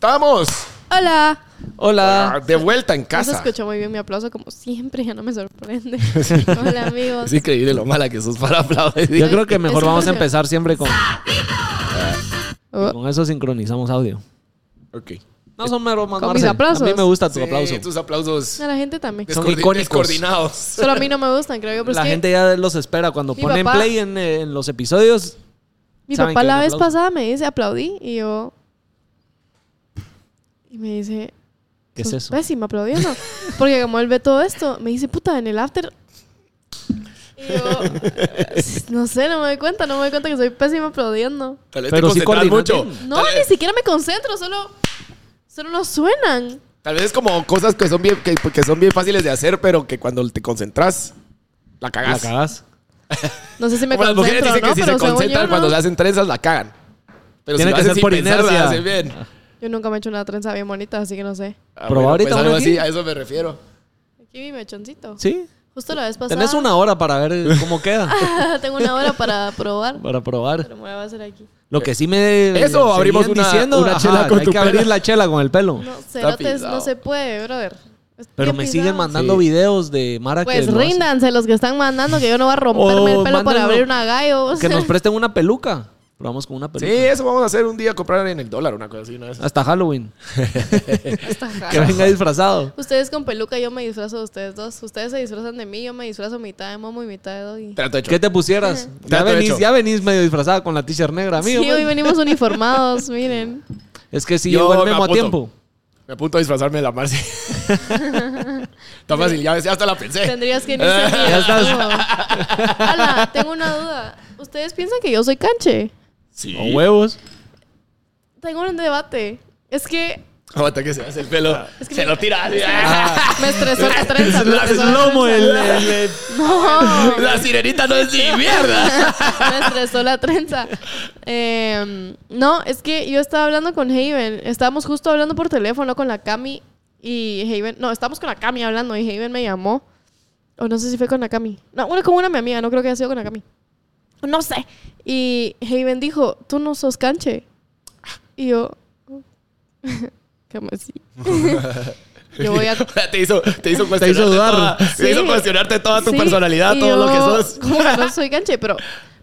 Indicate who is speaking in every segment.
Speaker 1: ¡Estamos!
Speaker 2: Hola.
Speaker 1: Ah,
Speaker 3: Hola.
Speaker 1: de vuelta en
Speaker 2: No se
Speaker 1: casa.
Speaker 2: escuchó muy bien mi aplauso, como siempre, ya no me sorprende. Hola, amigos.
Speaker 1: Es increíble lo mala que sos para
Speaker 3: Yo
Speaker 1: aplaudir.
Speaker 3: creo que mejor
Speaker 2: Eso
Speaker 3: vamos a
Speaker 2: creo.
Speaker 3: empezar siempre con,
Speaker 2: Oh,
Speaker 3: con eso sincronizamos audio.
Speaker 1: Ok.
Speaker 3: No son mero más
Speaker 2: Con mis
Speaker 3: A mí
Speaker 2: aplausos.
Speaker 3: me gusta tu
Speaker 1: Sí,
Speaker 3: aplauso.
Speaker 1: Tus aplausos
Speaker 2: a la gente también.
Speaker 3: Son
Speaker 1: descoordi-
Speaker 3: icónicos.
Speaker 1: descoordinados.
Speaker 2: Solo a mí no me gustan, creo yo. Pero
Speaker 3: La
Speaker 2: es que
Speaker 3: gente ya los espera cuando
Speaker 2: Mi
Speaker 3: ponen
Speaker 2: papá-
Speaker 3: play en, eh, en los episodios.
Speaker 2: mi
Speaker 3: saben
Speaker 2: papá
Speaker 3: que
Speaker 2: la
Speaker 3: un
Speaker 2: vez
Speaker 3: aplauso.
Speaker 2: pasada me dice aplaudí y yo. Y me dice.
Speaker 3: ¿Qué es
Speaker 2: "Sos
Speaker 3: eso?
Speaker 2: Pésima aplaudiendo. Porque como él ve todo esto, me dice, puta, en el after. Y yo. No sé, no me doy cuenta, no me doy cuenta que soy pésima aplaudiendo.
Speaker 1: Tal vez
Speaker 3: Pero
Speaker 1: te
Speaker 3: sí
Speaker 1: concentras
Speaker 3: coordinate.
Speaker 1: mucho.
Speaker 2: No,
Speaker 1: tal,
Speaker 2: ni
Speaker 1: vez,
Speaker 2: siquiera me concentro, solo. Solo no suenan.
Speaker 1: tal vez como cosas que son, bien, que, que son bien fáciles de hacer, pero que cuando te concentras, la
Speaker 3: La
Speaker 1: cagas.
Speaker 3: cagás.
Speaker 2: No sé si me
Speaker 1: como las mujeres dicen
Speaker 2: concentro,
Speaker 1: que
Speaker 2: ¿no?
Speaker 1: si
Speaker 2: Pero
Speaker 1: se
Speaker 2: según
Speaker 1: concentran
Speaker 2: yo,
Speaker 1: cuando
Speaker 2: no.
Speaker 1: se hacen trenzas, la cagan. Pero
Speaker 3: Tiene
Speaker 1: si lo
Speaker 3: que
Speaker 1: hacen
Speaker 3: ser
Speaker 1: sin
Speaker 3: por
Speaker 1: pensar, la
Speaker 3: inercia.
Speaker 1: hacen bien.
Speaker 2: Yo nunca me he hecho una trenza bien bonita, así que no sé.
Speaker 1: Ah,
Speaker 3: Probá ahorita
Speaker 1: pues
Speaker 3: una
Speaker 1: algo así,
Speaker 3: aquí.
Speaker 1: a eso me refiero.
Speaker 2: Aquí mi mechoncito.
Speaker 3: ¿Sí?
Speaker 2: Justo la vez pasada.
Speaker 3: Tenés una hora para ver cómo queda.
Speaker 2: Tengo una hora para probar.
Speaker 3: para probar.
Speaker 2: Pero me la voy a hacer aquí.
Speaker 3: Lo que sí me.
Speaker 1: Eso,
Speaker 3: seguían
Speaker 1: abrimos una- una chela
Speaker 3: ajá,
Speaker 1: con
Speaker 3: Hay
Speaker 1: tu
Speaker 3: que abrir
Speaker 1: pera.
Speaker 3: la chela con el pelo.
Speaker 2: No, cerotes,
Speaker 1: pisado.
Speaker 2: no se puede, brother. Es
Speaker 3: Pero
Speaker 2: bien
Speaker 3: me
Speaker 2: pisado.
Speaker 3: siguen mandando
Speaker 1: Sí.
Speaker 3: videos de Mara que.
Speaker 2: Pues
Speaker 3: lo hace.
Speaker 2: ríndanse los que están mandando, que yo
Speaker 1: Oh,
Speaker 2: no voy a romperme
Speaker 3: O
Speaker 2: el pelo
Speaker 3: mándenlo-
Speaker 2: para abrir una gallo. o
Speaker 3: Que
Speaker 2: sea.
Speaker 3: nos presten una peluca. Probamos con una
Speaker 1: Sí,
Speaker 3: peluca.
Speaker 1: eso vamos a hacer un día, comprar en el dólar, una cosa así. Una vez.
Speaker 3: Hasta Halloween.
Speaker 2: Hasta acá.
Speaker 3: Que venga disfrazado.
Speaker 2: Ustedes con peluca, yo me disfrazo de ustedes dos. Ustedes se disfrazan de mí, yo me disfrazo mitad de momo y mitad de doggy.
Speaker 1: Trato hecho.
Speaker 3: ¿Qué te pusieras? Ya
Speaker 1: Trato
Speaker 3: venís,
Speaker 1: hecho.
Speaker 3: ya venís medio disfrazada con la t-shirt negra,
Speaker 2: Sí,
Speaker 3: amigo.
Speaker 2: hoy venimos uniformados, miren.
Speaker 3: es que si
Speaker 1: Yo
Speaker 3: llegó el
Speaker 1: me
Speaker 3: memo a
Speaker 1: apunto.
Speaker 3: tiempo.
Speaker 1: Me apunto a disfrazarme de la Marce. Está fácil, ya, ves, ya hasta la pensé.
Speaker 2: Tendrías que iniciar mi
Speaker 3: Ya estás.
Speaker 2: Ala, tengo una duda. ¿Ustedes piensan que yo soy canche?
Speaker 1: Sí.
Speaker 3: O huevos.
Speaker 2: Tengo un debate. Es que
Speaker 1: Aguanta que se hace el pelo.
Speaker 2: Es que
Speaker 1: se
Speaker 2: me-
Speaker 1: lo tira. Ah, así.
Speaker 2: me estresó la trenza. me
Speaker 1: La
Speaker 2: estresó la
Speaker 1: slomo,
Speaker 2: trenza.
Speaker 1: el- el- el-
Speaker 2: No,
Speaker 1: La sirenita no es ni mierda.
Speaker 2: me estresó la trenza. Eh, no, es que yo estaba hablando con Haven. Estábamos justo hablando por teléfono con la Cami y Haven. No, estábamos con la Cami hablando y Haven me llamó. O no sé si fue con la Cami. No, una con una mi amiga. No creo que haya sido con la Cami. No sé. Y Haven dijo, tú no sos canche. Y yo... ¿Cómo así? yo voy a...
Speaker 1: te hizo, te hizo cuestionarte.
Speaker 3: dudar.
Speaker 1: toda-
Speaker 2: Sí.
Speaker 1: Te hizo cuestionarte toda tu
Speaker 2: Sí,
Speaker 1: personalidad,
Speaker 2: y
Speaker 1: todo lo que
Speaker 2: yo,
Speaker 1: sos.
Speaker 2: Como que no soy canche, pero,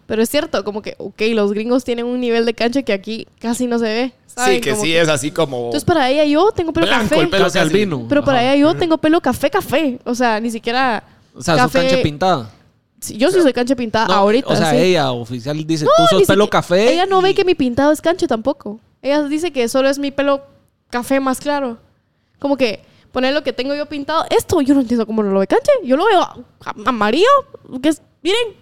Speaker 2: pero es cierto, como que, ok, los gringos tienen un nivel de canche que aquí casi no se ve. ¿saben?
Speaker 1: Sí, que
Speaker 2: Como
Speaker 1: sí es así como.
Speaker 2: Entonces para ella yo tengo pelo
Speaker 1: Blanco
Speaker 2: café.
Speaker 1: el pelo.
Speaker 3: Pero
Speaker 1: Pero casi.
Speaker 3: Calvino.
Speaker 2: Pero para
Speaker 3: Ajá.
Speaker 2: ella yo tengo pelo café, café. O sea, ni siquiera.
Speaker 3: O sea, su
Speaker 2: café-
Speaker 3: cancha pintada.
Speaker 2: Sí, Yo sí soy canche pintada
Speaker 3: No,
Speaker 2: ahorita.
Speaker 3: O sea,
Speaker 2: sí.
Speaker 3: ella oficial dice,
Speaker 2: No,
Speaker 3: tú
Speaker 2: ni
Speaker 3: sos pelo
Speaker 2: siquiera-
Speaker 3: café.
Speaker 2: Ella no
Speaker 3: y-
Speaker 2: ve que mi pintado es canche tampoco. Ella dice que solo es mi pelo café más claro. Como que poner lo que tengo yo pintado. Esto yo no entiendo cómo no lo ve canche. Yo lo veo a- a- amarillo. Que es, miren,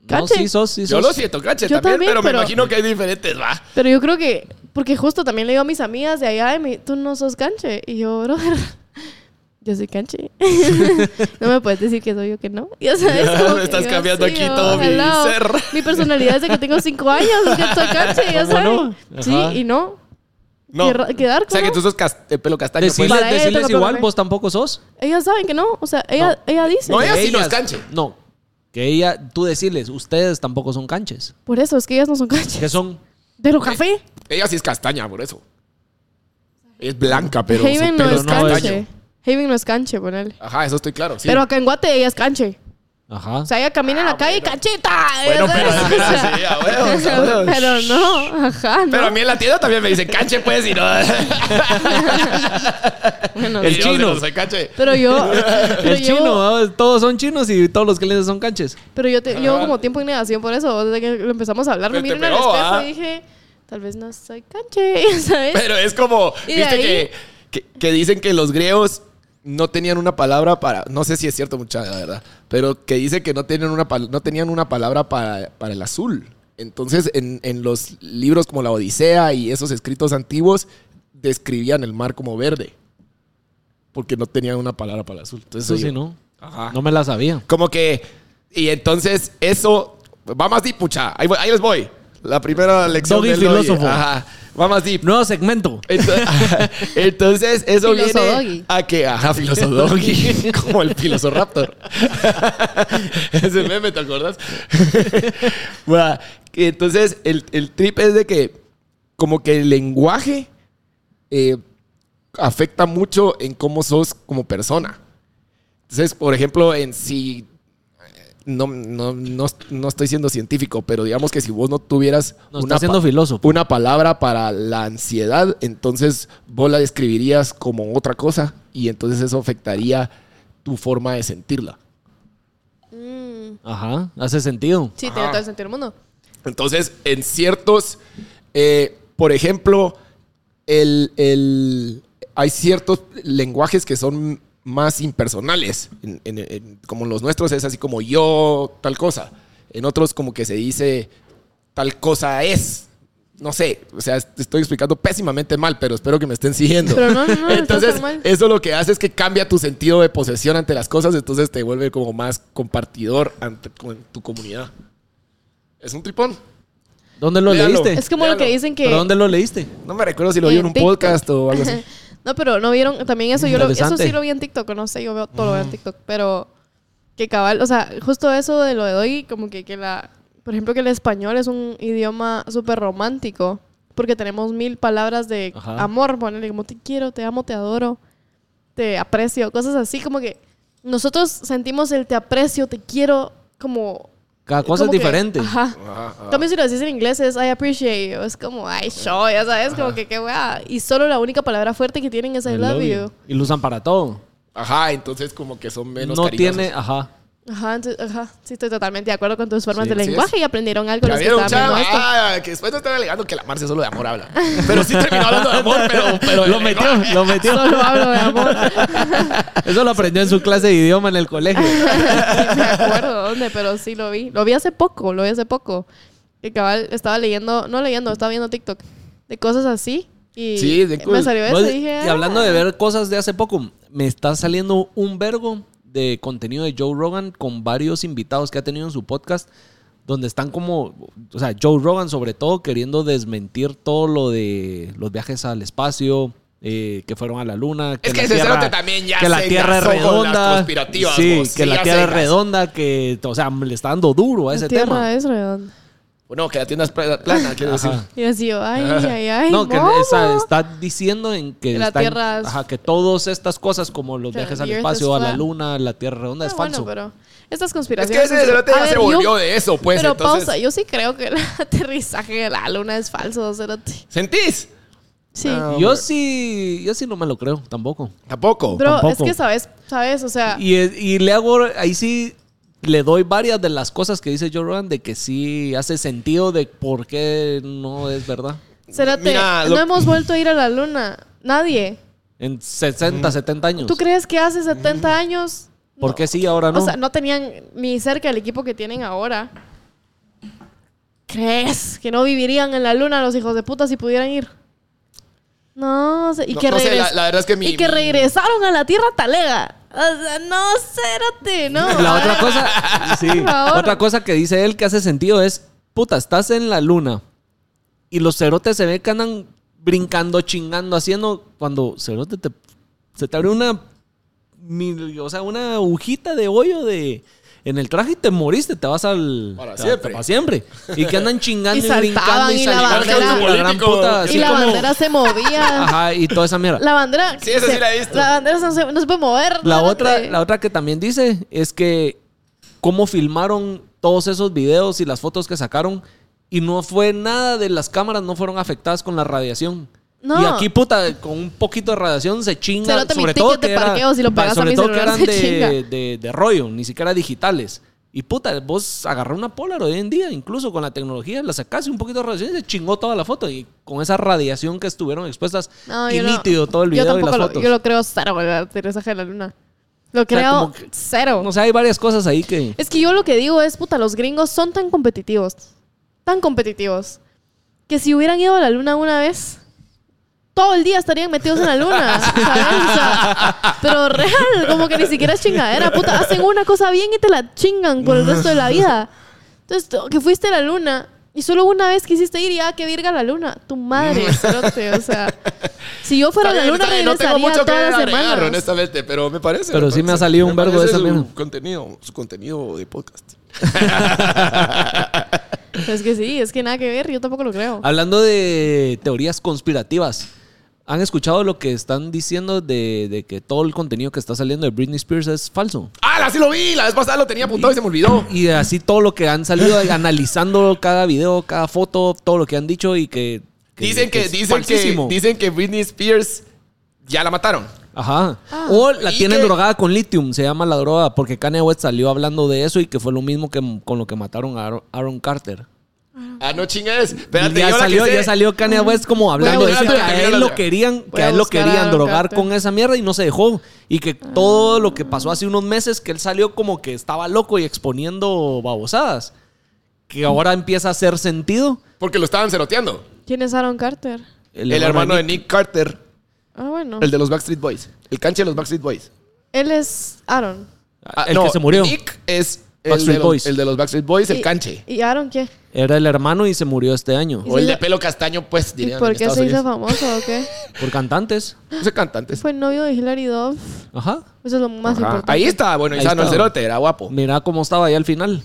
Speaker 3: No,
Speaker 2: Canche.
Speaker 3: sí sos, sí
Speaker 1: Yo
Speaker 3: sos.
Speaker 1: lo siento, caché
Speaker 2: Yo
Speaker 1: también,
Speaker 2: también,
Speaker 1: pero,
Speaker 2: pero-
Speaker 1: me imagino que hay diferentes, va.
Speaker 2: Pero yo creo que, porque justo también le digo a mis amigas de allá, de mi, tú no sos canche. Y yo, brother, yo soy canche. no me puedes decir que soy yo que no. Ya sabes, como
Speaker 1: Me
Speaker 2: que
Speaker 1: estás
Speaker 2: yo,
Speaker 1: cambiando aquí
Speaker 2: oh,
Speaker 1: todo mi ser.
Speaker 2: Mi personalidad es de que tengo cinco años, es que soy canche, ya
Speaker 3: ¿Cómo
Speaker 2: sabes.
Speaker 3: no? Ajá.
Speaker 2: Sí, y no.
Speaker 1: No.
Speaker 2: Querra- quedar
Speaker 1: O sea que
Speaker 2: como-
Speaker 1: tú sos cas- de pelo castaño.
Speaker 3: Decirles,
Speaker 1: pues.
Speaker 2: Para ella yo
Speaker 3: decirles
Speaker 2: tengo pelo
Speaker 3: igual,
Speaker 2: café.
Speaker 3: vos tampoco sos.
Speaker 2: Ellas saben que no, o sea, ella,
Speaker 3: No.
Speaker 2: ella dice.
Speaker 1: No,
Speaker 3: Que
Speaker 1: ella sí no es
Speaker 3: ellas-
Speaker 1: canche.
Speaker 3: No. Que ella, tú decirles, ustedes tampoco son canches.
Speaker 2: Por eso, es que ellas no son canches.
Speaker 3: Que son.
Speaker 2: De lo café.
Speaker 1: Ella sí es castaña, por eso. Es blanca, pero. su
Speaker 2: Haven no
Speaker 1: pelo
Speaker 2: es
Speaker 3: no es-
Speaker 2: canche. Haven no es canche, ponele.
Speaker 1: Ajá, eso estoy claro. Sí.
Speaker 2: Pero acá en Guate ella es canche.
Speaker 3: Ajá.
Speaker 2: O sea, ella camina en la
Speaker 1: Ah,
Speaker 2: calle,
Speaker 1: bueno.
Speaker 2: cachita.
Speaker 1: Bueno,
Speaker 2: ya
Speaker 1: pero,
Speaker 2: sabes,
Speaker 1: pero
Speaker 2: o sea.
Speaker 1: sí, a huevos, a huevos.
Speaker 2: Pero no, ajá, no.
Speaker 1: Pero a mí en la tienda también me dicen canche, pues, y no.
Speaker 2: Bueno,
Speaker 3: El
Speaker 1: Y yo,
Speaker 3: chino.
Speaker 1: No soy canche.
Speaker 2: pero yo, pero
Speaker 3: El
Speaker 2: yo,
Speaker 3: chino, ¿no? todos son chinos y todos los clientes son canches.
Speaker 2: pero yo, te- yo
Speaker 1: Ajá.
Speaker 2: como tiempo en negación por eso, desde que lo empezamos a hablar, me
Speaker 1: Pero te
Speaker 2: miré en el
Speaker 1: pegó,
Speaker 2: espejo
Speaker 1: ¿ah?
Speaker 2: y dije, tal vez no soy canche, ¿sabes?
Speaker 1: Pero es como,
Speaker 2: Y de
Speaker 1: viste
Speaker 2: ahí-
Speaker 1: que, que, que dicen que los griegos no tenían una palabra para, no sé si es cierto mucha, la verdad, pero que dice que no tenían una, pal- no tenían una palabra para, para el azul. Entonces, en, en los libros como la Odisea y esos escritos antiguos, describían el mar como verde, porque no tenían una palabra para el azul. Entonces,
Speaker 3: Eso
Speaker 1: yo-
Speaker 3: sí, ¿no?
Speaker 1: Ajá.
Speaker 3: No me la sabía.
Speaker 1: Como que. Y entonces, eso. Va más deep, pucha. Ahí, voy- ahí les voy. La primera lección.
Speaker 3: Doggy
Speaker 1: del doggy.
Speaker 3: filósofo.
Speaker 1: Ajá. Va más deep.
Speaker 3: Nuevo segmento.
Speaker 1: Entonces, entonces, eso
Speaker 2: Filosodogui.
Speaker 1: viene a que, ajá, filosodogui, como el filosoraptor. Ese meme, ¿te acuerdas? Va, que entonces, el, el trip es de que como que el lenguaje eh, afecta mucho en cómo sos como persona. Entonces, por ejemplo, en si eh, no, no, no, no estoy siendo científico, pero digamos que si vos no tuvieras
Speaker 3: No, estás siendo
Speaker 1: pa-
Speaker 3: filósofo.
Speaker 1: una palabra para la ansiedad, entonces vos la describirías como otra cosa y entonces eso afectaría tu forma de sentirla.
Speaker 2: Mm,
Speaker 3: Ajá, hace sentido.
Speaker 2: sí, tiene
Speaker 1: Ajá.
Speaker 2: todo el sentido del mundo.
Speaker 1: Entonces, en ciertos, eh, por ejemplo, el, el- hay ciertos lenguajes que son más impersonales, en- en- en- como los nuestros es así como yo, tal cosa. En otros como que se dice tal cosa es. No sé, o sea, est- estoy explicando pésimamente mal, pero espero que me estén siguiendo.
Speaker 2: Pero no, no, no, está
Speaker 1: entonces, eh,
Speaker 2: normal.
Speaker 1: eso lo que hace es que cambia tu sentido de posesión ante las cosas, entonces te vuelve como más compartidor ante con tu comunidad. Es un tripón.
Speaker 3: ¿Dónde lo
Speaker 1: Léalo.
Speaker 3: leíste?
Speaker 2: Es como lo que
Speaker 1: Léalo.
Speaker 2: dicen que...
Speaker 3: ¿Pero dónde lo leíste?
Speaker 1: No me recuerdo si lo vi en
Speaker 2: En
Speaker 1: un
Speaker 2: TikTok.
Speaker 1: podcast o algo así.
Speaker 2: No, pero no vieron también eso. Yo lo, eso
Speaker 3: Interesante.
Speaker 2: sí lo vi en TikTok, no sé, yo veo todo lo veo en TikTok, pero que cabal, o sea, justo eso de lo de hoy, como que, que la, por ejemplo, que el español es un idioma súper romántico, porque tenemos mil palabras de
Speaker 3: Ajá.
Speaker 2: amor, ponerle como te quiero, te amo, te adoro, te aprecio, cosas así, como que nosotros sentimos el te aprecio, te quiero, como...
Speaker 3: Cada cosa es
Speaker 2: como que-
Speaker 3: diferente.
Speaker 2: Ajá.
Speaker 1: Ajá,
Speaker 2: En
Speaker 3: Ah.
Speaker 1: ajá.
Speaker 2: cambio, si lo decís en inglés es I appreciate you. Es como I show, ya sabes, como que qué weá. Y solo la única palabra fuerte que tienen es I,
Speaker 3: El
Speaker 2: love,
Speaker 3: lobby.
Speaker 2: you.
Speaker 3: Y lo usan para todo.
Speaker 1: Ajá, entonces como que son menos
Speaker 3: no
Speaker 1: cariñosos.
Speaker 3: tiene, ajá.
Speaker 2: Ajá, entonces, ajá. Sí, estoy totalmente de acuerdo con tus formas
Speaker 1: Sí,
Speaker 2: de
Speaker 1: así
Speaker 2: lenguaje
Speaker 1: es.
Speaker 2: y aprendieron algo
Speaker 1: Ya
Speaker 2: los que
Speaker 1: vieron,
Speaker 2: estaban
Speaker 1: chava,
Speaker 2: viendo esto.
Speaker 1: Ah, que después no están alegando que la Marcia solo de amor habla. Pero sí terminó hablando de amor, pero... pero
Speaker 3: Lo metió, lo metió.
Speaker 2: Solo hablo de amor.
Speaker 3: Eso lo aprendió en su clase de idioma en el colegio.
Speaker 2: Sí, me acuerdo dónde, pero sí lo vi. Lo vi hace poco, lo vi hace poco. Que cabal estaba leyendo, no leyendo, estaba viendo TikTok de cosas así. Y
Speaker 1: Sí, de
Speaker 2: me
Speaker 1: cosas.
Speaker 2: salió eso
Speaker 3: No,
Speaker 2: y dije.
Speaker 3: y
Speaker 2: ah.
Speaker 3: hablando de ver cosas de hace poco, me está saliendo un vergo de contenido de Joe Rogan con varios invitados que ha tenido en su podcast, donde están como, o sea, Joe Rogan sobre todo queriendo desmentir todo lo de los viajes al espacio. eh, que fueron a la luna que
Speaker 1: Es
Speaker 3: la
Speaker 1: que ese cerote también ya
Speaker 3: que la
Speaker 1: se
Speaker 3: tierra es
Speaker 1: engasó con las
Speaker 3: redonda
Speaker 1: conspirativas,
Speaker 3: sí,
Speaker 1: vos.
Speaker 3: que
Speaker 1: Sí,
Speaker 3: la
Speaker 1: ya
Speaker 3: tierra
Speaker 1: se
Speaker 3: es
Speaker 1: engasó.
Speaker 3: redonda que o sea le está dando duro a
Speaker 2: La
Speaker 3: ese
Speaker 2: tierra
Speaker 3: tema
Speaker 2: "Ah, es redonda.
Speaker 1: No, que la tienda es pla- plana, quiero
Speaker 3: Ajá.
Speaker 1: decir.
Speaker 2: Y así yo, ay, ay, ay.
Speaker 3: no, que
Speaker 2: mono.
Speaker 3: esa- está diciendo en que,
Speaker 2: Que la
Speaker 3: están-
Speaker 2: Tierra es-
Speaker 3: ajá, que todas estas cosas como los
Speaker 2: Que
Speaker 3: viajes
Speaker 2: the
Speaker 3: al
Speaker 2: Earth
Speaker 3: espacio,
Speaker 2: is
Speaker 3: a la
Speaker 2: flat.
Speaker 3: luna, la Tierra redonda
Speaker 2: Ah,
Speaker 3: es falso.
Speaker 2: Bueno, pero estas
Speaker 1: Es
Speaker 2: conspiraciones.
Speaker 1: que ese cerote ya
Speaker 2: A
Speaker 1: se
Speaker 2: ver,
Speaker 1: volvió
Speaker 2: yo-
Speaker 1: de eso, pues.
Speaker 2: pero
Speaker 1: entonces,
Speaker 2: pausa, yo sí creo que el aterrizaje de la luna es falso, cerote.
Speaker 1: ¿Sentís?
Speaker 2: Sí.
Speaker 1: Ah,
Speaker 3: Yo
Speaker 1: hombre.
Speaker 3: sí, yo sí no me lo creo tampoco.
Speaker 1: Tampoco.
Speaker 2: Bro, es
Speaker 3: tampoco.
Speaker 2: que sabes, sabes, o sea,
Speaker 3: Y, es- y le hago, ahí sí le doy varias de las cosas que dice Joe Rogan de que sí hace sentido de por qué no es verdad.
Speaker 2: cerote,
Speaker 1: mira,
Speaker 2: no
Speaker 1: lo-
Speaker 2: hemos vuelto a ir a la luna. Nadie.
Speaker 3: En
Speaker 2: Mm.
Speaker 3: 60, 70 años.
Speaker 2: ¿Tú crees que hace 70 años?
Speaker 3: ¿Por
Speaker 2: no,
Speaker 3: qué sí ahora no?
Speaker 2: O sea, no tenían ni cerca el equipo que tienen ahora. ¿Crees que no vivirían en la luna los hijos de puta si pudieran ir? No, o sea, y
Speaker 1: No-
Speaker 2: que
Speaker 1: no sé, la-
Speaker 2: regres-
Speaker 1: la verdad es que mi-
Speaker 2: y que
Speaker 1: mi-
Speaker 2: regresaron a la Tierra talega. O sea, no, cérate, no.
Speaker 3: La
Speaker 2: a
Speaker 3: otra
Speaker 2: ver.
Speaker 3: cosa, sí,
Speaker 2: Por favor.
Speaker 3: otra cosa que dice él que hace sentido es, puta, estás en la luna y los cerotes se ve que andan brincando, chingando, haciendo cuando cerote te- se te abre una, mil- o sea, una agujita de hoyo de en el traje y te moriste, te vas al
Speaker 1: Para
Speaker 3: te-
Speaker 1: siempre.
Speaker 3: para siempre y que andan chingando
Speaker 2: Y
Speaker 3: y, brincando
Speaker 2: saltaban, y la
Speaker 3: saltaban,
Speaker 2: bandera.
Speaker 3: como la gran puta,
Speaker 2: Y
Speaker 3: así
Speaker 2: la
Speaker 3: como-
Speaker 2: bandera se movía.
Speaker 3: ajá y toda esa mierda.
Speaker 2: La bandera.
Speaker 1: Sí, esa sí la he visto.
Speaker 2: La bandera no se, no se puede mover.
Speaker 3: La otra,
Speaker 2: cérate.
Speaker 3: la otra que también dice es que cómo filmaron todos esos videos y las fotos que sacaron y no fue nada de las cámaras, no fueron afectadas con la radiación.
Speaker 2: No.
Speaker 3: Y aquí, puta, con un poquito de radiación se chinga.
Speaker 2: Cerote, mi
Speaker 3: sobre
Speaker 2: ticket
Speaker 3: todo
Speaker 2: de
Speaker 3: que era-
Speaker 2: parqueo, si lo
Speaker 3: va,
Speaker 2: pagas a
Speaker 3: sobre
Speaker 2: mi
Speaker 3: todo
Speaker 2: celular,
Speaker 3: que eran
Speaker 2: se
Speaker 3: de,
Speaker 2: chinga.
Speaker 3: de- de rollo, ni siquiera digitales. Y puta, vos agarrás una Polaroid hoy en día, incluso con la tecnología, la sacás y un poquito de radiación y se chingó toda la foto. Y con esa radiación que estuvieron expuestas
Speaker 2: No,
Speaker 3: y
Speaker 2: yo no-
Speaker 3: nítido todo el video
Speaker 2: yo
Speaker 3: y
Speaker 2: tampoco
Speaker 3: las
Speaker 2: lo,
Speaker 3: fotos.
Speaker 2: Yo lo creo cero, el aterrizaje de la luna. Lo
Speaker 3: sea,
Speaker 2: creo
Speaker 3: como que-
Speaker 2: cero.
Speaker 3: No sé, hay varias cosas ahí que...
Speaker 2: Es que yo lo que digo es, puta, los gringos son tan competitivos, tan competitivos, que si hubieran ido a la luna una vez, todo el día estarían metidos en la luna. ¿sabes? O sea, pero real, como que ni siquiera es chingadera, puta, hacen una cosa bien y te la chingan por el resto de la vida. Entonces, tú- que fuiste a la luna y solo una vez quisiste ir y ah, que virga la luna. Tu madre, cerote, o sea. Si yo fuera
Speaker 1: Está
Speaker 2: a la
Speaker 1: bien,
Speaker 2: luna,
Speaker 1: está bien, no
Speaker 2: regresaría
Speaker 1: tengo mucho que
Speaker 2: todas las
Speaker 1: agregar,
Speaker 2: semanas.
Speaker 1: honestamente, pero me parece.
Speaker 3: Pero sí me
Speaker 1: parece.
Speaker 3: ha salido un vergo de
Speaker 1: parece su
Speaker 3: esa mierda.
Speaker 1: contenido, su contenido de podcast.
Speaker 2: Pero Es que sí, es que nada que ver, yo tampoco lo creo.
Speaker 3: Hablando de teorías conspirativas, ¿Han escuchado lo que están diciendo de, de que todo el contenido que está saliendo de Britney Spears es falso?
Speaker 1: ¡Ah, sí lo vi! La vez pasada lo tenía apuntado y se me olvidó.
Speaker 3: Y así todo lo que han salido analizando cada video, cada foto, todo lo que han dicho y que...
Speaker 1: Dicen que,
Speaker 3: es
Speaker 1: dicen, que,
Speaker 3: falsísimo.
Speaker 1: dicen que Britney Spears ya la mataron.
Speaker 3: Ajá.
Speaker 2: Ah.
Speaker 3: o la
Speaker 1: Y
Speaker 3: tienen
Speaker 1: que-
Speaker 3: drogada con litium, se llama la droga, porque Kanye West salió hablando de eso y que fue lo mismo que m- con lo que mataron a Aaron- Aaron Carter.
Speaker 1: Ah, no chingues.
Speaker 3: Y
Speaker 1: Espérate,
Speaker 3: ya
Speaker 1: yo la que
Speaker 3: salió,
Speaker 1: sé.
Speaker 3: ya salió Kanye West como hablando
Speaker 1: Voy
Speaker 3: de
Speaker 1: a
Speaker 3: eso, que
Speaker 1: buscar a
Speaker 3: a
Speaker 1: Kanye
Speaker 3: él lo
Speaker 1: West.
Speaker 3: querían,
Speaker 2: Voy
Speaker 3: que
Speaker 2: a
Speaker 3: a él lo
Speaker 2: buscar a
Speaker 3: querían
Speaker 2: Aaron
Speaker 3: drogar
Speaker 2: Carter.
Speaker 3: con esa mierda y no se dejó. Y que todo lo que pasó hace unos meses, que él salió como que estaba loco y exponiendo babosadas.
Speaker 1: Mm.
Speaker 3: Que ahora empieza a hacer sentido.
Speaker 1: Porque lo estaban ceroteando.
Speaker 2: ¿Quién es Aaron Carter?
Speaker 1: El, hermano de Nick Carter,
Speaker 2: Ah, bueno.
Speaker 1: el de los Backstreet Boys. El canche de los Backstreet Boys.
Speaker 2: Él es Aaron.
Speaker 1: Ah,
Speaker 3: el
Speaker 1: no,
Speaker 3: que se murió.
Speaker 1: Nick es el
Speaker 3: Backstreet
Speaker 1: de, los,
Speaker 3: Boys.
Speaker 1: el de los Backstreet Boys, el
Speaker 2: Y-
Speaker 1: canche.
Speaker 2: ¿Y Aaron qué?
Speaker 3: Era el hermano y se murió este año.
Speaker 2: Y-
Speaker 1: O el
Speaker 2: se-
Speaker 1: de pelo castaño, pues,
Speaker 2: ¿Y
Speaker 1: dirían. en
Speaker 2: por qué
Speaker 1: Estados
Speaker 2: se hizo
Speaker 1: Unidos.
Speaker 2: famoso o qué?
Speaker 3: Por cantantes.
Speaker 1: Ese cantante es-
Speaker 2: Fue novio de Hilary Duff.
Speaker 3: Ajá.
Speaker 2: Eso es lo más
Speaker 1: Ajá.
Speaker 2: importante.
Speaker 1: Ahí estaba, bueno,
Speaker 3: Ahí
Speaker 1: y sano el
Speaker 3: estaba.
Speaker 1: cerote, era guapo.
Speaker 3: Mira cómo estaba ahí al final.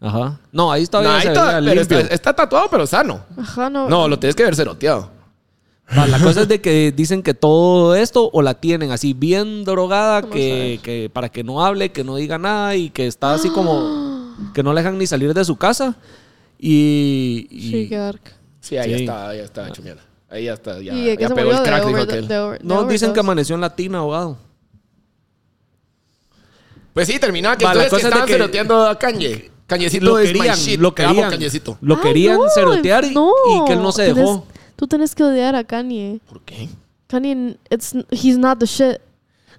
Speaker 3: Ajá. No, ahí estaba
Speaker 1: No, ahí
Speaker 3: se
Speaker 1: está,
Speaker 3: veía
Speaker 1: pero
Speaker 3: limpio.
Speaker 1: está, está tatuado, pero sano.
Speaker 2: Ajá, no.
Speaker 1: No, lo tienes que ver ceroteado.
Speaker 3: Va, La cosa es de que dicen que todo esto o la tienen así bien drogada
Speaker 2: ¿Cómo
Speaker 3: que,
Speaker 2: sabes?
Speaker 3: que para que no hable, que no diga nada y que está así como que no la dejan ni salir de su casa y, y-
Speaker 2: Sí, qué dark.
Speaker 1: Sí, ahí
Speaker 3: Sí.
Speaker 1: está, ahí está, hecho mierda. Ahí ya está, ya,
Speaker 2: ¿Y de qué
Speaker 1: ya
Speaker 2: se
Speaker 1: pegó
Speaker 2: murió?
Speaker 1: el
Speaker 2: De
Speaker 1: crack, dijo
Speaker 2: over-
Speaker 1: aquel.
Speaker 2: de over- de
Speaker 3: no dicen que
Speaker 2: overdose.
Speaker 3: amaneció en latina, abogado.
Speaker 1: Pues sí, terminaba que
Speaker 3: Va, la
Speaker 1: entonces que
Speaker 3: cosa es de
Speaker 1: estaban
Speaker 3: que-
Speaker 1: ceroteando a Kanye. Cañecito
Speaker 3: Lo
Speaker 1: es my
Speaker 3: querían,
Speaker 1: shit.
Speaker 3: lo
Speaker 1: Te amo,
Speaker 3: querían,
Speaker 1: Cañecito.
Speaker 3: lo
Speaker 2: Ay,
Speaker 3: querían
Speaker 2: Ah, no,
Speaker 3: cerotear y,
Speaker 2: no.
Speaker 3: y que él no se
Speaker 2: Tenés-
Speaker 3: dejó.
Speaker 2: Tú tienes que odiar a Kanye.
Speaker 1: ¿Por qué?
Speaker 2: Kanye, it's, he's not the shit.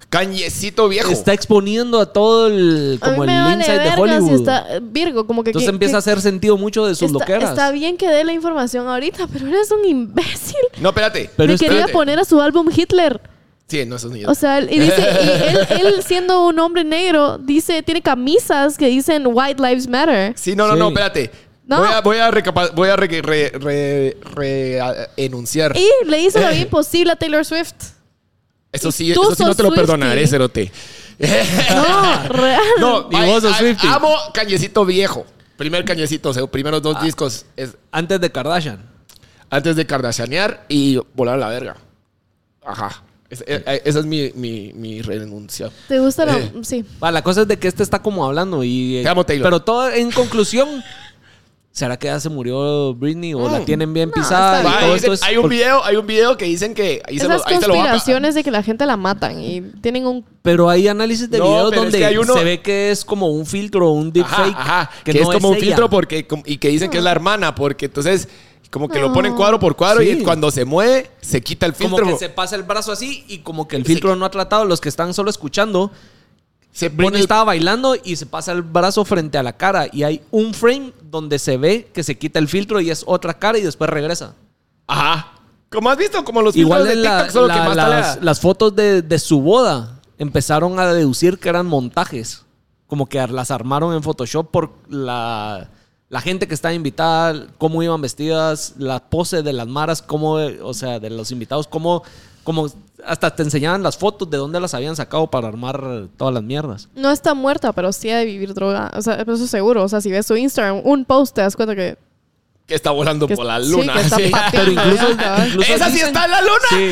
Speaker 1: Cañecito viejo.
Speaker 3: Está exponiendo a todo el
Speaker 2: a
Speaker 3: como
Speaker 2: mí
Speaker 3: el
Speaker 2: me vale
Speaker 3: inside de
Speaker 2: verga
Speaker 3: Hollywood.
Speaker 2: si está Virgo, como que...
Speaker 3: Entonces
Speaker 2: que-
Speaker 3: empieza a
Speaker 2: que-
Speaker 3: hacer sentido mucho de sus
Speaker 2: está,
Speaker 3: loqueras.
Speaker 2: Está bien que dé la información ahorita, pero eres un imbécil.
Speaker 1: No, espérate.
Speaker 3: Pero
Speaker 2: Me
Speaker 3: espérate.
Speaker 2: quería poner a su álbum Hitler.
Speaker 1: Sí, no, esos niños.
Speaker 2: O sea, él- y dice, y él, él siendo un hombre negro, dice, tiene camisas que dicen White Lives Matter.
Speaker 1: sí, no, no,
Speaker 3: Sí.
Speaker 1: no, espérate.
Speaker 2: No.
Speaker 1: Voy a, voy a, recapa- voy a re- re- re- re- a- enunciar.
Speaker 2: Y le hizo
Speaker 1: Eh.
Speaker 2: la vida imposible a Taylor Swift.
Speaker 1: Eso sí,
Speaker 2: y tú
Speaker 1: eso sí no
Speaker 2: sos
Speaker 1: te lo
Speaker 2: Swiftie.
Speaker 1: perdonaré, cerote.
Speaker 2: No, real.
Speaker 1: No,
Speaker 3: Y
Speaker 1: ay,
Speaker 3: vos sos
Speaker 1: ay,
Speaker 3: Swiftie.
Speaker 1: Amo Cañecito viejo. Primer Cañecito, o sea, primeros
Speaker 3: Ah.
Speaker 1: dos discos es
Speaker 3: Antes de Kardashian.
Speaker 1: antes de Kardashianear y volar a la verga. Ajá. Es- eh, eh, esa es mi, mi, mi renuncia.
Speaker 2: ¿Te gusta la...?
Speaker 1: Eh.
Speaker 2: Sí.
Speaker 3: Va, la cosa es de que este está como hablando y... eh,
Speaker 1: Te amo, Taylor.
Speaker 3: Pero todo en conclusión... ¿Será que ya se murió Britney o la
Speaker 1: Mm.
Speaker 3: tienen bien
Speaker 2: No, está
Speaker 3: pisada? Ah, y
Speaker 1: Va,
Speaker 3: todo
Speaker 1: dicen-
Speaker 3: esto es
Speaker 1: hay un
Speaker 3: por-
Speaker 1: video, hay un video que dicen que ahí se
Speaker 2: Esas
Speaker 1: lo, ahí se lo va a-
Speaker 2: conspiraciones de que la gente la matan y tienen un...
Speaker 3: Pero hay análisis de
Speaker 1: No,
Speaker 3: videos
Speaker 1: pero es
Speaker 3: donde
Speaker 1: que hay uno-
Speaker 3: se ve que es como un filtro, un deepfake.
Speaker 1: Ajá, ajá, que, es
Speaker 3: no
Speaker 1: como un
Speaker 3: ella.
Speaker 1: filtro porque com- y que dicen que es la hermana porque entonces como que lo ponen
Speaker 2: No.
Speaker 1: cuadro por cuadro
Speaker 3: Sí.
Speaker 1: y cuando se mueve se quita el
Speaker 3: Como
Speaker 1: filtro.
Speaker 3: que se pasa el brazo así y como que el filtro no ha tratado. Los que están solo escuchando,
Speaker 1: se pone
Speaker 3: Britney
Speaker 1: el-
Speaker 3: estaba bailando y se pasa el brazo frente a la cara. Y hay un frame donde se ve que se quita el filtro y es otra cara y después regresa.
Speaker 1: Ajá. Como has visto, como los
Speaker 3: Igual
Speaker 1: filtros
Speaker 3: en
Speaker 1: de
Speaker 3: la-
Speaker 1: TikTok, solo que
Speaker 3: la-
Speaker 1: más
Speaker 3: las,
Speaker 1: las,
Speaker 3: las fotos de, de su boda empezaron a deducir que eran montajes. Como que las armaron en Photoshop por la, la gente que estaba invitada, cómo iban vestidas, la pose de las maras, cómo, o sea, de los invitados, cómo, cómo hasta te enseñaban las fotos de dónde las habían sacado para armar todas las mierdas.
Speaker 2: No está muerta, pero sí ha de vivir droga. O sea, pero eso seguro. O sea, si ves su Instagram, un post, te das cuenta que...
Speaker 1: que está volando
Speaker 2: que-
Speaker 1: por la luna.
Speaker 2: Sí, que está
Speaker 1: sí.
Speaker 2: pateando,
Speaker 3: incluso-
Speaker 2: ya, cabal.
Speaker 3: incluso
Speaker 1: Esa sí
Speaker 3: dicen-
Speaker 1: está en la luna.
Speaker 3: Sí,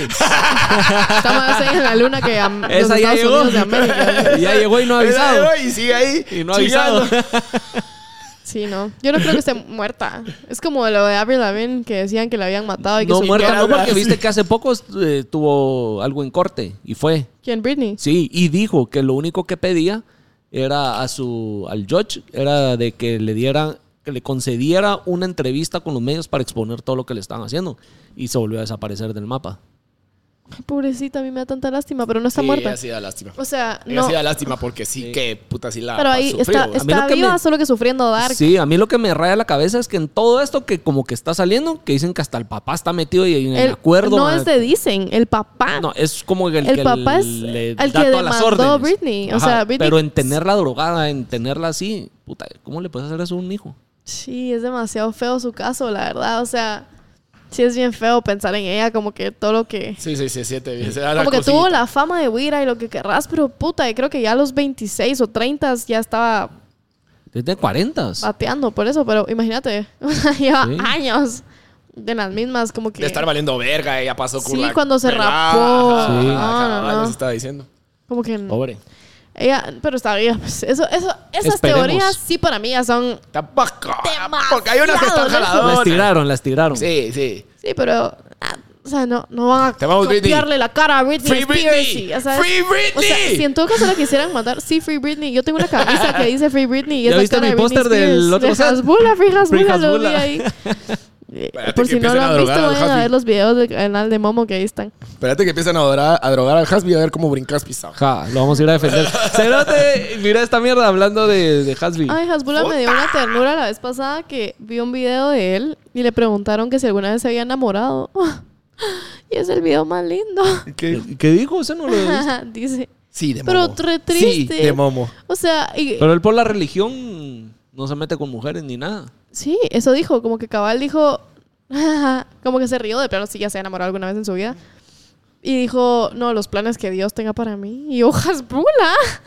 Speaker 2: Está más allá en la luna que a los
Speaker 3: esa ya
Speaker 2: Estados
Speaker 3: llegó.
Speaker 2: Unidos de América.
Speaker 3: ya llegó y no ha
Speaker 1: Esa
Speaker 3: avisado.
Speaker 1: llegó Y sigue ahí.
Speaker 3: Y no ha avisado.
Speaker 1: chingando.
Speaker 2: Sí, no. Yo no creo que esté muerta. Es como lo de Avril Lavigne que decían que la habían matado y que
Speaker 3: No
Speaker 2: su-
Speaker 3: muerta, no,
Speaker 1: habla
Speaker 3: porque
Speaker 1: así.
Speaker 3: viste que hace poco eh, tuvo algo en corte y fue.
Speaker 2: ¿Quién? Britney.
Speaker 3: Sí, y dijo que lo único que pedía era a su al judge era de que le diera que le concediera una entrevista con los medios para exponer todo lo que le estaban haciendo y se volvió a desaparecer del mapa.
Speaker 2: Ay, pobrecita, a mí me da tanta lástima, pero no está
Speaker 1: Sí,
Speaker 2: muerta.
Speaker 1: ella sí da lástima.
Speaker 2: O sea,
Speaker 1: Ella
Speaker 2: no.
Speaker 3: ah,
Speaker 1: sí da lástima porque sí, que puta sí la
Speaker 2: Pero ahí
Speaker 1: sufrió, güey.
Speaker 2: está,
Speaker 3: mí lo
Speaker 2: está
Speaker 3: que
Speaker 2: viva,
Speaker 3: me-
Speaker 2: solo que sufriendo Dark.
Speaker 3: Sí, a mí lo que me raya la cabeza es que en todo esto que como que está saliendo, que dicen que hasta el papá está metido y en el,
Speaker 2: El-
Speaker 3: acuerdo
Speaker 2: no es de dicen, el papá.
Speaker 3: No, es como el,
Speaker 2: Ah. el,
Speaker 3: que
Speaker 2: papá es
Speaker 3: le
Speaker 2: el
Speaker 3: da
Speaker 2: que
Speaker 3: todas las
Speaker 2: demandó a
Speaker 3: órdenes.
Speaker 2: Britney. O
Speaker 3: Ajá,
Speaker 2: sea, Britney.
Speaker 3: pero en tenerla drogada, en tenerla así, puta, ¿cómo le puedes hacer eso a un hijo?
Speaker 2: Sí, es demasiado feo su caso, la verdad. O sea, sí es bien feo pensar en ella, como que todo lo que.
Speaker 1: Sí, sí, sí, siete bien.
Speaker 2: Como que tuvo la fama de Wira y lo que querrás, pero puta, y creo que ya a los 26 o 30 ya estaba
Speaker 3: Desde 40.
Speaker 2: Ah. bateando por eso, pero imagínate, lleva
Speaker 3: Sí.
Speaker 2: años de las mismas, como que...
Speaker 1: De estar valiendo verga, ella pasó con
Speaker 2: Sí,
Speaker 1: la
Speaker 2: cuando se
Speaker 1: pelada.
Speaker 2: rapó.
Speaker 1: Ajá, ajá,
Speaker 3: Sí.
Speaker 2: No, Mm. no, no.
Speaker 1: eso estaba diciendo.
Speaker 2: Como que...
Speaker 3: Pobre.
Speaker 2: Ella, pero está bien. pues, eso, eso, esas
Speaker 3: Esperemos.
Speaker 2: teorías sí para mí ya son...
Speaker 1: Tampoco. Porque hay unas que están
Speaker 2: Demasiado, ¿no?
Speaker 3: Las
Speaker 1: jaladoras.
Speaker 3: tiraron, las tiraron.
Speaker 1: Sí, sí.
Speaker 2: Sí, pero... ah, o sea, no, no van a
Speaker 1: Te vamos, Britney.
Speaker 2: copiarle la cara a Britney
Speaker 1: Free
Speaker 2: Spears.
Speaker 1: Britney.
Speaker 2: y, o sea,
Speaker 1: Free
Speaker 2: O
Speaker 1: Britney.
Speaker 2: sea, si en todo caso la quisieran mandar, sí, Free Britney. Yo tengo una camisa que dice Free Britney. Y
Speaker 3: ¿Ya
Speaker 2: es la
Speaker 3: viste
Speaker 2: cara
Speaker 3: mi
Speaker 2: de Britney
Speaker 3: póster del
Speaker 2: Spears.
Speaker 3: otro
Speaker 2: De
Speaker 3: set?
Speaker 2: Hasbula, Free Hasbula, lo vi
Speaker 3: Hasbula.
Speaker 2: ahí. Eh,
Speaker 1: Espérate
Speaker 2: Por
Speaker 1: que
Speaker 2: si no
Speaker 1: empiecen
Speaker 2: lo
Speaker 1: a
Speaker 2: han visto,
Speaker 1: drogar al
Speaker 2: vayan a
Speaker 1: Hafi.
Speaker 2: ver los videos del canal de Momo que ahí están.
Speaker 1: Espérate que empiezan a drogar, a drogar al Hasby a ver cómo brincas pisado.
Speaker 3: Ja, lo vamos a ir a defender. Cerote, mira esta mierda hablando de, de Hasby.
Speaker 2: Ay, Hasbula me dio una ternura la vez pasada que vi un video de él y le preguntaron que si alguna vez se había enamorado. Y es el video más lindo.
Speaker 3: ¿Qué, qué dijo? Eso no lo he visto.
Speaker 2: Dice.
Speaker 1: Sí, de
Speaker 2: Pero
Speaker 1: momo.
Speaker 2: re
Speaker 1: Sí,
Speaker 2: triste.
Speaker 1: de momo.
Speaker 2: O sea, y-
Speaker 3: Pero él por la religión no se mete con mujeres ni nada.
Speaker 2: Sí, eso dijo, como que Cabal dijo, como que se rió de plano, sí, ya se ha enamorado alguna vez en su vida. Y dijo, no, los planes que Dios tenga para mí. Y hojas bula.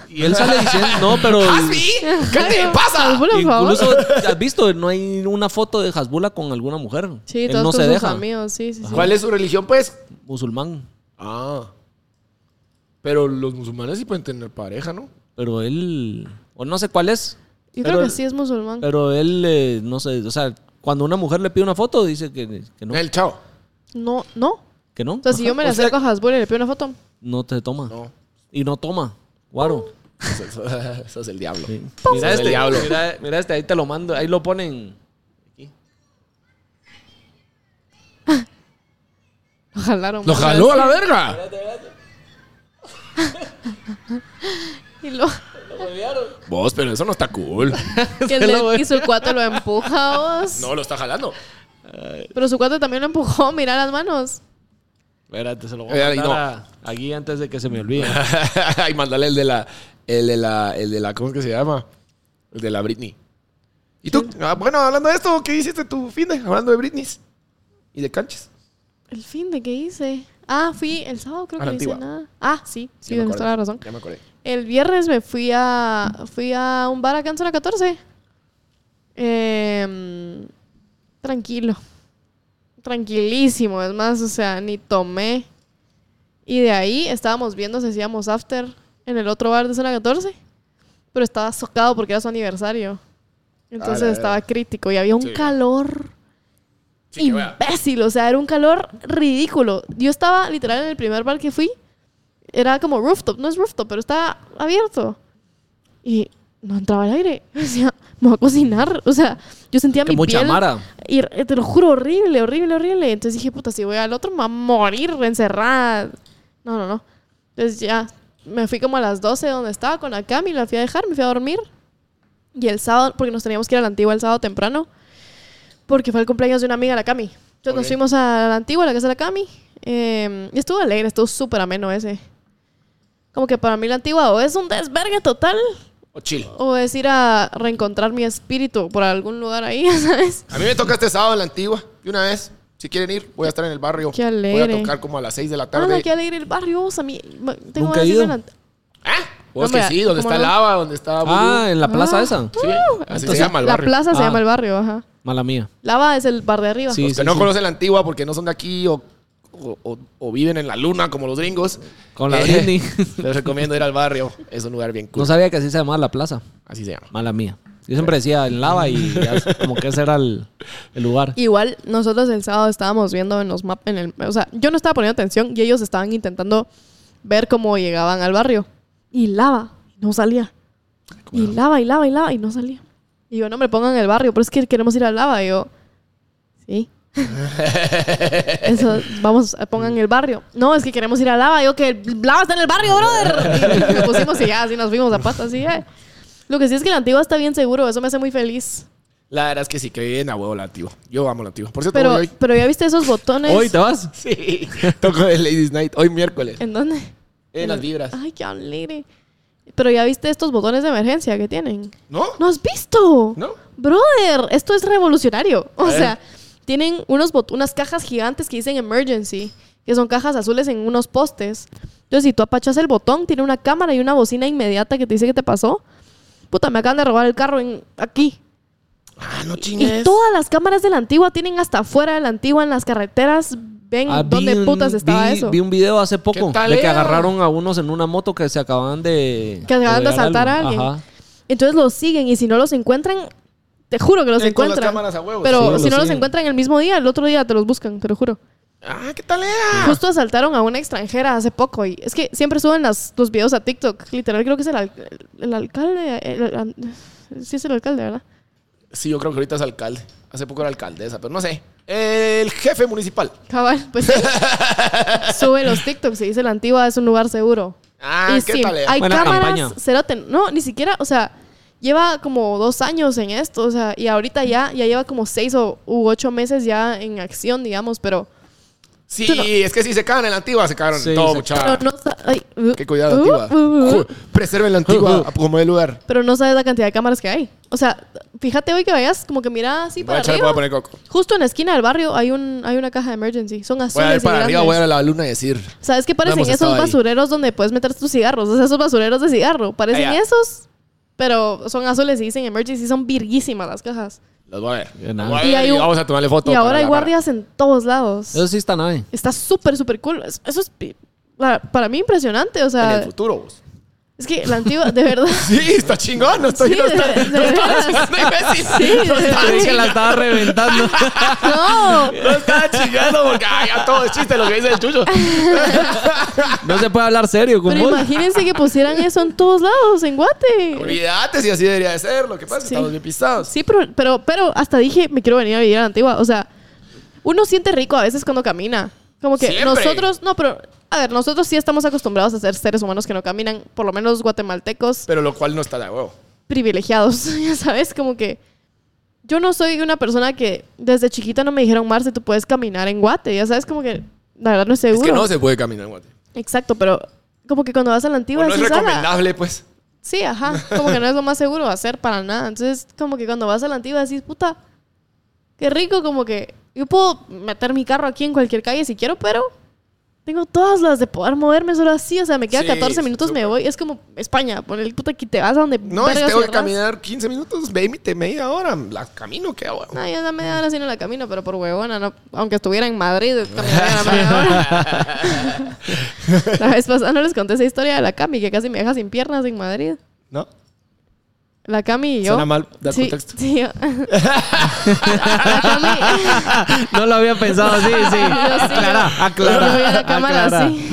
Speaker 3: Y él sale diciendo, no, pero...
Speaker 1: ¡Hasby! ¿Qué te
Speaker 2: Ay,
Speaker 1: pasa?
Speaker 2: Hasbula, por favor.
Speaker 3: Incluso, ¿has visto? No hay una foto de Hasbula con alguna mujer.
Speaker 2: Sí,
Speaker 3: él
Speaker 2: todos
Speaker 3: no
Speaker 2: con
Speaker 3: se
Speaker 2: sus
Speaker 3: deja.
Speaker 2: amigos, sí, sí, sí.
Speaker 1: ¿Cuál es su religión, pues?
Speaker 3: Musulmán.
Speaker 1: Ah. Pero los musulmanes sí pueden tener pareja, ¿no?
Speaker 3: Pero él... O no sé cuál es.
Speaker 2: Yo
Speaker 3: pero-
Speaker 2: creo que sí es musulmán.
Speaker 3: Pero él, eh, no sé, o sea, cuando una mujer le pide una foto, dice que, que no.
Speaker 1: El chao.
Speaker 2: No, no. O
Speaker 3: Que no.
Speaker 2: sea, si
Speaker 3: Ajá.
Speaker 2: yo me la
Speaker 1: o sea-
Speaker 2: acerco a Hasbula y le pido una foto,
Speaker 3: No te toma.
Speaker 1: No.
Speaker 3: Y no toma. Guaro.
Speaker 1: Eso, eso- eso es el diablo.
Speaker 3: Mira
Speaker 1: Sos el
Speaker 3: este,
Speaker 1: diablo.
Speaker 3: mira, mira este, ahí te lo mando, ahí lo ponen.
Speaker 2: lo jalaron.
Speaker 1: ¡Lo
Speaker 2: muchas
Speaker 1: jaló a
Speaker 2: veces.
Speaker 1: la verga!
Speaker 2: Y, lo,
Speaker 1: Vos, pero eso no está cool.
Speaker 2: que
Speaker 3: Se lo
Speaker 2: le-
Speaker 3: voy.
Speaker 2: y su cuate lo empuja. vos.
Speaker 1: No, lo está jalando.
Speaker 2: Pero su cuate también lo empujó, mira las manos.
Speaker 3: Espérate, se lo voy
Speaker 1: Eh,
Speaker 3: a
Speaker 1: ahí
Speaker 3: mandar a- aquí antes de que se me olvide.
Speaker 1: y mandale el de la. El de la. El de la. ¿Cómo es que se llama? El de la Britney. ¿Y tú? Ah, bueno, hablando de esto, ¿qué hiciste tu fin de? Hablando de Britney. Y de canches.
Speaker 2: El fin de qué hice. Ah, fui el sábado, creo
Speaker 1: A
Speaker 2: que
Speaker 1: la
Speaker 2: no hice
Speaker 1: antigua.
Speaker 2: nada. Ah, sí, sí,
Speaker 1: Ya me
Speaker 2: tienes
Speaker 1: acordé,
Speaker 2: toda la razón.
Speaker 1: Ya me acordé.
Speaker 2: El viernes me fui a fui a un bar acá en zona 14. Em, tranquilo. Tranquilísimo, es más, o sea, ni tomé. Y de ahí estábamos viendo si hacíamos after en el otro bar de zona 14. Pero estaba socado porque era su aniversario. Entonces
Speaker 1: verga.
Speaker 2: estaba crítico y había un
Speaker 1: Sí.
Speaker 2: calor
Speaker 1: Sí, que vaya.
Speaker 2: imbécil, o sea, era un calor ridículo. Yo estaba literal en el primer bar que fui, era como rooftop, no es rooftop, pero estaba abierto. Y no entraba el aire. Yo decía, me voy a cocinar. O sea, yo sentía
Speaker 3: que
Speaker 2: mi
Speaker 3: mucha
Speaker 2: piel.
Speaker 3: mara.
Speaker 2: Y eh, te lo juro, horrible, horrible, horrible. Entonces dije, puta, si voy al otro, me voy a morir encerrada. No, no, no. Entonces ya me fui como a las 12 donde estaba con la Cami, la fui a dejar, me fui a dormir. Y el sábado, porque nos teníamos que ir a la antigua el sábado temprano, porque fue el cumpleaños de una amiga de la Cami. Entonces nos
Speaker 1: Ok.
Speaker 2: fuimos a la antigua, a la casa de la Cami. eh, y estuvo alegre, estuvo súper ameno ese. Como que para mí la antigua o es un desvergue total
Speaker 1: O chill.
Speaker 2: o es ir a reencontrar mi espíritu por algún lugar ahí, ¿sabes?
Speaker 1: A mí me toca este sábado en la antigua. Y una vez, si quieren ir, voy a estar en el barrio.
Speaker 2: Qué
Speaker 1: Voy
Speaker 2: alegre.
Speaker 1: a tocar como a las 6 de la
Speaker 2: Ah,
Speaker 1: tarde.
Speaker 2: qué alegre el barrio. O sea, mi- ma- tengo
Speaker 3: Nunca
Speaker 2: ganas
Speaker 3: he
Speaker 2: de irme
Speaker 3: ido.
Speaker 2: a la-
Speaker 1: ¿Ah? Vos
Speaker 2: Hombre,
Speaker 1: que sí, donde
Speaker 2: ¿cómo
Speaker 1: está
Speaker 2: no?
Speaker 1: Lava, donde está Vudú.
Speaker 3: Ah, en la plaza
Speaker 2: Ah.
Speaker 3: esa.
Speaker 1: Sí, así se
Speaker 3: Entonces,
Speaker 1: llama el
Speaker 2: la
Speaker 1: barrio.
Speaker 2: plaza se
Speaker 3: Ah.
Speaker 2: llama el barrio, ajá.
Speaker 3: Mala mía.
Speaker 2: Lava es el bar de arriba.
Speaker 3: Sí.
Speaker 1: Los que no conocen la antigua porque no son de aquí o, o- o- o viven en la luna como los gringos.
Speaker 3: Con la
Speaker 1: eh,
Speaker 3: Britney.
Speaker 1: Les recomiendo ir al barrio. Es un lugar bien cool.
Speaker 3: No sabía que así se llamaba la plaza.
Speaker 1: Así se llama.
Speaker 3: Mala mía. Yo siempre decía en lava y ya como que ese era el, el lugar.
Speaker 2: Igual nosotros el sábado estábamos viendo en los mapas, en el, o sea, yo no estaba poniendo atención y ellos estaban intentando ver cómo llegaban al barrio. Y lava, no salía. Y lava, y lava, y lava, y no salía. Y yo, no me pongan el barrio, pero es que queremos ir al lava. Y yo, sí. Eso, vamos, pongan el barrio. No, es que queremos ir al lava. Y Yo, que el lava está en el barrio, brother. Y nos pusimos y ya, así nos fuimos a patas, así ya. Lo que sí es que la antigua está bien seguro, eso me hace muy feliz.
Speaker 1: La verdad es que sí, que bien a huevo la antigua. Yo amo la antigua. Por cierto,
Speaker 2: Pero,
Speaker 1: voy hoy.
Speaker 2: pero ya viste esos botones.
Speaker 3: Hoy te vas.
Speaker 1: Sí, toco el Ladies Night. Hoy miércoles.
Speaker 2: ¿En dónde?
Speaker 1: En las vibras.
Speaker 2: Ay, qué alegre. Pero ya viste estos botones de emergencia que tienen.
Speaker 1: ¿No?
Speaker 2: ¿No has visto?
Speaker 1: No.
Speaker 2: Brother, esto es revolucionario. O
Speaker 1: ver.
Speaker 2: sea, tienen unos bot- unas cajas gigantes que dicen emergency, que son cajas azules en unos postes. Entonces, si tú apachas el botón, tiene una cámara y una bocina inmediata que te dice que te pasó. Puta, me acaban de robar el carro en- aquí.
Speaker 1: Ah, no
Speaker 2: Y todas las cámaras de la antigua tienen hasta afuera de la antigua en las carreteras. Ven
Speaker 3: Ah, vi
Speaker 2: dónde
Speaker 3: un-
Speaker 2: putas estaba
Speaker 3: vi-
Speaker 2: eso.
Speaker 3: Vi un video hace poco
Speaker 1: ¿Qué tal
Speaker 3: de que
Speaker 1: era?
Speaker 3: agarraron a unos en una moto que se acababan de.
Speaker 2: Que acababan de
Speaker 3: rodear
Speaker 2: asaltar a alguien.
Speaker 3: Ajá.
Speaker 2: Entonces los siguen y si no los encuentran, te juro que los
Speaker 1: Ven con las
Speaker 2: encuentran.
Speaker 1: cámaras a huevo,
Speaker 2: Pero
Speaker 3: sí,
Speaker 2: si
Speaker 3: los
Speaker 2: no los
Speaker 3: siguen.
Speaker 2: encuentran el mismo día, el otro día te los buscan, te lo juro.
Speaker 1: Ah, ¿qué tal era?
Speaker 2: Justo asaltaron a una extranjera hace poco y es que siempre suben las, los videos a TikTok. Literal, creo que es el, al- el alcalde. el- el- sí, es el alcalde, ¿verdad?
Speaker 1: Sí, yo creo que ahorita es alcalde. Hace poco era alcaldesa, pero no sé. El jefe municipal.
Speaker 2: Cabal, pues sí. sube los TikToks y dice la antigua es un lugar seguro.
Speaker 1: Ah,
Speaker 2: y
Speaker 1: ¿qué
Speaker 2: sí,
Speaker 1: tal era?
Speaker 2: hay
Speaker 3: Buena
Speaker 2: cámaras,
Speaker 3: campaña.
Speaker 2: cerote. No, ni siquiera, o sea, lleva como dos años en esto, o sea, y ahorita ya, ya lleva como seis o u ocho meses ya en acción, digamos, pero,
Speaker 1: Sí,
Speaker 2: tú no-
Speaker 1: es que si se cagan en la antigua, se cagaron
Speaker 3: Sí,
Speaker 1: en todo,
Speaker 3: se-
Speaker 1: muchacha.
Speaker 2: pero no sa- ay, uh,
Speaker 1: Ah. Qué cuidado,
Speaker 2: uh,
Speaker 1: antigua.
Speaker 2: uh, uh,
Speaker 1: Ju- Preserven la antigua
Speaker 3: Ujú.
Speaker 1: a- como de lugar.
Speaker 2: pero no sabes la cantidad de cámaras que hay. O sea, fíjate hoy que vayas como que mira así
Speaker 1: Voy a
Speaker 2: para
Speaker 1: echarle, voy a
Speaker 2: arriba.
Speaker 1: poner coco.
Speaker 2: Justo en la esquina del barrio hay un hay una caja de emergency. Son
Speaker 1: Voy a
Speaker 2: azules
Speaker 1: ir
Speaker 2: y
Speaker 1: para arriba,
Speaker 2: grandes.
Speaker 1: voy a ir a la luna y decir.
Speaker 2: ¿Sabes qué parecen?
Speaker 1: hemos
Speaker 2: esos
Speaker 1: estado ahí.
Speaker 2: basureros donde puedes meter tus cigarros. O sea, esos basureros de cigarro. Parecen
Speaker 1: Allá.
Speaker 2: esos, pero son azules y dicen emergency. Son virguísimas las cajas.
Speaker 1: Los voy a ver.
Speaker 3: De nada.
Speaker 1: Los voy a
Speaker 2: Y
Speaker 1: ver
Speaker 2: hay
Speaker 1: y
Speaker 2: un-
Speaker 1: vamos a tomarle foto.
Speaker 2: y
Speaker 1: para
Speaker 2: ahora hay
Speaker 1: la
Speaker 2: guardias en todos lados.
Speaker 3: Eso sí está nave.
Speaker 2: Está súper, súper cool. Es- Eso es pi- la- para mí impresionante. O
Speaker 1: vara. En
Speaker 2: sea,
Speaker 1: el futuro. vos.
Speaker 2: es que la antigua, de verdad.
Speaker 1: Sí, está chingón. No estoy.
Speaker 2: Sí,
Speaker 1: no
Speaker 2: de-
Speaker 1: está-
Speaker 2: de
Speaker 1: no estaba
Speaker 2: veras.
Speaker 1: chingando, imbécil.
Speaker 2: Ah, Sí,
Speaker 1: No estaba
Speaker 2: de-
Speaker 3: Creí que la
Speaker 1: chingando.
Speaker 3: estaba reventando.
Speaker 2: ¡No!
Speaker 1: No estaba chingando porque ah, ya todo es chiste lo que dice el chucho.
Speaker 3: No se puede hablar serio con
Speaker 2: Pero
Speaker 3: vos.
Speaker 2: imagínense que pusieran eso en todos lados, en Guate.
Speaker 1: Olvídate si así debería de ser. Lo que pasa es que
Speaker 2: Sí.
Speaker 1: estamos bien pisados.
Speaker 2: Sí, pero, pero, pero hasta dije, me quiero venir a vivir a la antigua. O sea, uno siente rico a veces cuando camina. Como que
Speaker 1: Siempre.
Speaker 2: nosotros, no, pero, a ver, nosotros sí estamos acostumbrados a ser seres humanos que no caminan, por lo menos guatemaltecos
Speaker 1: Pero lo cual no está de huevo.
Speaker 2: privilegiados, ya sabes, como que yo no soy una persona que desde chiquita no me dijeron, Marce, tú puedes caminar en guate, ya sabes, como que la verdad no es seguro.
Speaker 1: Es que no se puede caminar, guate. Exacto.
Speaker 2: Exacto, pero como que cuando vas a la
Speaker 1: O
Speaker 2: antigua
Speaker 1: no es
Speaker 2: decís, "Ah, "Ala".
Speaker 1: recomendable, pues.
Speaker 2: Sí, ajá. Como que no es lo más seguro hacer para nada. Entonces, como que cuando vas a la antigua decís, puta, qué rico, como que yo puedo meter mi carro aquí en cualquier calle si quiero, pero tengo todas las de poder moverme solo así. O sea, me queda
Speaker 1: Sí,
Speaker 2: 14 minutos, me
Speaker 1: súper.
Speaker 2: voy. Es como España, por el puta que te vas a donde
Speaker 1: No, es
Speaker 2: vergas
Speaker 1: tengo que
Speaker 2: querrás.
Speaker 1: caminar 15 minutos, baby, te media hora. La camino, qué huevo.
Speaker 2: No, yo la media hora sí no la camino, pero por huevona, no, aunque estuviera en Madrid, caminaría la media hora. la vez pasada no les conté esa historia de la Cami, que casi me deja sin piernas en Madrid.
Speaker 1: ¿No?
Speaker 2: La Cami y yo.
Speaker 1: Suena mal, da
Speaker 2: sí,
Speaker 1: contexto.
Speaker 2: sí, yo- la Cami.
Speaker 3: No lo había pensado así, sí.
Speaker 2: Yo sí,
Speaker 3: Aclara,
Speaker 2: yo voy
Speaker 3: aclara.
Speaker 2: a la cámara
Speaker 3: aclara.
Speaker 2: así.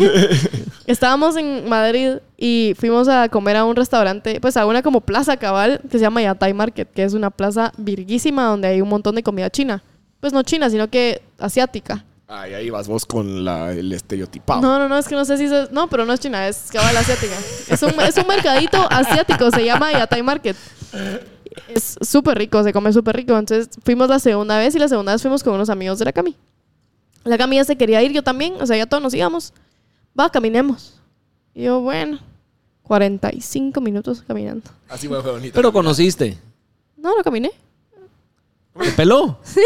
Speaker 2: Estábamos en Madrid y fuimos a comer a un restaurante, pues a una como plaza cabal que se llama Yatay Market, que es una plaza virguísima donde hay un montón de comida china. Pues no china, sino que asiática.
Speaker 1: Ay, ahí vas vos con la- el estereotipado.
Speaker 2: No, no, no, es que no sé si es... No, pero no es china, es cabal asiática. Es un, es un mercadito asiático, se llama Yatay Market. Es súper rico, se come súper rico. Entonces fuimos la segunda vez y la segunda vez fuimos con unos amigos de la Cami. La Cami ya se quería ir, yo también, o sea, ya todos nos íbamos. Va, caminemos. Y yo, bueno, 45 minutos caminando.
Speaker 1: Así fue fue bonito.
Speaker 3: Pero conociste.
Speaker 2: No, no caminé.
Speaker 3: ¿Te peló? Sí.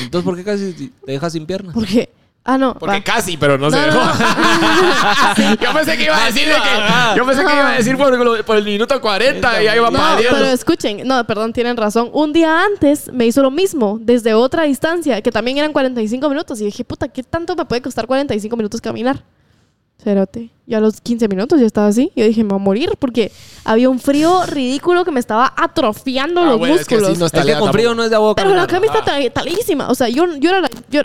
Speaker 3: Entonces, ¿por qué casi te dejas sin pierna?
Speaker 2: Porque... Ah, no.
Speaker 1: Porque
Speaker 2: va.
Speaker 1: casi, pero no, se
Speaker 2: No, no,
Speaker 1: dejó.
Speaker 2: no.
Speaker 1: yo pensé que iba a decir de que. Yo pensé que
Speaker 2: No.
Speaker 1: iba a decir por, lo- por el minuto 40 y ahí va
Speaker 2: Ah. No,
Speaker 1: para Dios.
Speaker 2: pero escuchen, no, perdón, tienen razón. Un día antes me hizo lo mismo, desde otra distancia, que también eran 45 minutos. Y dije, puta, ¿qué tanto me puede costar 45 minutos caminar? Cerote. Yo a los 15 minutos ya estaba así. Yo dije, me voy a morir porque había un frío ridículo que me estaba atrofiando
Speaker 1: Ah,
Speaker 2: los
Speaker 1: bueno, es que
Speaker 2: músculos.
Speaker 1: sí, no está
Speaker 3: Es que
Speaker 1: lea
Speaker 3: con frío
Speaker 1: tampoco. Ah.
Speaker 3: no es de aboca.
Speaker 2: Pero la camisa está tal- talísima. O sea, yo, yo era la. Yo,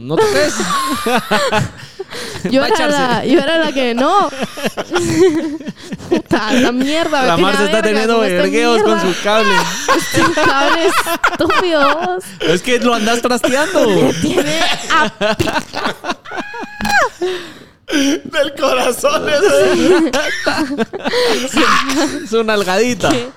Speaker 3: No te crees.
Speaker 2: yo
Speaker 3: Va a
Speaker 2: era la,
Speaker 3: echarse.
Speaker 2: yo era la que no. Puta, la mierda. me
Speaker 3: La
Speaker 2: tiene
Speaker 3: Mar se está
Speaker 2: verga
Speaker 3: teniendo
Speaker 2: con esta
Speaker 3: vergueos con
Speaker 2: mierda.
Speaker 3: su cable.
Speaker 2: cables estúpidos.
Speaker 3: Es que lo andas trasteando.
Speaker 2: Tiene a-
Speaker 1: Del corazón. ese.
Speaker 3: Es una algadita.
Speaker 2: a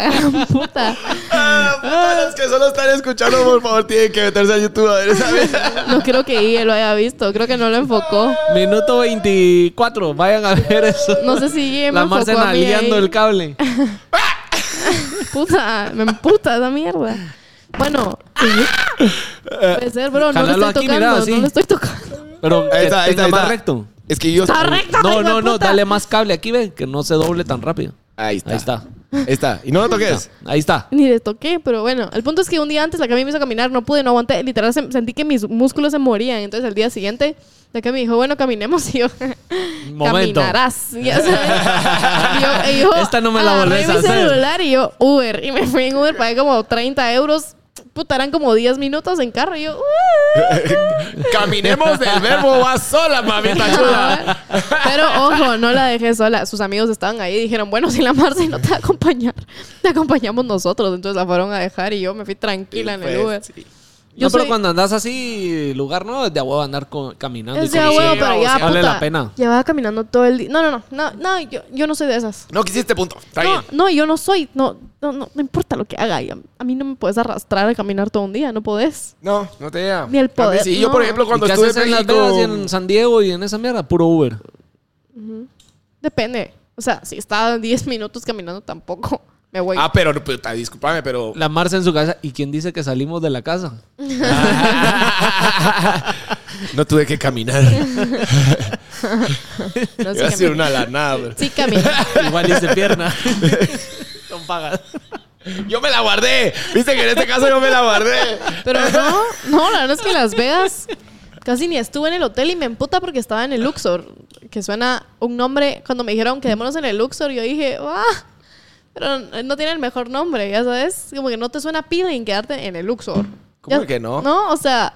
Speaker 2: gran puta.
Speaker 1: Ah, puta, los que solo están escuchando, por favor, tienen que meterse a YouTube a ver esa mierda.
Speaker 2: No creo que Ian lo haya visto. Creo que no lo enfocó.
Speaker 3: Minuto 24. Vayan a ver eso.
Speaker 2: No sé si Ian me
Speaker 3: La Mar
Speaker 2: enfocó
Speaker 3: se
Speaker 2: a mí ahí.
Speaker 3: nalgueando el cable.
Speaker 2: Puta, me emputa esa mierda. Bueno, puede ser, bro. No lo estoy
Speaker 3: Jalalo Eh, aquí,
Speaker 2: tocando.
Speaker 3: mira,
Speaker 2: no
Speaker 3: así.
Speaker 2: lo estoy tocando.
Speaker 3: Pero que
Speaker 1: Ahí está, ahí está,
Speaker 3: tenga
Speaker 1: ahí
Speaker 3: más
Speaker 1: está.
Speaker 3: recto.
Speaker 1: Es que yo.
Speaker 2: Está recta,
Speaker 3: No,
Speaker 2: hijo de
Speaker 3: no, no.
Speaker 2: puta.
Speaker 3: Dale más cable aquí, ve. Que no se doble tan rápido.
Speaker 1: Ahí está.
Speaker 3: Ahí está.
Speaker 1: Ahí está. Y no lo toques.
Speaker 3: Ahí está.
Speaker 2: Ni le toqué, pero bueno. El punto es que un día antes la Cami me hizo caminar, no pude, no aguanté. Literal se- sentí que mis músculos se morían. Entonces al día siguiente la Cami dijo, bueno, caminemos. Y yo,
Speaker 3: Momento.
Speaker 2: caminarás. Ya sabes. Y yo, y yo,
Speaker 3: Esta no me la
Speaker 2: agarré
Speaker 3: volvés a
Speaker 2: mi
Speaker 3: hacer.
Speaker 2: celular y yo, Uber. Y me fui en Uber, pagué como 30 euros. Puta, eran como 10 minutos en carro. Y yo, "Uh".
Speaker 1: Caminemos del verbo va sola, mamita chula.
Speaker 2: Pero ojo, no la dejé sola. Sus amigos estaban ahí y dijeron, bueno, si la Marce no te va a acompañar, te acompañamos nosotros. Entonces la fueron a dejar y yo me fui tranquila en el
Speaker 1: Pues,
Speaker 2: Uber.
Speaker 1: sí.
Speaker 2: Yo
Speaker 3: no, pero
Speaker 2: soy-
Speaker 3: cuando andas así, lugar no, es de a huevo andar co- caminando. y
Speaker 2: Es de a
Speaker 3: conociendo.
Speaker 2: huevo, pero ya,
Speaker 3: Vale
Speaker 2: puta,
Speaker 3: la pena.
Speaker 2: Llevaba caminando todo el día. No, no, no, no, no, yo, yo no soy de esas.
Speaker 1: No quisiste este punto. Está
Speaker 2: No,
Speaker 1: bien.
Speaker 2: no, yo no soy, no, no, no, no importa lo que haga. y A, a mí no me puedes arrastrar a caminar todo un día, no podés.
Speaker 1: No, no te llega.
Speaker 2: Ni el
Speaker 1: A mí
Speaker 2: poder,
Speaker 1: Sí,
Speaker 2: no.
Speaker 1: yo, por ejemplo, cuando
Speaker 3: ¿Y qué
Speaker 1: estuve
Speaker 3: haces en
Speaker 1: en
Speaker 3: Las Vegas y en
Speaker 1: México...
Speaker 3: San Diego y en esa mierda? Puro Uber.
Speaker 2: Depende. O sea, si estaba 10 minutos caminando tampoco me voy.
Speaker 1: Ah, pero, puta, discúlpame, pero...
Speaker 3: La Marcia en su casa. ¿Y quién dice que salimos de la casa?
Speaker 1: No tuve que caminar.
Speaker 2: no, sí
Speaker 1: Iba a ser
Speaker 2: caminé.
Speaker 1: una lanada. bro.
Speaker 2: Sí caminé.
Speaker 3: Igual dice pierna. Son pagas.
Speaker 1: Yo me la guardé. Viste que en este caso yo me la guardé.
Speaker 2: Pero no, no, la verdad es que en Las Vegas casi ni estuve en el hotel y me emputa porque estaba en el Luxor, que suena un nombre. Cuando me dijeron quedémonos en el Luxor, yo dije, ¡ah! Pero no tiene el mejor nombre, ya sabes. Como que no te suena peeling quedarte en el Luxor.
Speaker 1: ¿Cómo
Speaker 2: Ya-
Speaker 1: que no?
Speaker 2: No, o sea,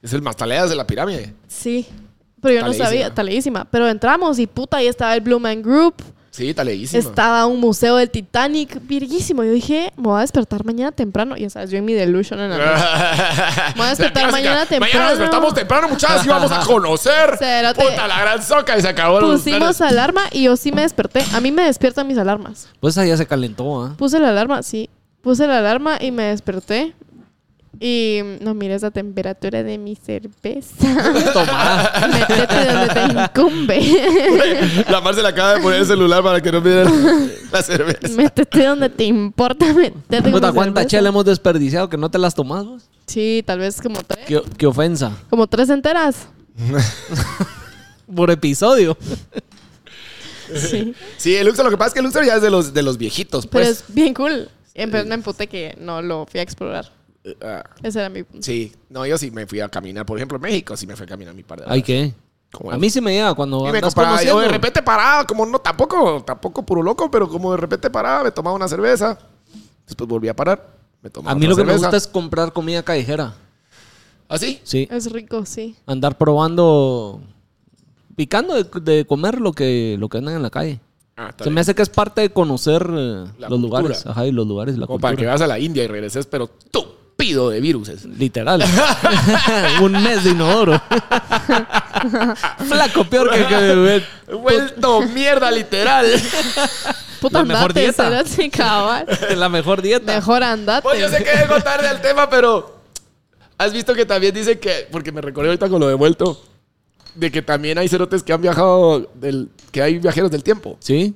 Speaker 1: Es el mastaleas de la pirámide.
Speaker 2: sí. Pero yo
Speaker 1: Taleísima.
Speaker 2: no sabía, taleísima. Pero entramos y puta, ahí estaba el Blue Man Group.
Speaker 1: Sí, taleísima.
Speaker 2: Estaba un museo del Titanic, virguísimo. Yo dije, me voy a despertar mañana temprano. Ya sabes, yo en mi delusion en la noche.
Speaker 1: Voy
Speaker 2: a despertar mañana temprano.
Speaker 1: Mañana despertamos temprano, muchachas, y vamos a conocer.
Speaker 2: Cerote.
Speaker 1: Puta, la gran soca y se acabó. los
Speaker 2: Pusimos
Speaker 1: planes.
Speaker 2: alarma y yo sí me desperté. A mí me despiertan mis alarmas.
Speaker 3: Pues esa ya se calentó, ¿ah?
Speaker 2: Puse la alarma, sí. Puse la alarma y me desperté. Y no mires la temperatura de mi cerveza.
Speaker 3: Tomada.
Speaker 2: Métete donde te incumbe.
Speaker 1: La Mar se le acaba de poner el celular para que no pierda la cerveza.
Speaker 2: Métete donde te importa. Métete con
Speaker 3: Puta,
Speaker 2: mi
Speaker 3: ¿Cuánta
Speaker 2: cerveza.
Speaker 3: chela hemos desperdiciado que no te las tomás vos?
Speaker 2: Sí, tal vez como tres.
Speaker 3: Qué, qué ofensa.
Speaker 2: Como tres enteras.
Speaker 3: Por episodio.
Speaker 2: Sí.
Speaker 1: Sí, el Luxor, lo que pasa es que el Luxor ya es de los, de los viejitos,
Speaker 2: Pero
Speaker 1: pues.
Speaker 2: es bien cool. Eh, Pero me emputé que no lo fui a explorar.
Speaker 1: Ah,
Speaker 2: Ese era mi punto.
Speaker 1: sí, no, yo sí me fui a caminar. Por ejemplo, en México sí me fui a caminar mi par de
Speaker 3: Ay,
Speaker 1: horas.
Speaker 3: ¿qué?
Speaker 1: Como
Speaker 3: A mí sí me llega cuando
Speaker 1: Y me
Speaker 3: andas
Speaker 1: compraba, yo
Speaker 3: conociendo.
Speaker 1: de repente paraba, como no, tampoco, tampoco puro loco, pero como de repente paraba, me tomaba una cerveza. Después volví a parar, me tomaba
Speaker 3: A mí lo que me gusta
Speaker 1: es...
Speaker 3: es comprar comida callejera.
Speaker 1: ¿Así?
Speaker 3: Sí.
Speaker 2: Es rico, sí.
Speaker 3: Andar probando, picando de, de comer lo que, lo que andan en la calle.
Speaker 1: Ah, está
Speaker 3: Se
Speaker 1: bien.
Speaker 3: me hace que es parte de conocer eh,
Speaker 1: La
Speaker 3: los
Speaker 1: cultura.
Speaker 3: lugares. Ajá, y los lugares, la
Speaker 1: Como para que
Speaker 3: cultura.
Speaker 1: vas a la India y regreses, pero tupido de viruses.
Speaker 3: Literal. Un mes de inodoro. Flaco, peor que, que
Speaker 1: Vuelto mierda, literal.
Speaker 2: Puta,
Speaker 3: La mejor
Speaker 2: andate,
Speaker 3: dieta.
Speaker 2: cerote, cabal.
Speaker 3: la mejor dieta.
Speaker 2: Mejor andate.
Speaker 1: Pues yo sé que vengo tarde al tema, pero has visto que también dice que, porque me recordé ahorita con lo de vuelto, de que también hay cerotes que han viajado, del, que hay viajeros del tiempo.
Speaker 3: ¿Sí?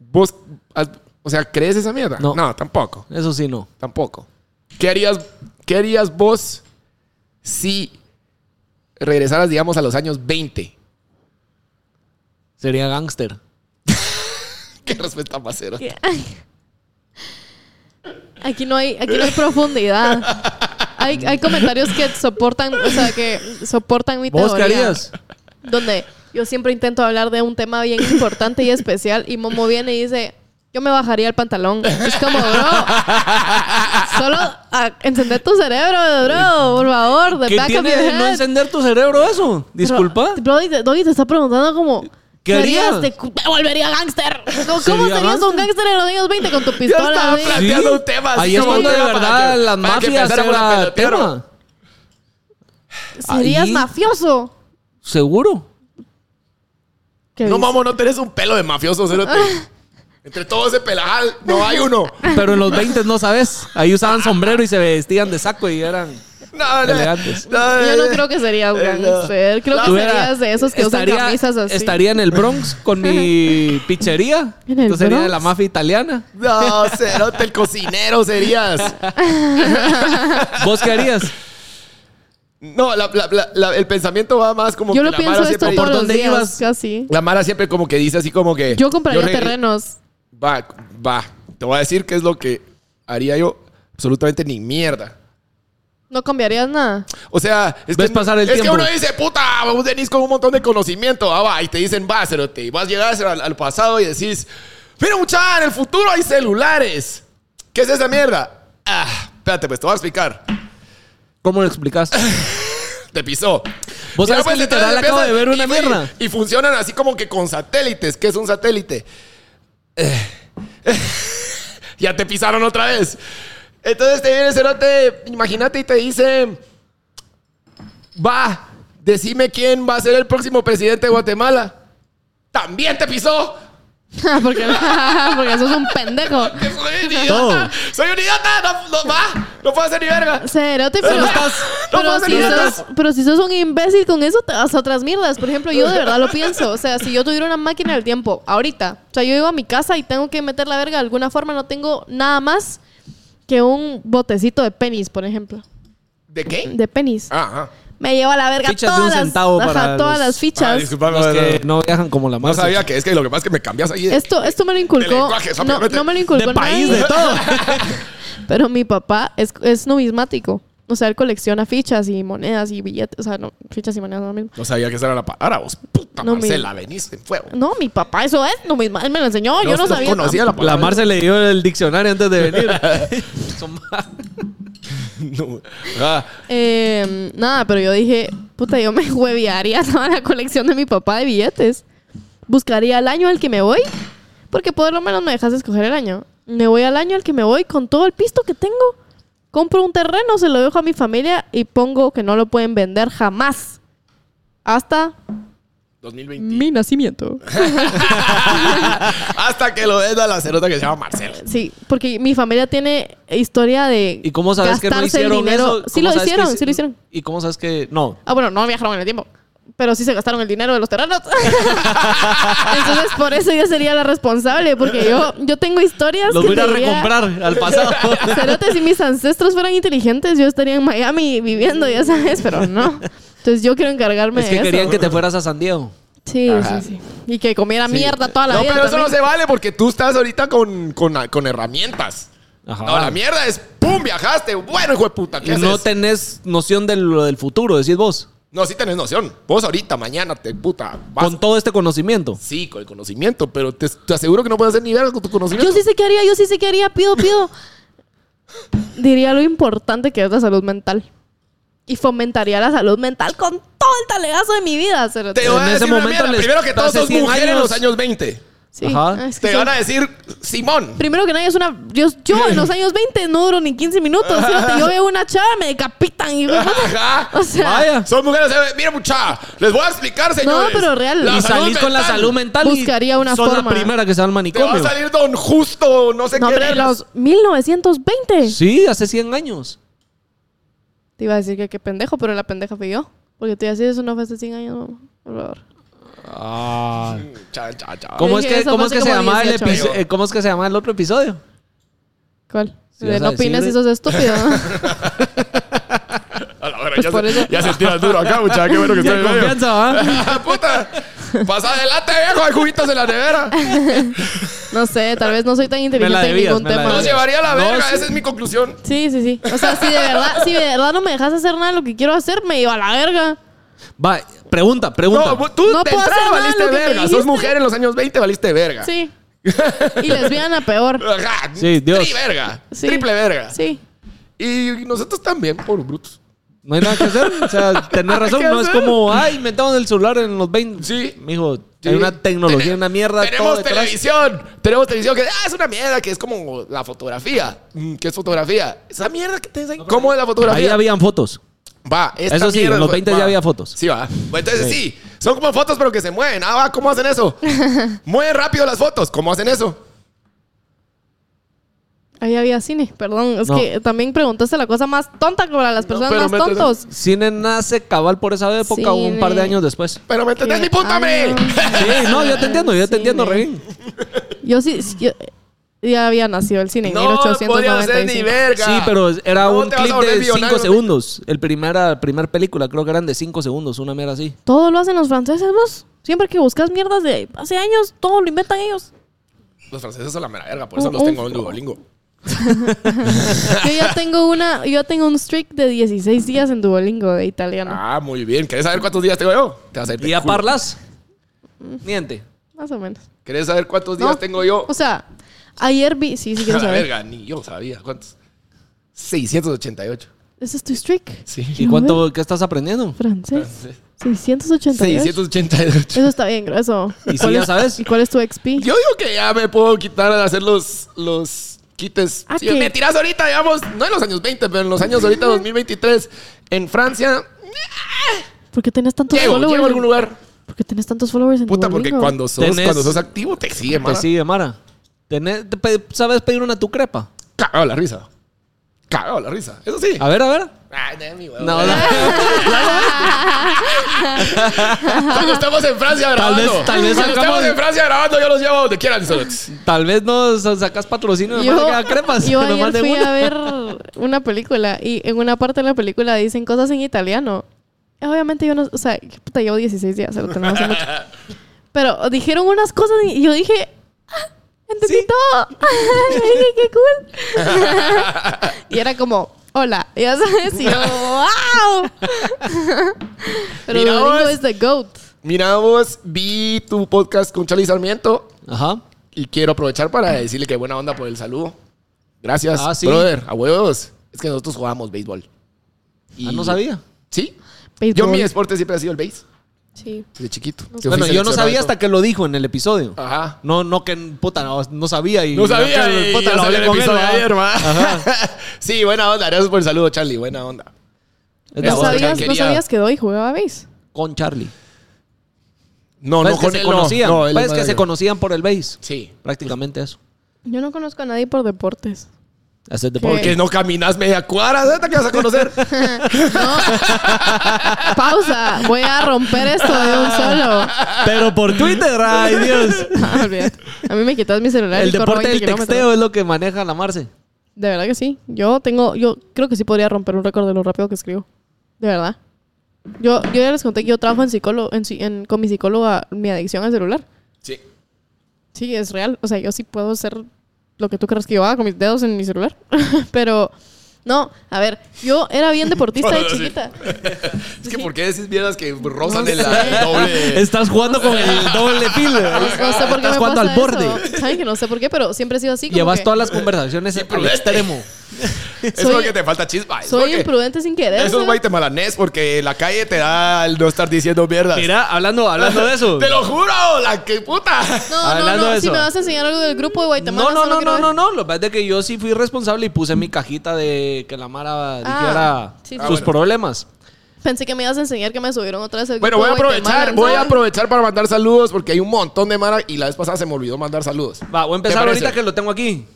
Speaker 1: ¿Vos, has- o sea, crees esa mierda?
Speaker 3: No.
Speaker 1: no tampoco.
Speaker 3: Eso sí, no.
Speaker 1: Tampoco. ¿Qué harías, qué harías vos si regresaras, digamos, a los años 20?
Speaker 3: Sería gángster.
Speaker 1: ¿Qué respuesta más cero?
Speaker 2: ¿Qué? Aquí no hay, aquí no hay profundidad. Hay, hay comentarios que soportan, o sea, que soportan mi
Speaker 3: ¿Vos qué
Speaker 2: teoría.
Speaker 3: harías?
Speaker 2: Donde yo siempre intento hablar de un tema bien importante y especial y Momo viene y dice, yo me bajaría el pantalón. Es como, bro, solo ah, encender tu cerebro, bro, por favor. The
Speaker 3: ¿Qué
Speaker 2: back of
Speaker 3: tiene
Speaker 2: your
Speaker 3: de no
Speaker 2: head.
Speaker 3: encender tu cerebro eso? Disculpa.
Speaker 2: Bro, Brody, te- Doggy te está preguntando como...
Speaker 3: ¿Qué harías?
Speaker 2: Te, cu- te volvería gángster. ¿Cómo,
Speaker 3: ¿Sería
Speaker 2: cómo serías un
Speaker 3: gángster?
Speaker 2: gángster en los años 20 con tu
Speaker 1: Yo
Speaker 2: pistola?
Speaker 1: estaba
Speaker 2: güey?
Speaker 1: planteando
Speaker 3: Sí.
Speaker 1: un tema.
Speaker 3: Ahí es
Speaker 1: como
Speaker 3: cuando
Speaker 1: un
Speaker 3: de
Speaker 1: tema para
Speaker 3: verdad
Speaker 1: que- para
Speaker 3: las
Speaker 1: que
Speaker 3: mafias
Speaker 1: pensáramos la
Speaker 3: era
Speaker 1: pelotero.
Speaker 3: tema.
Speaker 2: ¿Serías
Speaker 3: Ahí.
Speaker 2: mafioso?
Speaker 3: Seguro.
Speaker 2: ¿Qué
Speaker 1: No,
Speaker 2: dices?
Speaker 1: mamo, no tenés un pelo de mafioso, cerote. Entre todo ese pelajal, no hay uno.
Speaker 3: Pero en los 20 no sabes. Ahí usaban sombrero y se vestían de saco y eran...
Speaker 1: No, no,
Speaker 3: Elegantes.
Speaker 2: Yo no creo que sería un
Speaker 1: Eh, no.
Speaker 2: gángster. Creo que
Speaker 3: Tuviera-
Speaker 2: serías de esos que
Speaker 3: estaría-
Speaker 2: usan camisas así.
Speaker 3: Estaría en el Bronx con mi pizzería.
Speaker 2: ¿En el
Speaker 3: Entonces sería de
Speaker 2: Bronx?
Speaker 3: la mafia italiana.
Speaker 1: No, cerote, el cocinero serías.
Speaker 3: ¿Vos qué harías?
Speaker 1: No, la- la- la- la- el pensamiento va más como
Speaker 2: Yo
Speaker 1: que
Speaker 2: lo
Speaker 1: la
Speaker 2: pienso
Speaker 1: Mara
Speaker 2: esto
Speaker 1: siempre-
Speaker 2: todos
Speaker 3: ¿Por
Speaker 2: los
Speaker 3: dónde
Speaker 2: días,
Speaker 3: ibas?
Speaker 2: casi.
Speaker 1: La Mara siempre como que dice así como que...
Speaker 2: Yo compraría
Speaker 1: regre-
Speaker 2: terrenos.
Speaker 1: Va, va. Te voy a decir qué es lo que haría yo. Absolutamente ni mierda.
Speaker 2: No cambiarías nada.
Speaker 1: O sea, es
Speaker 3: Ves
Speaker 1: que,
Speaker 3: pasar el
Speaker 1: es que
Speaker 3: tiempo.
Speaker 1: uno dice, puta, vos venís con un montón de conocimiento, ah, va, y te dicen, va, cerote, y vas a llegar al, al pasado y decís, mira, muchacha, en el futuro hay celulares. ¿Qué es esa mierda? Ah, espérate, pues te voy a explicar.
Speaker 3: ¿Cómo lo explicas?
Speaker 1: Te pisó.
Speaker 3: Vos
Speaker 1: Mira, pues,
Speaker 3: sabés que
Speaker 1: entonces
Speaker 3: literal acabo
Speaker 1: empiezas-
Speaker 3: de ver una
Speaker 1: y-
Speaker 3: mierda.
Speaker 1: Y, y funcionan así como que con satélites. ¿Qué es un satélite? Eh, ya te pisaron otra vez. Entonces te viene Cerote, imagínate y te dice, va, decime quién va a ser el próximo presidente de Guatemala. También te pisó.
Speaker 2: porque, porque sos un pendejo.
Speaker 1: Soy un idiota. Soy un idiota. No, no, va. No puedo hacer ni verga.
Speaker 2: Cerote, pero,
Speaker 1: No
Speaker 2: pero,
Speaker 1: puedo
Speaker 2: si
Speaker 1: hacer
Speaker 2: sos, pero si sos un imbécil con eso, te vas a otras mierdas. Por ejemplo, yo de verdad lo pienso. O sea, si yo tuviera una máquina del tiempo ahorita, o sea, yo llego a mi casa y tengo que meter la verga de alguna forma, no tengo nada más que un botecito de penis, por ejemplo.
Speaker 1: ¿De qué?
Speaker 2: De penis.
Speaker 1: Ah, ah.
Speaker 2: Me llevo a la verga
Speaker 3: Fichas de
Speaker 2: todas,
Speaker 3: un
Speaker 2: las-
Speaker 3: centavo
Speaker 2: ajá,
Speaker 3: para
Speaker 2: todas
Speaker 3: los-
Speaker 2: las fichas.
Speaker 1: Ah, disculpame,
Speaker 3: Los
Speaker 1: no,
Speaker 3: que no viajan como la
Speaker 1: No
Speaker 3: más.
Speaker 1: sabía que es que lo que pasa es que me cambias ahí. de-
Speaker 2: Esto, esto me lo inculcó.
Speaker 1: lenguaje,
Speaker 2: No,
Speaker 1: rápidamente.
Speaker 2: no me lo inculcó
Speaker 3: De país, de
Speaker 2: nadie,
Speaker 3: todo.
Speaker 2: Pero mi papá es, es numismático. O sea, él colecciona fichas y monedas y billetes. O sea, no, fichas y monedas no lo mismo.
Speaker 1: No sabía que esa era la palabra, vos. Puta
Speaker 2: No,
Speaker 1: Marcela, venís en fuego.
Speaker 2: No, mi papá, eso es numismático. Él me lo enseñó, yo no sabía.
Speaker 1: conocía la palabra.
Speaker 3: La Marce le dio el diccionario antes de venir. Son-
Speaker 1: No. Ah,
Speaker 2: Eh, nada, pero yo dije, puta, yo me hueviaría toda la colección de mi papá de billetes. Buscaría el año al que me voy, porque por lo menos me dejas escoger el año. Me voy al año al que me voy con todo el pisto que tengo. Compro un terreno, se lo dejo a mi familia y pongo que no lo pueden vender jamás. Hasta
Speaker 1: 2020.
Speaker 2: mi nacimiento.
Speaker 1: Hasta que lo des a la cerota que se llama Marcela.
Speaker 2: Sí, porque mi familia tiene historia de.
Speaker 3: ¿Y cómo sabes que no
Speaker 2: gastarse el
Speaker 3: hicieron
Speaker 2: dinero.
Speaker 3: eso?
Speaker 2: Sí
Speaker 3: ¿Cómo
Speaker 2: lo
Speaker 3: sabes que
Speaker 2: hicieron,
Speaker 3: hici-
Speaker 2: sí lo hicieron.
Speaker 3: ¿Y cómo sabes que no?
Speaker 2: Ah, bueno, no viajaron en el tiempo. Pero sí se gastaron el dinero de los terrenos. Entonces, por eso yo sería la responsable. Porque yo, yo tengo historias
Speaker 3: Los
Speaker 2: que
Speaker 3: voy a ir a
Speaker 2: te diría,
Speaker 3: recomprar al pasado.
Speaker 2: Cerote, si mis ancestros fueran inteligentes, yo estaría en Miami viviendo, ya sabes, pero no. Entonces, yo quiero encargarme
Speaker 3: es que
Speaker 2: de
Speaker 3: querían
Speaker 2: eso.
Speaker 3: que te fueras a San Diego.
Speaker 2: Sí,
Speaker 1: Ajá.
Speaker 2: sí, sí. Y que comiera mierda toda la
Speaker 1: No,
Speaker 2: vida.
Speaker 1: pero eso no
Speaker 2: también.
Speaker 1: se vale porque tú estás ahorita con, con, con herramientas.
Speaker 2: Ah.
Speaker 3: Ajá.
Speaker 1: No, la mierda es pum, viajaste. Bueno, hijo de puta, ¿qué
Speaker 3: Y no
Speaker 1: haces?
Speaker 3: tenés noción de lo del futuro, decís vos.
Speaker 1: No, sí tenés noción. Vos ahorita, mañana, te puta. Vas.
Speaker 3: Con todo este conocimiento.
Speaker 1: Sí, con el conocimiento, pero te, te aseguro que no puedes hacer ni verga con tu conocimiento.
Speaker 2: Yo sí sé qué haría, yo sí sé qué haría, pido, pido. Diría lo importante que es la salud mental. Y fomentaría la salud mental con todo el talegazo de mi vida. cerote.
Speaker 1: Te voy a
Speaker 3: En ese
Speaker 1: decir una
Speaker 3: momento
Speaker 1: mierda.
Speaker 3: les
Speaker 1: Primero que todos
Speaker 3: pasé
Speaker 1: sos
Speaker 3: 100
Speaker 1: mujer en
Speaker 3: años.
Speaker 1: los años 20.
Speaker 2: Sí.
Speaker 3: Ajá.
Speaker 2: Ah, es que
Speaker 1: Te
Speaker 2: soy-
Speaker 1: van a decir, Simón,
Speaker 2: Primero que nadie es una. Yo, yo en los años 20 no duro ni 15 minutos. cerote. Yo veo una chava, me decapitan. Y,
Speaker 1: Ajá.
Speaker 2: o sea,
Speaker 3: Vaya.
Speaker 1: Son mujeres, eh, mira mucha, les voy a explicar, señores.
Speaker 2: pero real.
Speaker 1: La
Speaker 3: y
Speaker 1: salud
Speaker 3: salís con la
Speaker 1: mental.
Speaker 3: salud mental. y
Speaker 2: Buscaría una
Speaker 3: son
Speaker 2: forma.
Speaker 3: la primera que se va al
Speaker 1: Te va a
Speaker 3: manicomio.
Speaker 1: salir don justo, no sé
Speaker 2: no,
Speaker 1: qué.
Speaker 2: pero en los 1920.
Speaker 3: Sí, hace 100 años.
Speaker 2: Te iba a decir que qué pendejo, pero la pendeja fui yo. Porque te iba a decir eso no fue hace 100 años, mamá. Por favor.
Speaker 3: Ah.
Speaker 1: Cha, cha, cha.
Speaker 3: ¿Cómo,
Speaker 2: Yo
Speaker 3: es
Speaker 2: dije,
Speaker 3: que,
Speaker 2: eso
Speaker 3: ¿cómo,
Speaker 2: fue
Speaker 3: es
Speaker 2: hace
Speaker 3: que se
Speaker 2: como
Speaker 3: llamaba el
Speaker 2: 18
Speaker 3: episo-
Speaker 1: años.
Speaker 3: eh, ¿Cómo es que se llamaba el otro episodio?
Speaker 2: ¿Cuál?
Speaker 3: Sí, vas
Speaker 2: no
Speaker 3: a decir,
Speaker 2: opinas
Speaker 3: güey.
Speaker 2: si sos estúpido.
Speaker 1: A la hora,
Speaker 2: Pues
Speaker 1: ya,
Speaker 2: por
Speaker 1: se,
Speaker 2: eso-
Speaker 1: ya se tira duro acá, mucha, qué bueno que
Speaker 3: Ya
Speaker 1: estoy en medio. Ah,
Speaker 3: confianza, ¿va?
Speaker 1: Puta. Pasa adelante, viejo, hay juguitos en la nevera.
Speaker 2: No sé, tal vez no soy tan
Speaker 3: la
Speaker 2: inteligente en
Speaker 3: debías,
Speaker 2: ningún
Speaker 3: me la
Speaker 2: tema.
Speaker 1: Nos
Speaker 3: debías.
Speaker 1: llevaría a la
Speaker 3: No,
Speaker 1: verga,
Speaker 3: sí.
Speaker 1: esa es mi conclusión.
Speaker 2: Sí, sí, sí. O sea, si de verdad, si de verdad no me dejas hacer nada de lo que quiero hacer, me iba a la verga.
Speaker 3: Va, pregunta, pregunta.
Speaker 1: No, pues- vos- tú
Speaker 2: No
Speaker 1: te
Speaker 2: puedo hacer
Speaker 1: entrada
Speaker 2: nada de
Speaker 1: valiste
Speaker 2: lo que me
Speaker 1: verga. Sos
Speaker 2: dijiste.
Speaker 1: mujer en los años 20, valiste verga.
Speaker 2: Sí. Y lesbiana peor.
Speaker 1: Ajá.
Speaker 3: Sí, Dios.
Speaker 1: Tri verga.
Speaker 2: Sí.
Speaker 1: Triple verga.
Speaker 2: Sí.
Speaker 1: Y nosotros también, por brutos.
Speaker 3: No hay nada que hacer. O sea, tenés razón.
Speaker 1: ¿Qué
Speaker 3: No es
Speaker 1: hacer?
Speaker 3: como, ay, inventaron el celular en los 20.
Speaker 1: Sí.
Speaker 3: Mijo,
Speaker 1: Sí.
Speaker 3: hay una tecnología, una mierda. todo
Speaker 1: Tenemos
Speaker 3: detrás.
Speaker 1: televisión. Tenemos televisión que ah, es una mierda, que es como la fotografía. Mm, ¿Qué es fotografía? Esa mierda que te enseñan. ¿Cómo es la
Speaker 3: Ahí
Speaker 1: fotografía?
Speaker 3: habían fotos.
Speaker 1: Va, esta
Speaker 3: Eso sí,
Speaker 1: mierda-
Speaker 3: en los 20
Speaker 1: va.
Speaker 3: ya había fotos.
Speaker 1: Sí, va. Bueno, Entonces sí. son como fotos pero que se mueven. Ah, va, ¿cómo hacen eso? Mueven rápido las fotos. ¿Cómo hacen eso?
Speaker 2: Ahí había cine, perdón. Es
Speaker 3: No.
Speaker 2: que también preguntaste la cosa más tonta para las personas
Speaker 1: pero
Speaker 2: más
Speaker 1: métete-
Speaker 2: tontos.
Speaker 3: Cine nace cabal por esa época o un
Speaker 2: Cine.
Speaker 3: par de años después.
Speaker 1: Pero me entendés
Speaker 2: Qué
Speaker 1: mi punto, hombre.
Speaker 2: años.
Speaker 3: Sí, no, yo te entiendo, yo
Speaker 2: Cine.
Speaker 3: te entiendo re bien.
Speaker 2: Yo sí, sí, yo- ya había nacido el cine en
Speaker 1: No podía ser ni
Speaker 2: 1895.
Speaker 1: verga.
Speaker 3: Sí, pero era
Speaker 1: No
Speaker 3: un
Speaker 1: te vas a
Speaker 3: clip
Speaker 1: volver
Speaker 3: de 5
Speaker 1: millonario,
Speaker 3: segundos. El primera, primer película creo que eran de 5 segundos, una mierda así.
Speaker 2: Todo lo hacen los franceses, vos. Siempre que buscas mierdas de hace años, todo lo inventan ellos.
Speaker 1: Los franceses son la mera verga, por eso
Speaker 2: Un-
Speaker 1: los tengo
Speaker 2: un-
Speaker 1: en Duolingo.
Speaker 2: Yo ya tengo una, yo tengo un streak de 16 días en Duolingo de italiano.
Speaker 1: Ah, muy bien. ¿Quieres saber cuántos días tengo yo? Te vas a ir de
Speaker 3: ¿Y a
Speaker 1: culo.
Speaker 3: parlas? Mm. Miente.
Speaker 2: Más o menos.
Speaker 1: ¿Quieres saber cuántos días
Speaker 2: No.
Speaker 1: tengo yo?
Speaker 2: O sea, ayer vi. Sí, sí,
Speaker 1: A
Speaker 2: quiero
Speaker 1: la
Speaker 2: saber.
Speaker 1: verga, ni yo sabía. ¿Cuántos? 688.
Speaker 2: Ese es tu streak.
Speaker 1: Sí.
Speaker 3: ¿Y cuánto qué estás aprendiendo?
Speaker 2: Francés. 688.
Speaker 1: 688.
Speaker 2: Eso está bien grueso.
Speaker 3: ¿Y si
Speaker 2: ¿Cuál
Speaker 3: ya
Speaker 2: es-
Speaker 3: sabes?
Speaker 2: ¿Y cuál es tu XP?
Speaker 1: Yo digo que ya me puedo quitar de hacer los, los quites.
Speaker 2: ¿A
Speaker 1: Si
Speaker 2: qué?
Speaker 1: me tiras ahorita, digamos, no en los años 20, pero en los años ahorita 2023, en Francia,
Speaker 2: ¿Por qué tenés tantos
Speaker 1: llego,
Speaker 2: followers?
Speaker 1: llego a algún lugar.
Speaker 2: ¿Por qué tenés tantos followers en
Speaker 1: Puta, porque
Speaker 2: Duolingo?
Speaker 1: cuando sos,
Speaker 3: Tenés-
Speaker 1: cuando sos activo te sigue,
Speaker 3: Te
Speaker 1: man.
Speaker 3: sigue, Mara. Tené- te pe- ¿Sabes pedir una tu crepa?
Speaker 1: Cagado la risa. Cagado la risa. Eso sí.
Speaker 3: A ver, a ver.
Speaker 1: Ay, de mi huevo.
Speaker 3: No, no.
Speaker 1: Cuando estamos en Francia
Speaker 3: Tal
Speaker 1: grabando.
Speaker 3: vez- tal vez
Speaker 1: cuando
Speaker 3: sacamos-
Speaker 1: estamos en Francia grabando, yo los llevo donde quieran.
Speaker 3: Tal vez no sa- sacas patrocinio de
Speaker 2: Yo,
Speaker 3: marca de crepas.
Speaker 2: yo
Speaker 3: nomás
Speaker 2: ayer
Speaker 3: de
Speaker 2: fui
Speaker 3: una.
Speaker 2: a ver una película y en una parte de la película dicen cosas en italiano. Obviamente yo no, o sea, qué puta, llevo 16 días, se lo tengo hace mucho. Pero dijeron unas cosas y yo dije, "Ah, entendí
Speaker 3: Sí.
Speaker 2: todo. dije, qué cool. y era como, hola, ya sabes, y yo, wow. Pero
Speaker 1: Mira
Speaker 2: Domingo
Speaker 1: vos.
Speaker 2: es the goat.
Speaker 1: Mira vos, vi tu podcast con Charlie Sarmiento
Speaker 3: Ajá.
Speaker 1: y quiero aprovechar para decirle que buena onda por el saludo. Gracias,
Speaker 3: Ah, sí.
Speaker 1: brother, a huevos. Es que nosotros jugamos béisbol. Y-
Speaker 3: Ah, no sabía.
Speaker 1: Sí. Yo
Speaker 2: Béisbol.
Speaker 1: mi deporte siempre ha sido el béis,
Speaker 2: Sí.
Speaker 1: desde chiquito.
Speaker 2: No
Speaker 1: Que
Speaker 3: bueno,
Speaker 1: fui
Speaker 3: yo no
Speaker 1: seleccionado
Speaker 3: sabía
Speaker 1: y
Speaker 3: hasta que lo dijo en el episodio.
Speaker 1: todo. Ajá.
Speaker 3: No, no que puta, no, no sabía y
Speaker 1: Ah. No sabía.
Speaker 3: que,
Speaker 1: y
Speaker 3: puta,
Speaker 1: ya
Speaker 3: lo
Speaker 1: salió
Speaker 3: hablé
Speaker 1: el
Speaker 3: con él.
Speaker 1: episodio
Speaker 3: ¿verdad?
Speaker 1: ayer, ma. Sí, buena onda. Gracias por el saludo, Charlie. Buena onda.
Speaker 3: Es la
Speaker 2: ¿No
Speaker 1: Eso,
Speaker 3: otra.
Speaker 2: sabías, no
Speaker 1: quería-
Speaker 2: sabías que Doy jugaba béis?
Speaker 3: Con Charlie.
Speaker 1: No,
Speaker 3: Pues
Speaker 1: no
Speaker 3: que
Speaker 1: con
Speaker 3: se
Speaker 1: él, no.
Speaker 3: conocían.
Speaker 1: No, él
Speaker 3: Pues
Speaker 1: es
Speaker 3: que se
Speaker 1: manager.
Speaker 3: conocían por el base.
Speaker 1: Sí.
Speaker 3: Prácticamente eso.
Speaker 2: Yo no conozco a nadie por deportes.
Speaker 3: Hacer deporte.
Speaker 1: Porque no caminas media cuadra, ¿sabes? Te vas a conocer.
Speaker 2: Pausa, voy a romper esto de un solo.
Speaker 3: Pero por Twitter, ay Dios.
Speaker 2: Ah, olvídate. a mí me quitas mi celular.
Speaker 3: El
Speaker 2: y corro
Speaker 3: deporte
Speaker 2: 20
Speaker 3: del
Speaker 2: kilómetros.
Speaker 3: texteo es lo que maneja la Marce.
Speaker 2: De verdad que sí. Yo tengo, yo creo que sí podría romper un récord de lo rápido que escribo. De verdad. Yo, yo ya les conté que yo trabajo en psicólogo, en, psi- en- con mi psicóloga mi adicción al celular.
Speaker 1: Sí.
Speaker 2: Sí, es real. O sea, yo sí puedo hacer lo que tú creas que yo haga con mis dedos en mi celular. Pero, no, a ver, yo era bien deportista de
Speaker 1: Ahora sí.
Speaker 2: chiquita.
Speaker 1: Es que, ¿por qué decís mierdas que rozan
Speaker 2: No
Speaker 1: el
Speaker 2: sé.
Speaker 1: doble?
Speaker 3: Estás jugando con
Speaker 1: eh,
Speaker 3: el doble pil.
Speaker 2: No, no sé por qué
Speaker 3: Estás
Speaker 2: me pasa
Speaker 3: jugando al borde.
Speaker 2: eso. Saben que no sé por qué, pero siempre he sido así. como
Speaker 3: Llevas
Speaker 2: que-
Speaker 3: todas las conversaciones al
Speaker 1: prudente.
Speaker 3: extremo.
Speaker 1: Es
Speaker 2: Soy-
Speaker 1: porque te falta chispa. Es
Speaker 2: Soy
Speaker 1: porque-
Speaker 2: imprudente sin querer.
Speaker 1: Eso es
Speaker 2: ¿sabes?
Speaker 1: guatemalonés porque en la calle te da el no estar diciendo mierdas.
Speaker 3: Mira, hablando, hablando de eso.
Speaker 1: Te lo juro, la que puta.
Speaker 2: No, no,
Speaker 3: Hablando
Speaker 2: no.
Speaker 3: de
Speaker 2: Si
Speaker 3: eso.
Speaker 2: me vas a enseñar algo del grupo de Guatemala,
Speaker 3: No, no,
Speaker 2: solo
Speaker 3: no,
Speaker 2: quiero
Speaker 3: no,
Speaker 2: ver.
Speaker 3: no, no. Lo que pasa es que yo sí fui responsable y puse mi cajita de que la Mara dijera
Speaker 2: Ah, sí, sí.
Speaker 3: sus
Speaker 1: Ah, bueno.
Speaker 3: problemas.
Speaker 2: Pensé que me ibas a enseñar que me subieron otra vez el
Speaker 1: Bueno,
Speaker 2: grupo
Speaker 1: voy a
Speaker 2: de
Speaker 1: aprovechar,
Speaker 2: Guatemala,
Speaker 1: voy a
Speaker 2: ¿sabes?
Speaker 1: aprovechar para mandar saludos porque hay un montón de mara y la vez pasada se me olvidó mandar saludos.
Speaker 3: Va, voy a empezar
Speaker 1: ¿Te
Speaker 3: ahorita
Speaker 1: parece?
Speaker 3: que lo tengo aquí.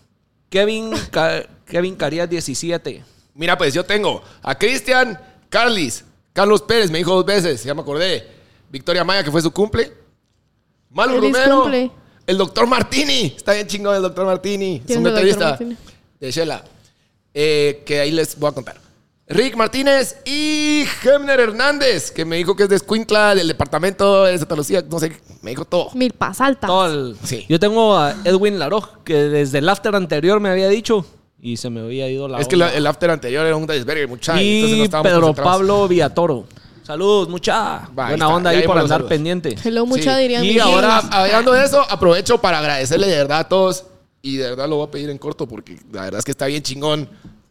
Speaker 3: Kevin, Ca- Kevin Carías 17.
Speaker 1: Mira, pues yo tengo a Cristian Carlis, Carlos Pérez, me dijo dos veces, ya me acordé. Victoria Maya, que fue su cumple. Malo
Speaker 2: Feliz
Speaker 1: Romero.
Speaker 2: cumple.
Speaker 1: El doctor Martini. Está bien chingón el doctor Martini. Es
Speaker 2: ¿Quién
Speaker 1: un
Speaker 2: es el Dr.
Speaker 1: baterista
Speaker 2: Martini?
Speaker 1: de Shela. Eh, que ahí les voy a contar. Rick Martínez y Gemner Hernández, que me dijo que es de Escuintla, del departamento de Santa Lucía, no sé, me dijo todo.
Speaker 2: Milpas altas.
Speaker 3: Todo el-
Speaker 1: Sí.
Speaker 3: Yo tengo a Edwin Laroj, que desde el after anterior me había dicho y se me había ido la.
Speaker 1: es que la-
Speaker 3: onda.
Speaker 1: el after anterior era un desvergue, muchacho. entonces no
Speaker 3: y
Speaker 1: estábamos
Speaker 3: Pedro
Speaker 1: concentrados.
Speaker 3: Pablo Villatoro. Saludos, mucha.
Speaker 1: Va, ahí
Speaker 3: Buena
Speaker 1: está,
Speaker 3: onda
Speaker 1: ya
Speaker 3: ahí
Speaker 1: llevo
Speaker 3: por
Speaker 1: los
Speaker 3: andar
Speaker 1: saludos.
Speaker 3: pendiente.
Speaker 2: Hello, mucha
Speaker 1: Sí.
Speaker 2: dirían.
Speaker 3: Y
Speaker 1: Y
Speaker 2: mis
Speaker 1: ahora,
Speaker 2: niños.
Speaker 1: hablando de eso, aprovecho para agradecerle de verdad a todos. Y de verdad lo voy a pedir en corto porque la verdad es que está bien chingón.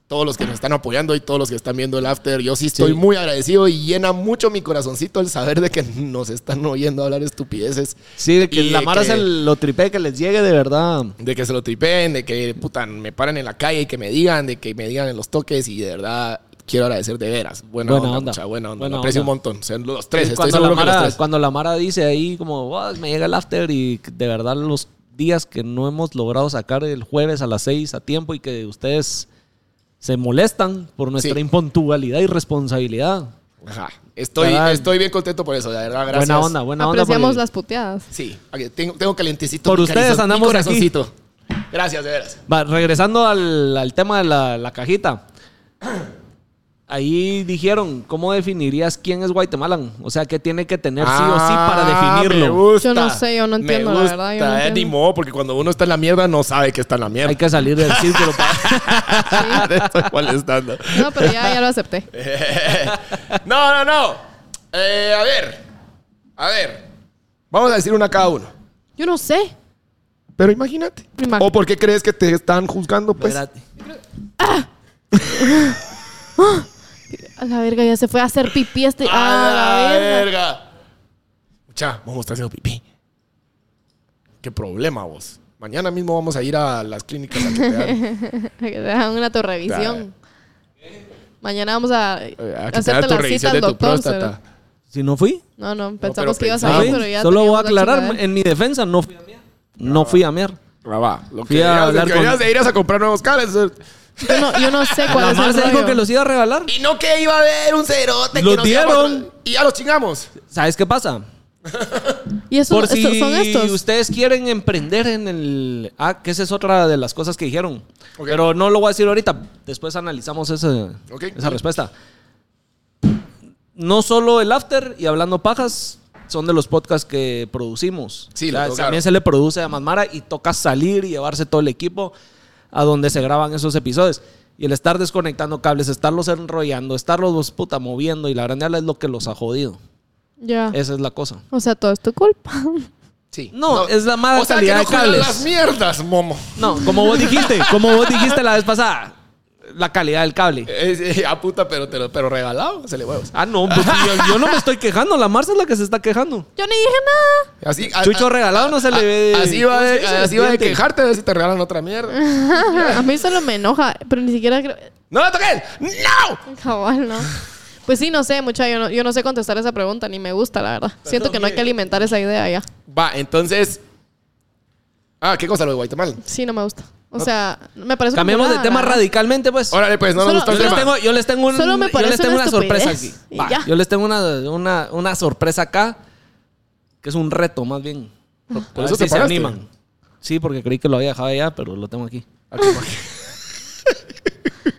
Speaker 1: Todos los que nos están apoyando y todos los que están viendo el after. Yo sí estoy
Speaker 3: Sí.
Speaker 1: muy agradecido y llena mucho mi corazoncito el saber de que nos están oyendo hablar estupideces.
Speaker 3: Sí, de que
Speaker 1: Y
Speaker 3: la
Speaker 1: de
Speaker 3: Mara
Speaker 1: que-
Speaker 3: se lo tripé, que les llegue de verdad.
Speaker 1: de que se lo tripeen, de que puta, me paren en la calle y que me digan, de que me digan en los toques y de verdad quiero agradecer de veras. Buena,
Speaker 3: Buena
Speaker 1: onda,
Speaker 3: onda.
Speaker 1: mucha buena onda.
Speaker 3: Buena
Speaker 1: lo aprecio
Speaker 3: onda.
Speaker 1: un montón. O sea, los tres,
Speaker 3: Y
Speaker 1: estoy
Speaker 3: cuando, la
Speaker 1: seguro que los
Speaker 3: Mara,
Speaker 1: tres.
Speaker 3: cuando la Mara dice ahí como, "Wow, me llega el after y de verdad los días que no hemos logrado sacar el jueves a las 6 a tiempo y que ustedes se molestan por nuestra
Speaker 1: Sí.
Speaker 3: impuntualidad y responsabilidad.
Speaker 1: Ajá. Estoy,
Speaker 3: Verdad.
Speaker 1: estoy bien contento por eso, de verdad, gracias.
Speaker 3: Buena onda, buena onda.
Speaker 2: Apreciamos
Speaker 3: porque-
Speaker 2: las puteadas.
Speaker 1: Sí, aquí tengo, tengo calientecito.
Speaker 3: Por
Speaker 1: mi
Speaker 3: ustedes
Speaker 1: calizón- mi
Speaker 3: andamos aquí.
Speaker 1: corazoncito. Gracias, de veras.
Speaker 3: Va, regresando al, al tema de la, la cajita. Ahí dijeron, ¿cómo definirías quién es guatemalan? O sea, ¿qué tiene que tener sí o sí
Speaker 1: Ah,
Speaker 3: para
Speaker 1: me
Speaker 3: definirlo?
Speaker 1: gusta.
Speaker 2: Yo no sé, yo no
Speaker 1: Me
Speaker 2: entiendo, la
Speaker 1: gusta.
Speaker 2: verdad, yo no
Speaker 1: Eh, ni
Speaker 2: entiendo.
Speaker 1: modo, porque cuando uno está en la mierda, no sabe que está en la
Speaker 3: Hay
Speaker 1: mierda.
Speaker 3: que salir del círculo. pa-
Speaker 1: Estoy molestando.
Speaker 2: No, pero ya, ya lo acepté.
Speaker 1: no, no, no. Eh, a ver. A ver. Vamos a decir una cada uno.
Speaker 2: Yo no sé.
Speaker 1: Pero imagínate.
Speaker 2: Imag-
Speaker 1: ¿O por qué crees que te están juzgando? Pues
Speaker 3: Espérate.
Speaker 2: A la verga, ya se fue a hacer pipí este.
Speaker 1: ¡A
Speaker 2: A la verga.
Speaker 1: Mucha, Momo está haciendo pipí. Qué problema vos. Mañana mismo vamos a ir a las clínicas a que te hagan-
Speaker 2: Que te hagan una torrevisión. Mañana vamos a,
Speaker 1: Eh, a que te hagan
Speaker 2: hacerte
Speaker 1: tu
Speaker 2: la cita
Speaker 1: revisión
Speaker 2: al
Speaker 1: de tu
Speaker 2: doctor.
Speaker 1: próstata.
Speaker 2: pero-
Speaker 3: Si no fui,
Speaker 2: No, no,
Speaker 1: pero
Speaker 2: pensamos que ibas a
Speaker 1: pensaba.
Speaker 2: ir, pero ya
Speaker 3: Ah, solo voy a
Speaker 2: teníamos la
Speaker 3: aclarar,
Speaker 2: chingadera.
Speaker 3: en mi defensa no fui a mear. No fui a mear.
Speaker 1: Rabá, lo que
Speaker 3: Fui a
Speaker 1: deberías-
Speaker 3: hablar
Speaker 1: que
Speaker 3: con-
Speaker 1: deberías de irías a comprar nuevos cables. eh.
Speaker 2: Yo no, yo no sé cuál
Speaker 3: La
Speaker 2: es el
Speaker 3: Marce
Speaker 2: rollo.
Speaker 3: dijo que los iba a regalar.
Speaker 1: Y no que iba a haber un cerote.
Speaker 3: Los
Speaker 1: que nos íbamos-
Speaker 3: dieron.
Speaker 1: Y ya los chingamos.
Speaker 3: ¿Sabes qué pasa?
Speaker 2: Y esos,
Speaker 3: Por
Speaker 2: estos-
Speaker 3: si
Speaker 2: son estos.
Speaker 3: ustedes quieren emprender en el... Ah, que esa es otra de las cosas que dijeron.
Speaker 1: Ok.
Speaker 3: Pero no lo voy a decir ahorita. Después analizamos esa,
Speaker 1: Ok,
Speaker 3: esa
Speaker 1: dale.
Speaker 3: respuesta. No solo el after y hablando pajas son de los podcasts que producimos.
Speaker 1: Sí,
Speaker 3: O sea,
Speaker 1: lo tocaron.
Speaker 3: También se le produce a Mamara y toca salir y llevarse todo el equipo a donde se graban esos episodios. Y el estar desconectando cables, estarlos enrollando, estarlos pues, puta moviendo y la gran ala es lo que los ha jodido.
Speaker 2: Ya.
Speaker 3: Esa es la cosa.
Speaker 2: O sea, todo es tu culpa.
Speaker 1: Sí.
Speaker 3: No, es la mala
Speaker 1: o sea, que
Speaker 3: calidad
Speaker 1: no
Speaker 3: de
Speaker 1: juegas
Speaker 3: cables.
Speaker 1: las mierdas, Momo.
Speaker 3: No, como vos dijiste, como vos dijiste la vez pasada, la calidad del cable.
Speaker 1: Es, eh, a puta, pero, te lo- pero regalado, se le huevos.
Speaker 3: Ah, no, pues, yo, yo no me estoy quejando, la Marcia es la que se está quejando.
Speaker 2: Yo ni dije nada.
Speaker 1: Así, a-
Speaker 3: Chucho
Speaker 1: a-
Speaker 3: regalado no se le ve.
Speaker 1: a- así va
Speaker 3: ¿cómo se
Speaker 1: de,
Speaker 3: dice?
Speaker 1: así va de
Speaker 3: Diente.
Speaker 1: quejarte a ver si te regalan otra mierda.
Speaker 2: A mí solo me enoja, pero ni siquiera creo...
Speaker 1: ¡No la toques! ¡No!
Speaker 2: Cabal, ¿no? Pues sí, no sé, mucha, yo no, yo no sé contestar esa pregunta, ni me gusta, la verdad. Siento que no hay que alimentar esa idea ya.
Speaker 1: Va, entonces. Ah, ¿qué cosa lo de Guatemala?
Speaker 2: Sí, no me gusta. O sea, me parece
Speaker 3: Cambiemos de
Speaker 2: acumulada,
Speaker 3: tema
Speaker 2: la verdad.
Speaker 3: radicalmente, pues.
Speaker 1: Órale, pues, no nos
Speaker 2: Solo-
Speaker 1: gustó el
Speaker 3: yo, les
Speaker 1: tema.
Speaker 3: tengo, yo les tengo un-
Speaker 2: Solo me
Speaker 3: yo les
Speaker 2: parece
Speaker 3: tengo
Speaker 2: una
Speaker 3: una sorpresa aquí.
Speaker 2: estupidez y
Speaker 3: Va,
Speaker 2: ya.
Speaker 3: yo les tengo una, una, una sorpresa acá, que es un reto más bien.
Speaker 2: Ah.
Speaker 3: A ver
Speaker 1: eso
Speaker 3: si
Speaker 1: te
Speaker 3: se
Speaker 1: paraste.
Speaker 3: animan. Sí, porque creí que lo había dejado allá, pero lo tengo aquí.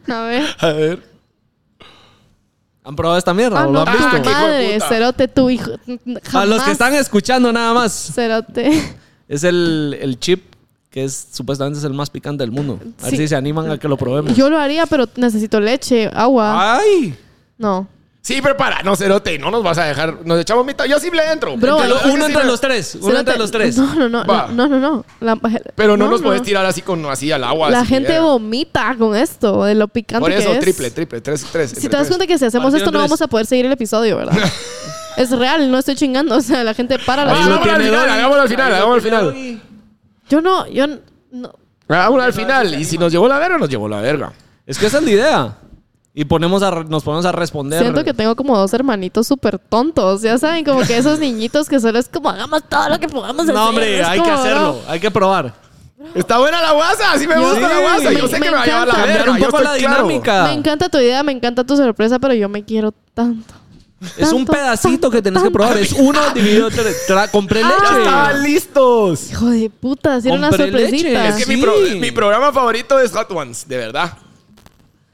Speaker 2: A ver.
Speaker 1: A ver.
Speaker 3: ¿Han probado esta mierda?
Speaker 2: Ah,
Speaker 3: o lo
Speaker 2: no,
Speaker 3: han
Speaker 2: tu
Speaker 3: visto?
Speaker 1: Ah, qué hijo de
Speaker 2: madre,
Speaker 1: puta.
Speaker 2: cerote tu hijo. Jamás.
Speaker 3: A los que están escuchando nada más.
Speaker 2: Cerote.
Speaker 3: Es el, el chip que es supuestamente es el más picante del mundo. A ver
Speaker 2: Sí.
Speaker 3: si se animan a que lo probemos.
Speaker 2: Yo lo haría, pero necesito leche,
Speaker 3: Ah.
Speaker 2: agua.
Speaker 3: ¡Ay!
Speaker 2: No.
Speaker 1: Sí, pero para, no, cerote, no nos vas a dejar. Nos echamos mitad. Yo sí le entro.
Speaker 2: Bro,
Speaker 1: Entre
Speaker 2: lo-
Speaker 1: los tres,
Speaker 3: uno
Speaker 1: sí
Speaker 3: entre
Speaker 1: le-
Speaker 3: los tres. Uno
Speaker 2: Cerote,
Speaker 3: entre los tres.
Speaker 2: No, no, no.
Speaker 1: Va.
Speaker 2: No, no, no. La-
Speaker 1: Pero no, nos puedes tirar así con así al agua.
Speaker 2: La
Speaker 1: así,
Speaker 2: gente
Speaker 1: eh.
Speaker 2: vomita con esto, de lo picante
Speaker 1: Por eso,
Speaker 2: que es.
Speaker 1: triple, triple, tres, tres.
Speaker 2: Si te das cuenta que si hacemos
Speaker 3: Partido
Speaker 2: esto no
Speaker 3: Andrés.
Speaker 2: vamos a poder seguir el episodio, ¿verdad? es real, no estoy chingando. O sea, la gente para
Speaker 1: Ah,
Speaker 2: la...
Speaker 1: Ahí lo tiene Doggy. Ahí lo tiene
Speaker 2: Yo no, yo n- no...
Speaker 1: Hagamos Ah, al final. Y si nos llevó la verga, nos llevó la verga.
Speaker 3: Es que esa es la idea. Y ponemos a, re- nos ponemos a responder.
Speaker 2: Siento que tengo como dos hermanitos súper tontos. Ya saben, como que esos niñitos que solo es como hagamos todo lo que podamos hacer.
Speaker 3: no, hombre,
Speaker 2: Es
Speaker 3: hay que
Speaker 2: como,
Speaker 3: hacerlo. Hay que probar.
Speaker 1: Está buena la guasa, así me
Speaker 2: Yo-
Speaker 1: gusta la
Speaker 2: Sí.
Speaker 1: guasa. Yo
Speaker 2: Me-
Speaker 1: sé
Speaker 2: me
Speaker 1: que me va a llevar la
Speaker 2: encanta.
Speaker 1: verga.
Speaker 3: Cambiar un
Speaker 1: yo
Speaker 3: poco
Speaker 1: estoy
Speaker 3: la
Speaker 1: claro.
Speaker 3: dinámica.
Speaker 2: Me encanta tu idea, me encanta tu sorpresa, pero yo me quiero tanto.
Speaker 3: Es un
Speaker 2: tanto, Ah.
Speaker 3: pedacito que tenés que probar. Es uno dividido entre. tra- Compré
Speaker 1: Ya estaban
Speaker 3: leche.
Speaker 1: listos.
Speaker 2: Hijo de puta, si era una
Speaker 3: Compré leche.
Speaker 2: sorpresita.
Speaker 1: Es que mi,
Speaker 3: Sí.
Speaker 1: pro- mi programa favorito es Hot Ones, de verdad.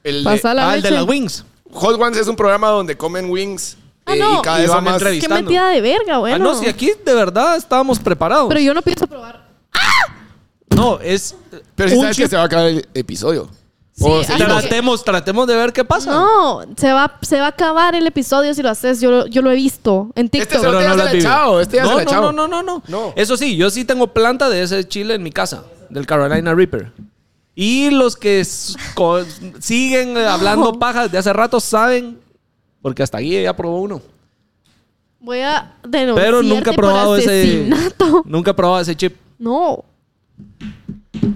Speaker 1: El de-
Speaker 2: Pasa la
Speaker 3: Ah, el de
Speaker 2: leche.
Speaker 3: las wings.
Speaker 1: Hot Ones es un programa donde comen wings
Speaker 2: Ah,
Speaker 1: eh,
Speaker 2: no.
Speaker 1: y cada
Speaker 2: Y
Speaker 1: vez
Speaker 3: van
Speaker 1: son más.
Speaker 3: entrevistando.
Speaker 2: Qué metida de verga, bueno.
Speaker 3: Ah, no, si aquí de verdad estábamos preparados.
Speaker 2: Pero yo no pienso probar.
Speaker 3: no, es.
Speaker 1: Pero si
Speaker 3: un
Speaker 1: sabes
Speaker 3: chip-
Speaker 1: que se va a acabar el episodio.
Speaker 2: Sí,
Speaker 1: O
Speaker 2: ah,
Speaker 1: seguimos.
Speaker 2: no, que-
Speaker 3: Tratemos, tratemos de ver qué pasa.
Speaker 2: No, se va, se va a acabar el episodio si lo haces. Yo, lo- yo lo he visto en
Speaker 1: Este
Speaker 2: TikTok.
Speaker 1: se lo
Speaker 3: Pero
Speaker 1: tiene
Speaker 3: no
Speaker 1: que
Speaker 3: lo has
Speaker 1: hacer
Speaker 3: vivido.
Speaker 1: echado, este ya se
Speaker 3: no,
Speaker 1: lo
Speaker 3: no,
Speaker 1: echado.
Speaker 3: no, no, no,
Speaker 1: No.
Speaker 3: no. Eso sí, yo sí tengo planta de ese chile en mi casa, del Carolina Reaper. Y los que s- co- siguen eh, hablando pajas de hace rato saben, porque hasta aquí ya probó uno.
Speaker 2: Voy a denunciarte
Speaker 3: Pero nunca he probado
Speaker 2: por
Speaker 3: ese.
Speaker 2: asesinato.
Speaker 3: Nunca he probado ese chip.
Speaker 2: No.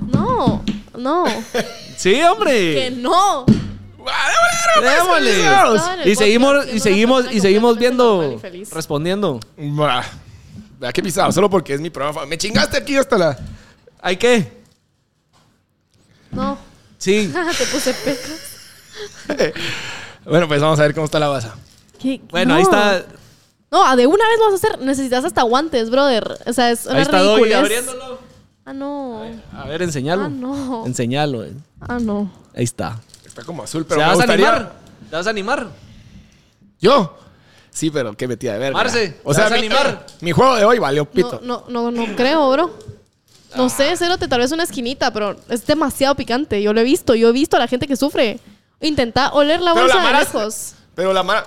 Speaker 2: No. No.
Speaker 3: Sí,
Speaker 2: que
Speaker 3: hombre.
Speaker 2: no.
Speaker 3: Démosle.
Speaker 1: Démosle.
Speaker 2: Estaba en el
Speaker 3: Y
Speaker 2: podcast
Speaker 3: seguimos,
Speaker 2: siendo
Speaker 3: y
Speaker 2: una
Speaker 3: seguimos,
Speaker 2: persona
Speaker 3: y
Speaker 2: completamente
Speaker 3: seguimos
Speaker 2: normal
Speaker 3: viendo,
Speaker 2: y feliz.
Speaker 3: respondiendo.
Speaker 1: Bah, Vea qué pisado, solo porque es mi programa. fa- Me chingaste aquí hasta la.
Speaker 3: ¿Hay qué?
Speaker 2: No. Ah,
Speaker 3: Sí.
Speaker 2: Te puse pecas.
Speaker 1: Bueno, pues vamos a ver cómo está la baza.
Speaker 2: Que-
Speaker 3: Bueno,
Speaker 2: no.
Speaker 3: ahí está.
Speaker 2: No, a de una vez lo vas a hacer. Necesitas hasta guantes, brother. O sea, es una
Speaker 3: Ahí está Doggy
Speaker 2: ridiculez.
Speaker 3: abriéndolo.
Speaker 2: Ah, no.
Speaker 3: A ver, enseñalo.
Speaker 2: Ah, no.
Speaker 3: Enseñalo. eh.
Speaker 2: Ah, no.
Speaker 3: Ahí está.
Speaker 1: Está como azul, pero
Speaker 3: ¿Se
Speaker 1: me
Speaker 3: vas a
Speaker 1: gustaría.
Speaker 3: animar? ¿Te vas a animar?
Speaker 1: ¿Yo? Sí, pero qué metida de verga.
Speaker 3: Marce,
Speaker 1: o
Speaker 3: ¿te
Speaker 1: sea,
Speaker 3: vas a
Speaker 1: mi,
Speaker 3: animar?
Speaker 1: mi juego de hoy valió
Speaker 2: No,
Speaker 1: pito.
Speaker 2: no, no, no creo, bro.
Speaker 3: Ah.
Speaker 2: No sé, Cérate, tal vez una esquinita, pero es demasiado picante. Yo lo he visto, yo he visto a la gente que sufre. Intenta oler la
Speaker 1: Pero
Speaker 2: bolsa
Speaker 1: la
Speaker 2: de
Speaker 1: mara-
Speaker 2: lejos.
Speaker 1: Pero la mara.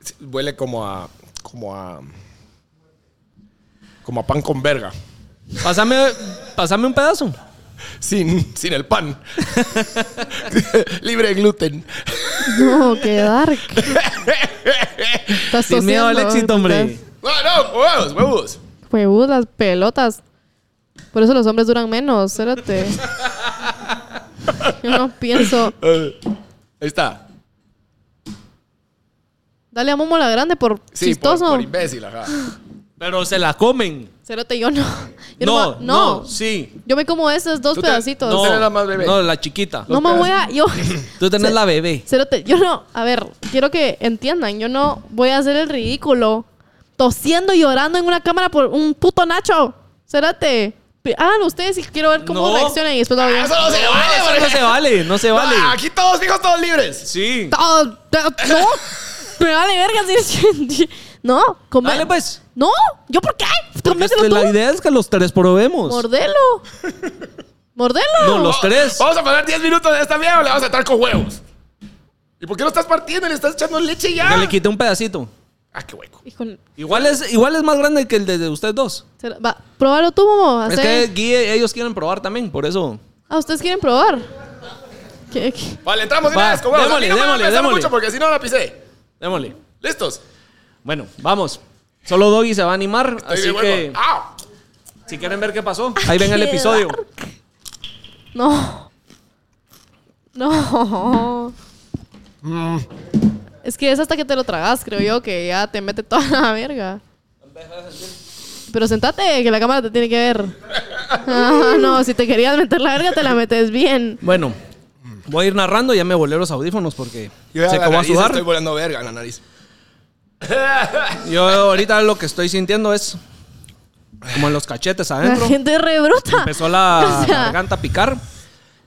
Speaker 1: Sí, Huele como a. Como a. Como a pan con verga.
Speaker 3: Pásame, pásame un pedazo.
Speaker 1: Sin, sin el pan. Libre de gluten.
Speaker 2: No, qué dark. Estás
Speaker 3: Sin miedo al
Speaker 2: tosiendo,
Speaker 3: éxito, hombre.
Speaker 2: estás-
Speaker 1: No, no, huevos, huevos.
Speaker 2: Huevos, las pelotas. Por eso los hombres duran menos, cérate. Yo no pienso.
Speaker 1: Eh, ahí está.
Speaker 2: Dale a Momo la grande por
Speaker 1: Sí, por,
Speaker 2: chistoso.
Speaker 1: por imbécil, ajá.
Speaker 3: Pero se la comen.
Speaker 2: Cérate, yo no. Yo
Speaker 3: no,
Speaker 2: me-
Speaker 3: no, sí.
Speaker 2: Yo me como esos dos
Speaker 1: Tú te-
Speaker 2: pedacitos.
Speaker 1: Tú
Speaker 3: No,
Speaker 1: tenés la más bebé.
Speaker 3: no, la chiquita.
Speaker 2: No me voy a. Yo,
Speaker 3: Tú tenés la bebé.
Speaker 2: Cerote, yo no. A ver, quiero que entiendan. Yo no voy a hacer el ridículo tosiendo y llorando en una cámara por un puto Nacho. Cérate. Pe- Háganlo ustedes y quiero ver cómo
Speaker 3: No.
Speaker 2: reaccionan y después lo voy
Speaker 1: Ah,
Speaker 2: a.
Speaker 1: Eso no se vale,
Speaker 3: Eso
Speaker 1: porque-
Speaker 3: no se vale, no se vale.
Speaker 1: No, aquí todos fijos, todos libres.
Speaker 3: Sí.
Speaker 2: Ah, ah, No. Me vale verga si No, come.
Speaker 3: Dale, pues.
Speaker 2: No, ¿yo por qué?
Speaker 3: Porque
Speaker 2: Comételo
Speaker 3: este,
Speaker 2: tú.
Speaker 3: la idea es que los tres probemos.
Speaker 2: Mordelo. Mordelo.
Speaker 3: No, los tres.
Speaker 1: Vamos a pasar 10 minutos de esta mierda o le vas a estar con huevos. ¿Y por qué no estás partiendo? Le estás echando leche ya.
Speaker 3: Que le quité un pedacito.
Speaker 1: Ah, qué hueco.
Speaker 2: Híjole.
Speaker 3: Igual es, igual es más grande que el de, de ustedes dos.
Speaker 2: Cero- Va, pruébalo tú, Momo.
Speaker 3: Es
Speaker 2: Hacé-
Speaker 3: que Guille, ellos quieren probar también, por eso.
Speaker 2: Ah, ¿ustedes quieren probar? ¿Qué- qué?
Speaker 1: Vale, entramos de una
Speaker 3: Va,
Speaker 1: vez con huevos.
Speaker 3: démosle,
Speaker 1: Démosle, no me van a
Speaker 3: démosle,
Speaker 1: pensar
Speaker 3: démosle.
Speaker 1: mucho porque si no la pisé.
Speaker 3: Démosle.
Speaker 1: ¿Listos?
Speaker 3: Bueno, vamos. Solo Doggy se va a animar,
Speaker 1: Ahí
Speaker 3: así
Speaker 1: de
Speaker 3: que
Speaker 1: huevo. ¡Au!
Speaker 3: si quieren ver qué pasó, ahí ven el
Speaker 2: Ah. Qué
Speaker 3: episodio.
Speaker 2: No. No.
Speaker 3: Mm.
Speaker 2: Es que es hasta que te lo tragas, creo yo, que ya te mete toda la verga. Pero sentate, que la cámara te tiene que ver. Ah, no, si te querías meter la verga, te la metes bien.
Speaker 3: Bueno, voy a ir narrando, ya me volé los audífonos porque
Speaker 1: Yo ya
Speaker 3: se
Speaker 1: la
Speaker 3: cómo a
Speaker 1: nariz,
Speaker 3: sudar.
Speaker 1: Estoy volando verga en la nariz.
Speaker 3: Yo ahorita lo que estoy sintiendo es como en los cachetes
Speaker 2: La
Speaker 3: adentro.
Speaker 2: gente rebrota.
Speaker 3: Empezó la
Speaker 2: O sea,
Speaker 3: garganta a picar,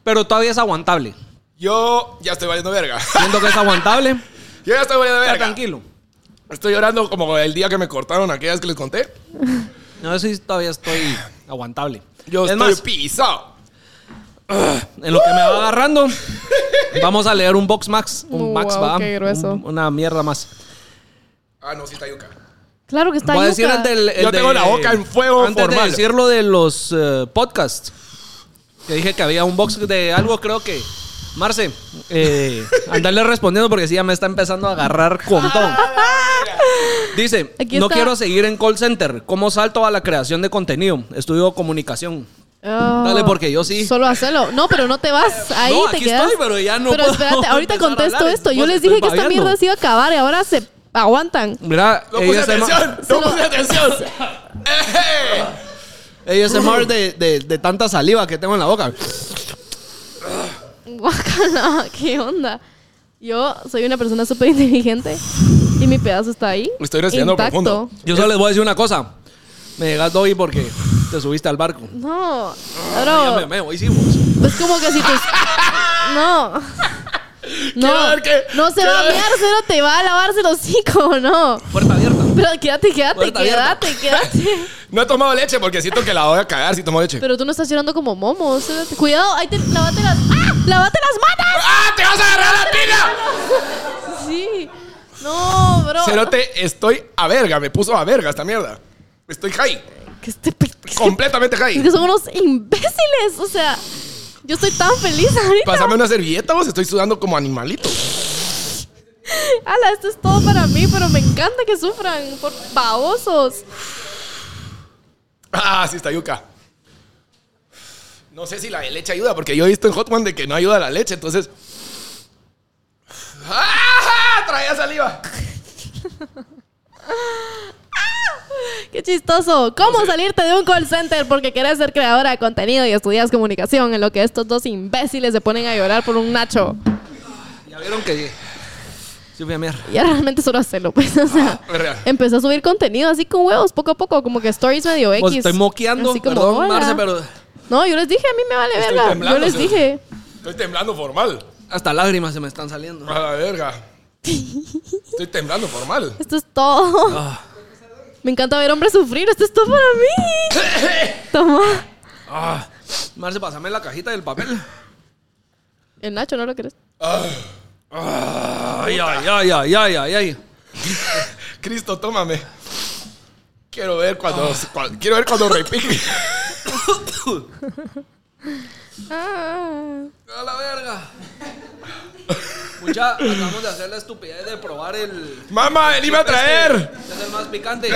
Speaker 3: pero todavía es aguantable.
Speaker 1: Yo ya estoy valiendo verga.
Speaker 3: Siento que es aguantable.
Speaker 1: Yo ya estoy valiendo
Speaker 3: Está
Speaker 1: verga.
Speaker 3: tranquilo.
Speaker 1: Estoy llorando como el día que me cortaron aquellas que les conté.
Speaker 3: No, eso sí todavía estoy aguantable.
Speaker 1: Yo
Speaker 3: es
Speaker 1: estoy ¡Uh!
Speaker 3: más,
Speaker 1: pisado.
Speaker 3: en lo que me va agarrando, vamos a leer un box max. Un
Speaker 2: Uh, Wow,
Speaker 3: max, va.
Speaker 2: qué grueso.
Speaker 3: Un- una mierda más.
Speaker 1: Ah, no, sí está yuca.
Speaker 2: Claro que está
Speaker 3: Voy a
Speaker 2: yuca.
Speaker 3: decir el del- el
Speaker 1: Yo tengo
Speaker 3: de-
Speaker 1: la boca en fuego
Speaker 3: Antes
Speaker 1: formal.
Speaker 3: de decir lo de los eh, podcasts, que dije que había un box de algo, creo que. Marce, eh, andarle respondiendo porque sí, ya me está empezando a agarrar con todo. Dice,
Speaker 2: Aquí
Speaker 3: no
Speaker 2: está.
Speaker 3: quiero seguir en call center. ¿Cómo salto a la creación de contenido? Estudio comunicación.
Speaker 2: Ah.
Speaker 3: Dale, porque yo sí.
Speaker 2: Solo hacelo. No, pero no te vas. Ahí
Speaker 3: No,
Speaker 2: te
Speaker 3: aquí
Speaker 2: quedas.
Speaker 3: estoy, pero ya no
Speaker 2: Pero
Speaker 3: puedo
Speaker 2: espérate, ahorita
Speaker 3: empezar a
Speaker 2: contesto
Speaker 3: hablar.
Speaker 2: esto. Yo
Speaker 3: Vos
Speaker 2: les
Speaker 3: estoy
Speaker 2: dije que esta
Speaker 3: babeando.
Speaker 2: mierda se iba a acabar y ahora se aguantan.
Speaker 3: Mira,
Speaker 1: No puse
Speaker 3: ASMR
Speaker 1: atención.
Speaker 2: Se
Speaker 1: No
Speaker 2: lo-
Speaker 1: puse atención. ¡Eh!
Speaker 3: ASMR de, de, de tanta saliva que tengo en la boca. Mm.
Speaker 2: Guacala, ¿qué onda? Yo soy una persona súper inteligente y mi pedazo está ahí.
Speaker 1: Estoy respirando
Speaker 2: intacto.
Speaker 1: profundo.
Speaker 3: Yo solo les voy a decir una cosa. Me llegas doy porque te subiste al barco.
Speaker 2: No,
Speaker 3: Ya me,
Speaker 2: pero
Speaker 3: me voy, sí, vos.
Speaker 2: es como que si tus. No.
Speaker 1: Quiero
Speaker 2: No,
Speaker 1: ver qué-
Speaker 2: no se
Speaker 1: quiero
Speaker 2: va a
Speaker 1: ver-
Speaker 2: mear, cero te va a lavarse el hocico, no.
Speaker 3: Puerta abierta.
Speaker 2: Pero quédate, quédate,
Speaker 3: Puerta abierta.
Speaker 2: quédate, quédate.
Speaker 1: No he tomado leche porque siento que la voy a cagar si tomo leche.
Speaker 2: Pero tú no estás llorando como momo. espérate. Cuidado, ahí te lavate las. ¡Ah! ¡Lavate las manos!
Speaker 1: ¡Ah! ¡Te vas a agarrar la tina!
Speaker 2: Sí. No, bro.
Speaker 1: Cerote, estoy a verga. Me puso a verga esta mierda. Estoy high.
Speaker 2: Que este pe- que este-
Speaker 1: Completamente
Speaker 2: es
Speaker 1: high.
Speaker 2: que son unos imbéciles. O sea, yo estoy tan feliz ahorita.
Speaker 1: Pásame una servilleta, vos. Estoy sudando como animalito.
Speaker 2: Ala, esto es todo para mí, pero me encanta que sufran por babosos.
Speaker 1: Ah, sí, está yuca. No sé si la de leche ayuda, porque yo he visto en Hot One de que no ayuda la leche, entonces. ¡Ah! Traía saliva.
Speaker 2: Qué chistoso. ¿Cómo salirte de un call center porque querés ser creadora de contenido y estudias comunicación en lo que estos dos imbéciles se ponen a llorar por un nacho?
Speaker 3: Ya vieron que. Sí, voy a mirar.
Speaker 2: Ya realmente solo hacerlo, pues, o sea.
Speaker 1: Verga.
Speaker 2: Empecé a subir contenido así con huevos, poco a poco, como que stories medio X.
Speaker 3: Vos Pues estoy moqueando.
Speaker 2: Así como,
Speaker 3: Perdón,
Speaker 2: hola.
Speaker 3: Marce, pero.
Speaker 2: No, yo les dije, a mí me vale
Speaker 1: Estoy
Speaker 2: verga.
Speaker 1: temblando,
Speaker 2: Yo les
Speaker 1: sí.
Speaker 2: dije.
Speaker 1: Estoy temblando formal.
Speaker 3: Hasta lágrimas se me están saliendo.
Speaker 1: A la verga. Estoy temblando por mal.
Speaker 2: Esto es todo.
Speaker 3: Ah.
Speaker 2: Me encanta ver hombres sufrir. Esto es todo para mí. Toma.
Speaker 3: Ah. Marce, pásame la cajita del papel.
Speaker 2: El Nacho, ¿no lo querés?
Speaker 1: ah.
Speaker 3: Ay, ay, ay, ay, ay, ay, ay.
Speaker 1: Cristo, tómame. Quiero ver cuando, cua- quiero ver cuando repique.
Speaker 2: Ah.
Speaker 3: A la verga. Mucha, acabamos de hacer la estupidez de probar el. este,
Speaker 1: Mamá, venime a traer.
Speaker 3: Es el más picante.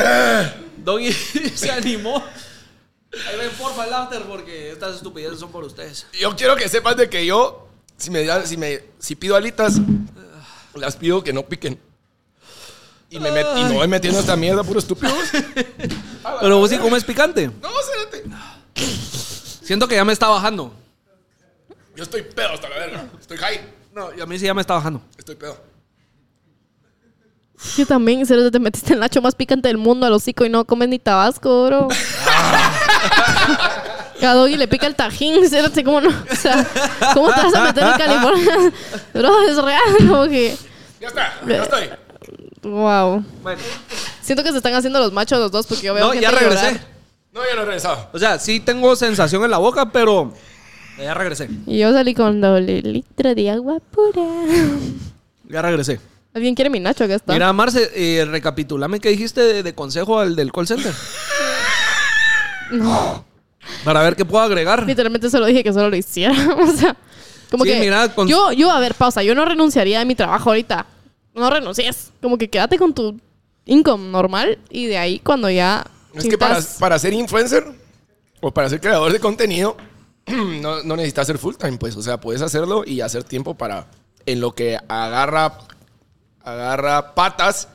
Speaker 3: Doggy se animó. Ahí ven, porfa, el after, porque estas estupideces son por ustedes.
Speaker 1: Yo quiero que sepas de que yo, si me, dan- si me si pido alitas, las pido que no piquen. Y me, met- y me voy metiendo esta mierda, puro estúpido.
Speaker 3: Pero vos sí comes picante.
Speaker 1: No, espérate.
Speaker 3: Siento que ya me está bajando.
Speaker 1: Yo estoy pedo hasta la verga. Estoy high.
Speaker 3: No, y a mí sí ya me está bajando.
Speaker 1: Estoy pedo.
Speaker 2: Yo también, serio, te metiste el Nacho más picante del mundo al hocico y no comes ni tabasco, bro.
Speaker 3: Ah.
Speaker 2: A Doggy le pica el tajín, serio, ¿cómo no? O sea, ¿cómo te vas a meter en California? Bro, es real, como que.
Speaker 1: Ya está, ya estoy.
Speaker 2: Wow.
Speaker 3: Bueno,
Speaker 2: Siento que se están haciendo los machos los dos porque yo veo
Speaker 3: no,
Speaker 2: gente
Speaker 3: ya regresé.
Speaker 2: llorar.
Speaker 1: No, ya no he regresado.
Speaker 3: O sea, sí tengo sensación en la boca, pero ya regresé.
Speaker 2: Y yo salí con doble litro de agua pura.
Speaker 3: Ya regresé.
Speaker 2: ¿Alguien quiere mi Nacho? Acá está.
Speaker 3: Mira, Marce, eh, recapitulame qué dijiste de, de consejo al del call center. Para ver qué puedo agregar.
Speaker 2: Literalmente solo dije que solo lo hiciera. O sea, como
Speaker 3: Sí,
Speaker 2: que.
Speaker 3: mira, con-
Speaker 2: Yo, yo, a ver, pausa. Yo no renunciaría a mi trabajo ahorita. No renuncies. Como que quédate con tu income normal y de ahí cuando ya.
Speaker 1: Es que para,
Speaker 2: sientas-
Speaker 1: para ser influencer o para ser creador de contenido, no, no necesitas ser full time, pues. O sea, puedes hacerlo y hacer tiempo para en lo que agarra, agarra patas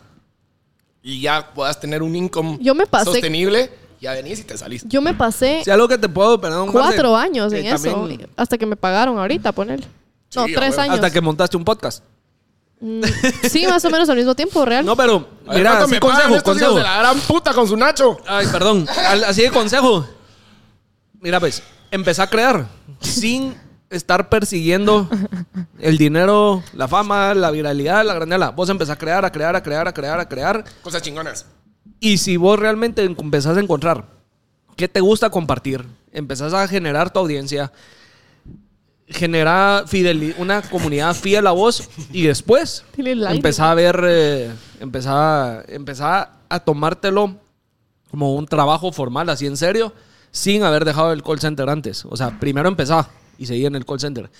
Speaker 1: y ya puedas tener un income
Speaker 2: Yo me pasé-
Speaker 1: sostenible. Ya venís y te salís.
Speaker 2: Yo me pasé
Speaker 3: Si algo que te puedo perdón, Marce,
Speaker 2: cuatro años
Speaker 3: eh,
Speaker 2: en eso.
Speaker 3: también
Speaker 2: Hasta que me pagaron ahorita, poner. No,
Speaker 1: Sí, a
Speaker 2: tres
Speaker 1: huevo.
Speaker 2: años. Mm,
Speaker 3: Hasta que montaste un podcast.
Speaker 2: Sí, más o menos al mismo tiempo, real.
Speaker 3: No, pero,
Speaker 1: A ver,
Speaker 3: mira,
Speaker 1: ¿cuánto
Speaker 3: así
Speaker 1: me pagan
Speaker 3: consejo,
Speaker 1: estos hijos
Speaker 3: consejo.
Speaker 1: de la gran puta con su Nacho.
Speaker 3: Ay, perdón. Al- Así de consejo. Mira, pues, empezá a crear sin estar persiguiendo el dinero, la fama, la viralidad, la granela. Vos empezás a crear, a crear, a crear, a crear, a crear.
Speaker 1: Cosas chingonas.
Speaker 3: Y si vos realmente en- empezás a encontrar qué te gusta compartir, empezás a generar tu audiencia, generar fideli- una comunidad fiel a vos y después
Speaker 2: Dile like.
Speaker 3: empezá a ver, eh, empezá, empezá a tomártelo como un trabajo formal, así en serio, sin haber dejado el call center antes. O sea, primero empezá y seguí en el call center.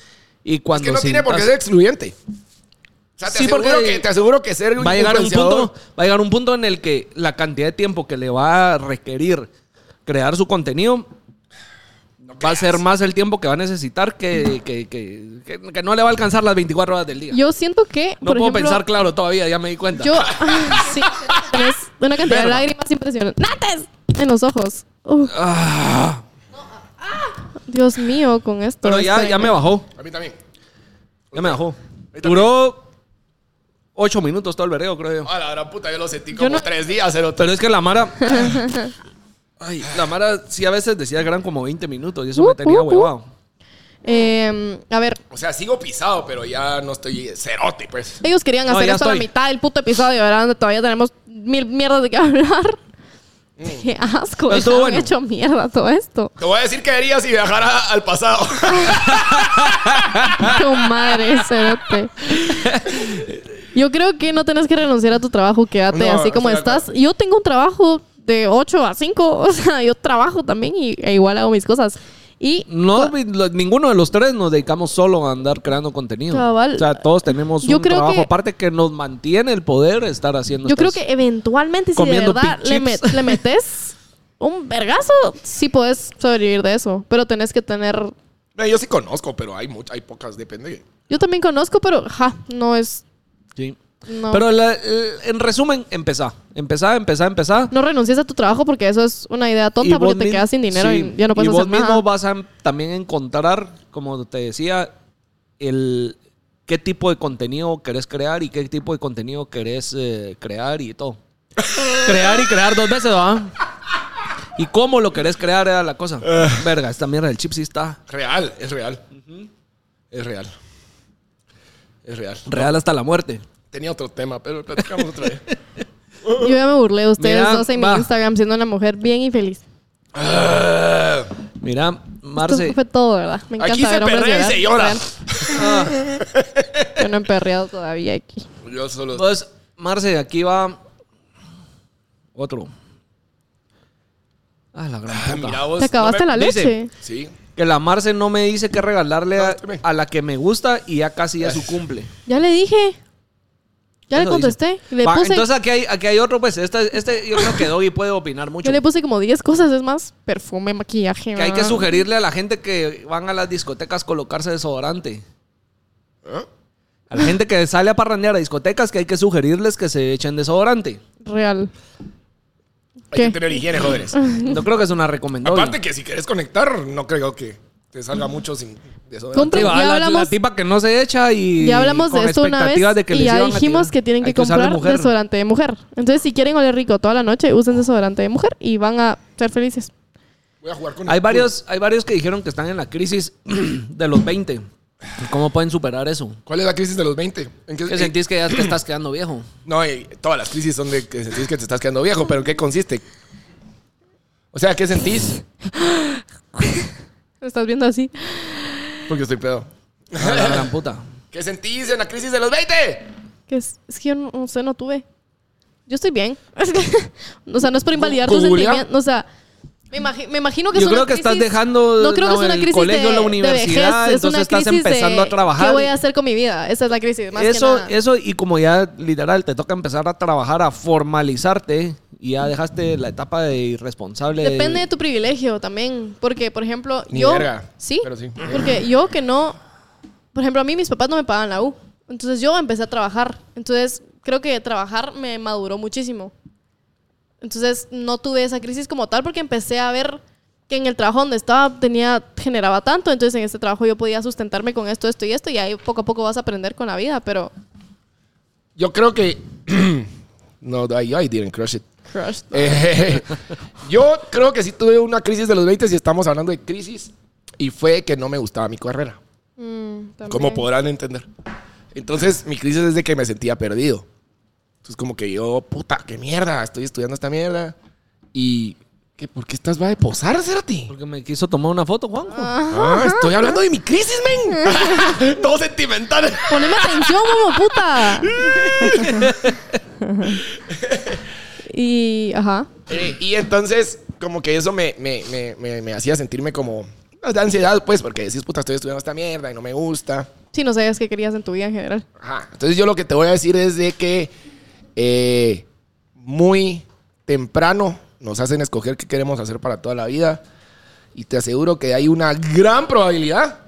Speaker 3: Y
Speaker 1: Es
Speaker 3: cuando
Speaker 1: que no tiene por qué
Speaker 3: sientas-
Speaker 1: ser excluyente. O sea, te,
Speaker 3: Sí,
Speaker 1: aseguro
Speaker 3: porque
Speaker 1: que, te aseguro que ser un
Speaker 3: va a llegar un
Speaker 1: influenciador-
Speaker 3: punto va a llegar un punto en el que la cantidad de tiempo que le va a requerir crear su contenido va a ser más el tiempo que va a necesitar que, que, que- que- que no le va a alcanzar las 24 horas del día.
Speaker 2: Yo siento que.
Speaker 3: no
Speaker 2: por
Speaker 3: puedo
Speaker 2: ejemplo,
Speaker 3: pensar claro todavía, ya me di cuenta.
Speaker 2: Yo, ah, sí, tenés una cantidad de
Speaker 3: Verga.
Speaker 2: lágrimas impresionantes en los ojos. Uf,
Speaker 3: Ah,
Speaker 2: Dios mío, con esto.
Speaker 3: pero ya,
Speaker 2: estoy-
Speaker 3: ya me bajó,
Speaker 1: A mí también.
Speaker 3: ya me bajó. Duró 8 minutos todo el vereo, creo yo.
Speaker 1: A la gran puta, yo lo sentí como
Speaker 2: no-
Speaker 1: tres días, cero
Speaker 3: Pero es que la Mara... Ay, la Mara sí a veces decía que eran como 20 minutos y eso
Speaker 2: Uh,
Speaker 3: me tenía
Speaker 2: uh, uh.
Speaker 3: huevado.
Speaker 2: Eh, a ver,
Speaker 1: O sea, sigo pisado, pero ya no estoy cerote, pues.
Speaker 2: ellos querían
Speaker 3: No,
Speaker 2: hacer
Speaker 3: ya
Speaker 2: esto a la
Speaker 3: estoy.
Speaker 2: mitad del puto episodio, ¿verdad? Donde todavía tenemos mil mierdas de qué hablar. Qué asco,
Speaker 3: Mm. Pero
Speaker 2: ya
Speaker 3: estuvo
Speaker 2: han
Speaker 3: bueno.
Speaker 2: hecho mierda todo esto.
Speaker 1: Te voy a decir que haría si viajara al pasado.
Speaker 2: Tu madre, cerote. Yo creo que no tenés que renunciar a tu trabajo, quédate
Speaker 1: No,
Speaker 2: así como
Speaker 1: o sea,
Speaker 2: estás. Yo tengo un trabajo de 8 a 5, o sea, yo trabajo también y e igual hago mis cosas. Y
Speaker 3: No, mi- lo- ninguno de los tres nos dedicamos solo a andar creando contenido.
Speaker 2: Cabal.
Speaker 3: O sea, todos tenemos
Speaker 2: Yo
Speaker 3: un
Speaker 2: creo
Speaker 3: trabajo
Speaker 2: que-
Speaker 3: aparte que nos mantiene el poder estar haciendo
Speaker 2: Yo creo
Speaker 3: estas-
Speaker 2: que eventualmente, si de
Speaker 3: comiendo
Speaker 2: verdad
Speaker 3: pig
Speaker 2: le,
Speaker 3: chips.
Speaker 2: met- le metes un vergazo, sí puedes sobrevivir de eso. Pero tenés que tener.
Speaker 1: No, yo sí conozco, pero hay muchas, hay pocas, depende.
Speaker 2: Yo también conozco, pero ja, no es.
Speaker 3: Sí.
Speaker 2: No,
Speaker 3: Pero la- el- en resumen, empezá. Empezá, empezá, empezá.
Speaker 2: no renuncies a tu trabajo porque eso es una idea
Speaker 3: Y
Speaker 2: tonta
Speaker 3: vos
Speaker 2: porque te
Speaker 3: mi-
Speaker 2: quedas sin dinero
Speaker 3: sí.
Speaker 2: y ya no puedes
Speaker 3: Y vos
Speaker 2: hacer nada.
Speaker 3: mismo vas a em- también encontrar, como te decía, el qué tipo de contenido querés crear y qué tipo de contenido querés eh, crear y todo. crear y crear dos veces, ¿va? Y cómo lo querés crear era la cosa.
Speaker 1: Ah.
Speaker 3: Verga, esta mierda del chip sí está.
Speaker 1: Real, es real. Es real. Es real.
Speaker 3: Real hasta la muerte.
Speaker 1: Tenía otro tema, pero platicamos otra vez.
Speaker 2: Yo ya me burlé de ustedes
Speaker 3: Mira,
Speaker 2: dos en
Speaker 3: va.
Speaker 2: mi Instagram siendo una mujer bien y feliz.
Speaker 1: Ah,
Speaker 3: Mira,
Speaker 2: Esto
Speaker 3: Marce,
Speaker 2: fue todo, ¿verdad? Me encanta
Speaker 1: Aquí se
Speaker 2: ver hombres
Speaker 1: perrea y se llora.
Speaker 2: llorar.
Speaker 3: Ah.
Speaker 2: Yo no he perreado todavía aquí.
Speaker 1: Yo solo.
Speaker 3: entonces, Marce, aquí va otro. Ah, la gran
Speaker 1: Ah,
Speaker 3: puta.
Speaker 1: mira vos,
Speaker 2: ¿Te acabaste
Speaker 1: no me-
Speaker 2: la
Speaker 3: dice-
Speaker 2: leche?
Speaker 1: Sí.
Speaker 3: Que la Marce no me dice qué regalarle
Speaker 1: Ah,
Speaker 3: a,
Speaker 1: está bien.
Speaker 3: a la que me gusta y ya casi ya su cumple.
Speaker 2: Ya le dije. Ya le
Speaker 3: Eso dice.
Speaker 2: contesté. y Le
Speaker 3: Va,
Speaker 2: puse,
Speaker 3: Entonces aquí hay, aquí hay otro, pues. Este, este yo creo que Doggy puede opinar mucho.
Speaker 2: yo le puse como 10 cosas, es más, perfume, maquillaje. ah,
Speaker 3: Que hay que
Speaker 2: ¿verdad?
Speaker 3: sugerirle a la gente que van a las discotecas colocarse desodorante.
Speaker 1: ¿Ah?
Speaker 3: A la gente que sale a parrandear a discotecas que hay que sugerirles que se echen desodorante.
Speaker 2: Real.
Speaker 1: Hay
Speaker 2: ¿Qué?
Speaker 1: que tener higiene, jóvenes.
Speaker 3: No creo que es una recomendación.
Speaker 1: Aparte que si quieres conectar, no creo que te salga mucho sin eso.
Speaker 2: Compren,
Speaker 3: va,
Speaker 2: ya
Speaker 3: la,
Speaker 2: hablamos-
Speaker 3: la tipa que no se echa y
Speaker 2: Ya hablamos
Speaker 3: con
Speaker 2: de esto una vez
Speaker 3: expectativas de que
Speaker 2: y
Speaker 3: les
Speaker 2: ya
Speaker 3: iban a
Speaker 2: dijimos
Speaker 3: tirar.
Speaker 2: que tienen que
Speaker 3: Hay usar de
Speaker 2: comprar
Speaker 3: mujer.
Speaker 2: desodorante de mujer. Entonces, si quieren oler rico toda la noche, usen desodorante de mujer y van a ser felices.
Speaker 1: Voy a jugar con el
Speaker 3: Hay
Speaker 1: culo.
Speaker 3: varios, hay varios que dijeron que están en la crisis de los 20. ¿Cómo pueden superar eso?
Speaker 1: ¿Cuál es la crisis de los 20? ¿En qué,
Speaker 3: ¿Qué
Speaker 2: Eh,
Speaker 1: en-
Speaker 3: sentís que ya te estás quedando viejo?
Speaker 1: No, eh, todas las crisis son de que sentís que te estás quedando viejo, pero ¿en qué consiste? O sea, ¿qué sentís?
Speaker 2: Lo estás viendo así.
Speaker 1: Porque estoy pedo.
Speaker 2: eh,
Speaker 3: A la gran puta.
Speaker 1: ¿Qué sentís en la crisis de los 20?
Speaker 2: Que es, es que yo no, no sé, no tuve. Yo estoy bien. Es que- o sea, no es por invalidar tus
Speaker 3: Googlea.
Speaker 2: sentimientos. O sea, me, imagi- me imagino que es
Speaker 3: Yo
Speaker 2: una
Speaker 3: creo que estás
Speaker 2: crisis-
Speaker 3: dejando
Speaker 2: No creo que es
Speaker 3: la-
Speaker 2: una
Speaker 3: el
Speaker 2: crisis
Speaker 3: colegio,
Speaker 2: de,
Speaker 3: la
Speaker 2: de
Speaker 3: universidad,
Speaker 2: vejez, es
Speaker 3: entonces
Speaker 2: una
Speaker 3: estás
Speaker 2: crisis de
Speaker 3: empezando a trabajar.
Speaker 2: ¿Qué voy a hacer con mi vida? Esa es la crisis, más que
Speaker 3: Eso,
Speaker 2: nada.
Speaker 3: eso, y como ya literal te toca empezar a trabajar, a formalizarte, y ya dejaste la etapa de irresponsable.
Speaker 2: Depende de tu privilegio también. Porque, por ejemplo,
Speaker 1: Este, Ni
Speaker 2: yo.
Speaker 1: verga,
Speaker 2: ¿sí?
Speaker 1: pero sí.
Speaker 2: Porque yo que no. Por ejemplo, a mí mis papás no me pagaban la U. Entonces yo empecé a trabajar. Entonces creo que trabajar me maduró muchísimo. Entonces no tuve esa crisis como tal porque empecé a ver que en el trabajo donde estaba tenía, generaba tanto. Entonces en este trabajo yo podía sustentarme con esto, esto y esto. Y ahí poco a poco vas a aprender con la vida. Pero.
Speaker 1: Yo creo que... no, I, I didn't crush it.
Speaker 2: Crushed.
Speaker 1: Eh, yo creo que sí tuve una crisis de los 20 si estamos hablando de crisis y fue que no me gustaba mi carrera.
Speaker 2: Mm, también.
Speaker 1: Como podrán entender. Entonces, mi crisis es de que me sentía perdido. Entonces, como que yo, puta, qué mierda, estoy estudiando esta mierda. Y, ¿qué, ¿por qué estás va a posar, Cerati?
Speaker 3: Porque me quiso tomar una foto, Juanjo.
Speaker 1: Ah, estoy hablando de mi crisis, men. Todo sentimental.
Speaker 2: Poneme atención, como puta. y, ajá.
Speaker 1: Eh, y entonces, como que eso me, me, me, me, me hacía sentirme como ah, de ansiedad, pues, porque decís, puta, estoy estudiando esta mierda y no me gusta.
Speaker 2: Si no sabías qué querías en tu vida en general.
Speaker 1: Ajá. Entonces yo lo que te voy a decir es de que eh, muy temprano nos hacen escoger qué queremos hacer para toda la vida y te aseguro que hay una gran probabilidad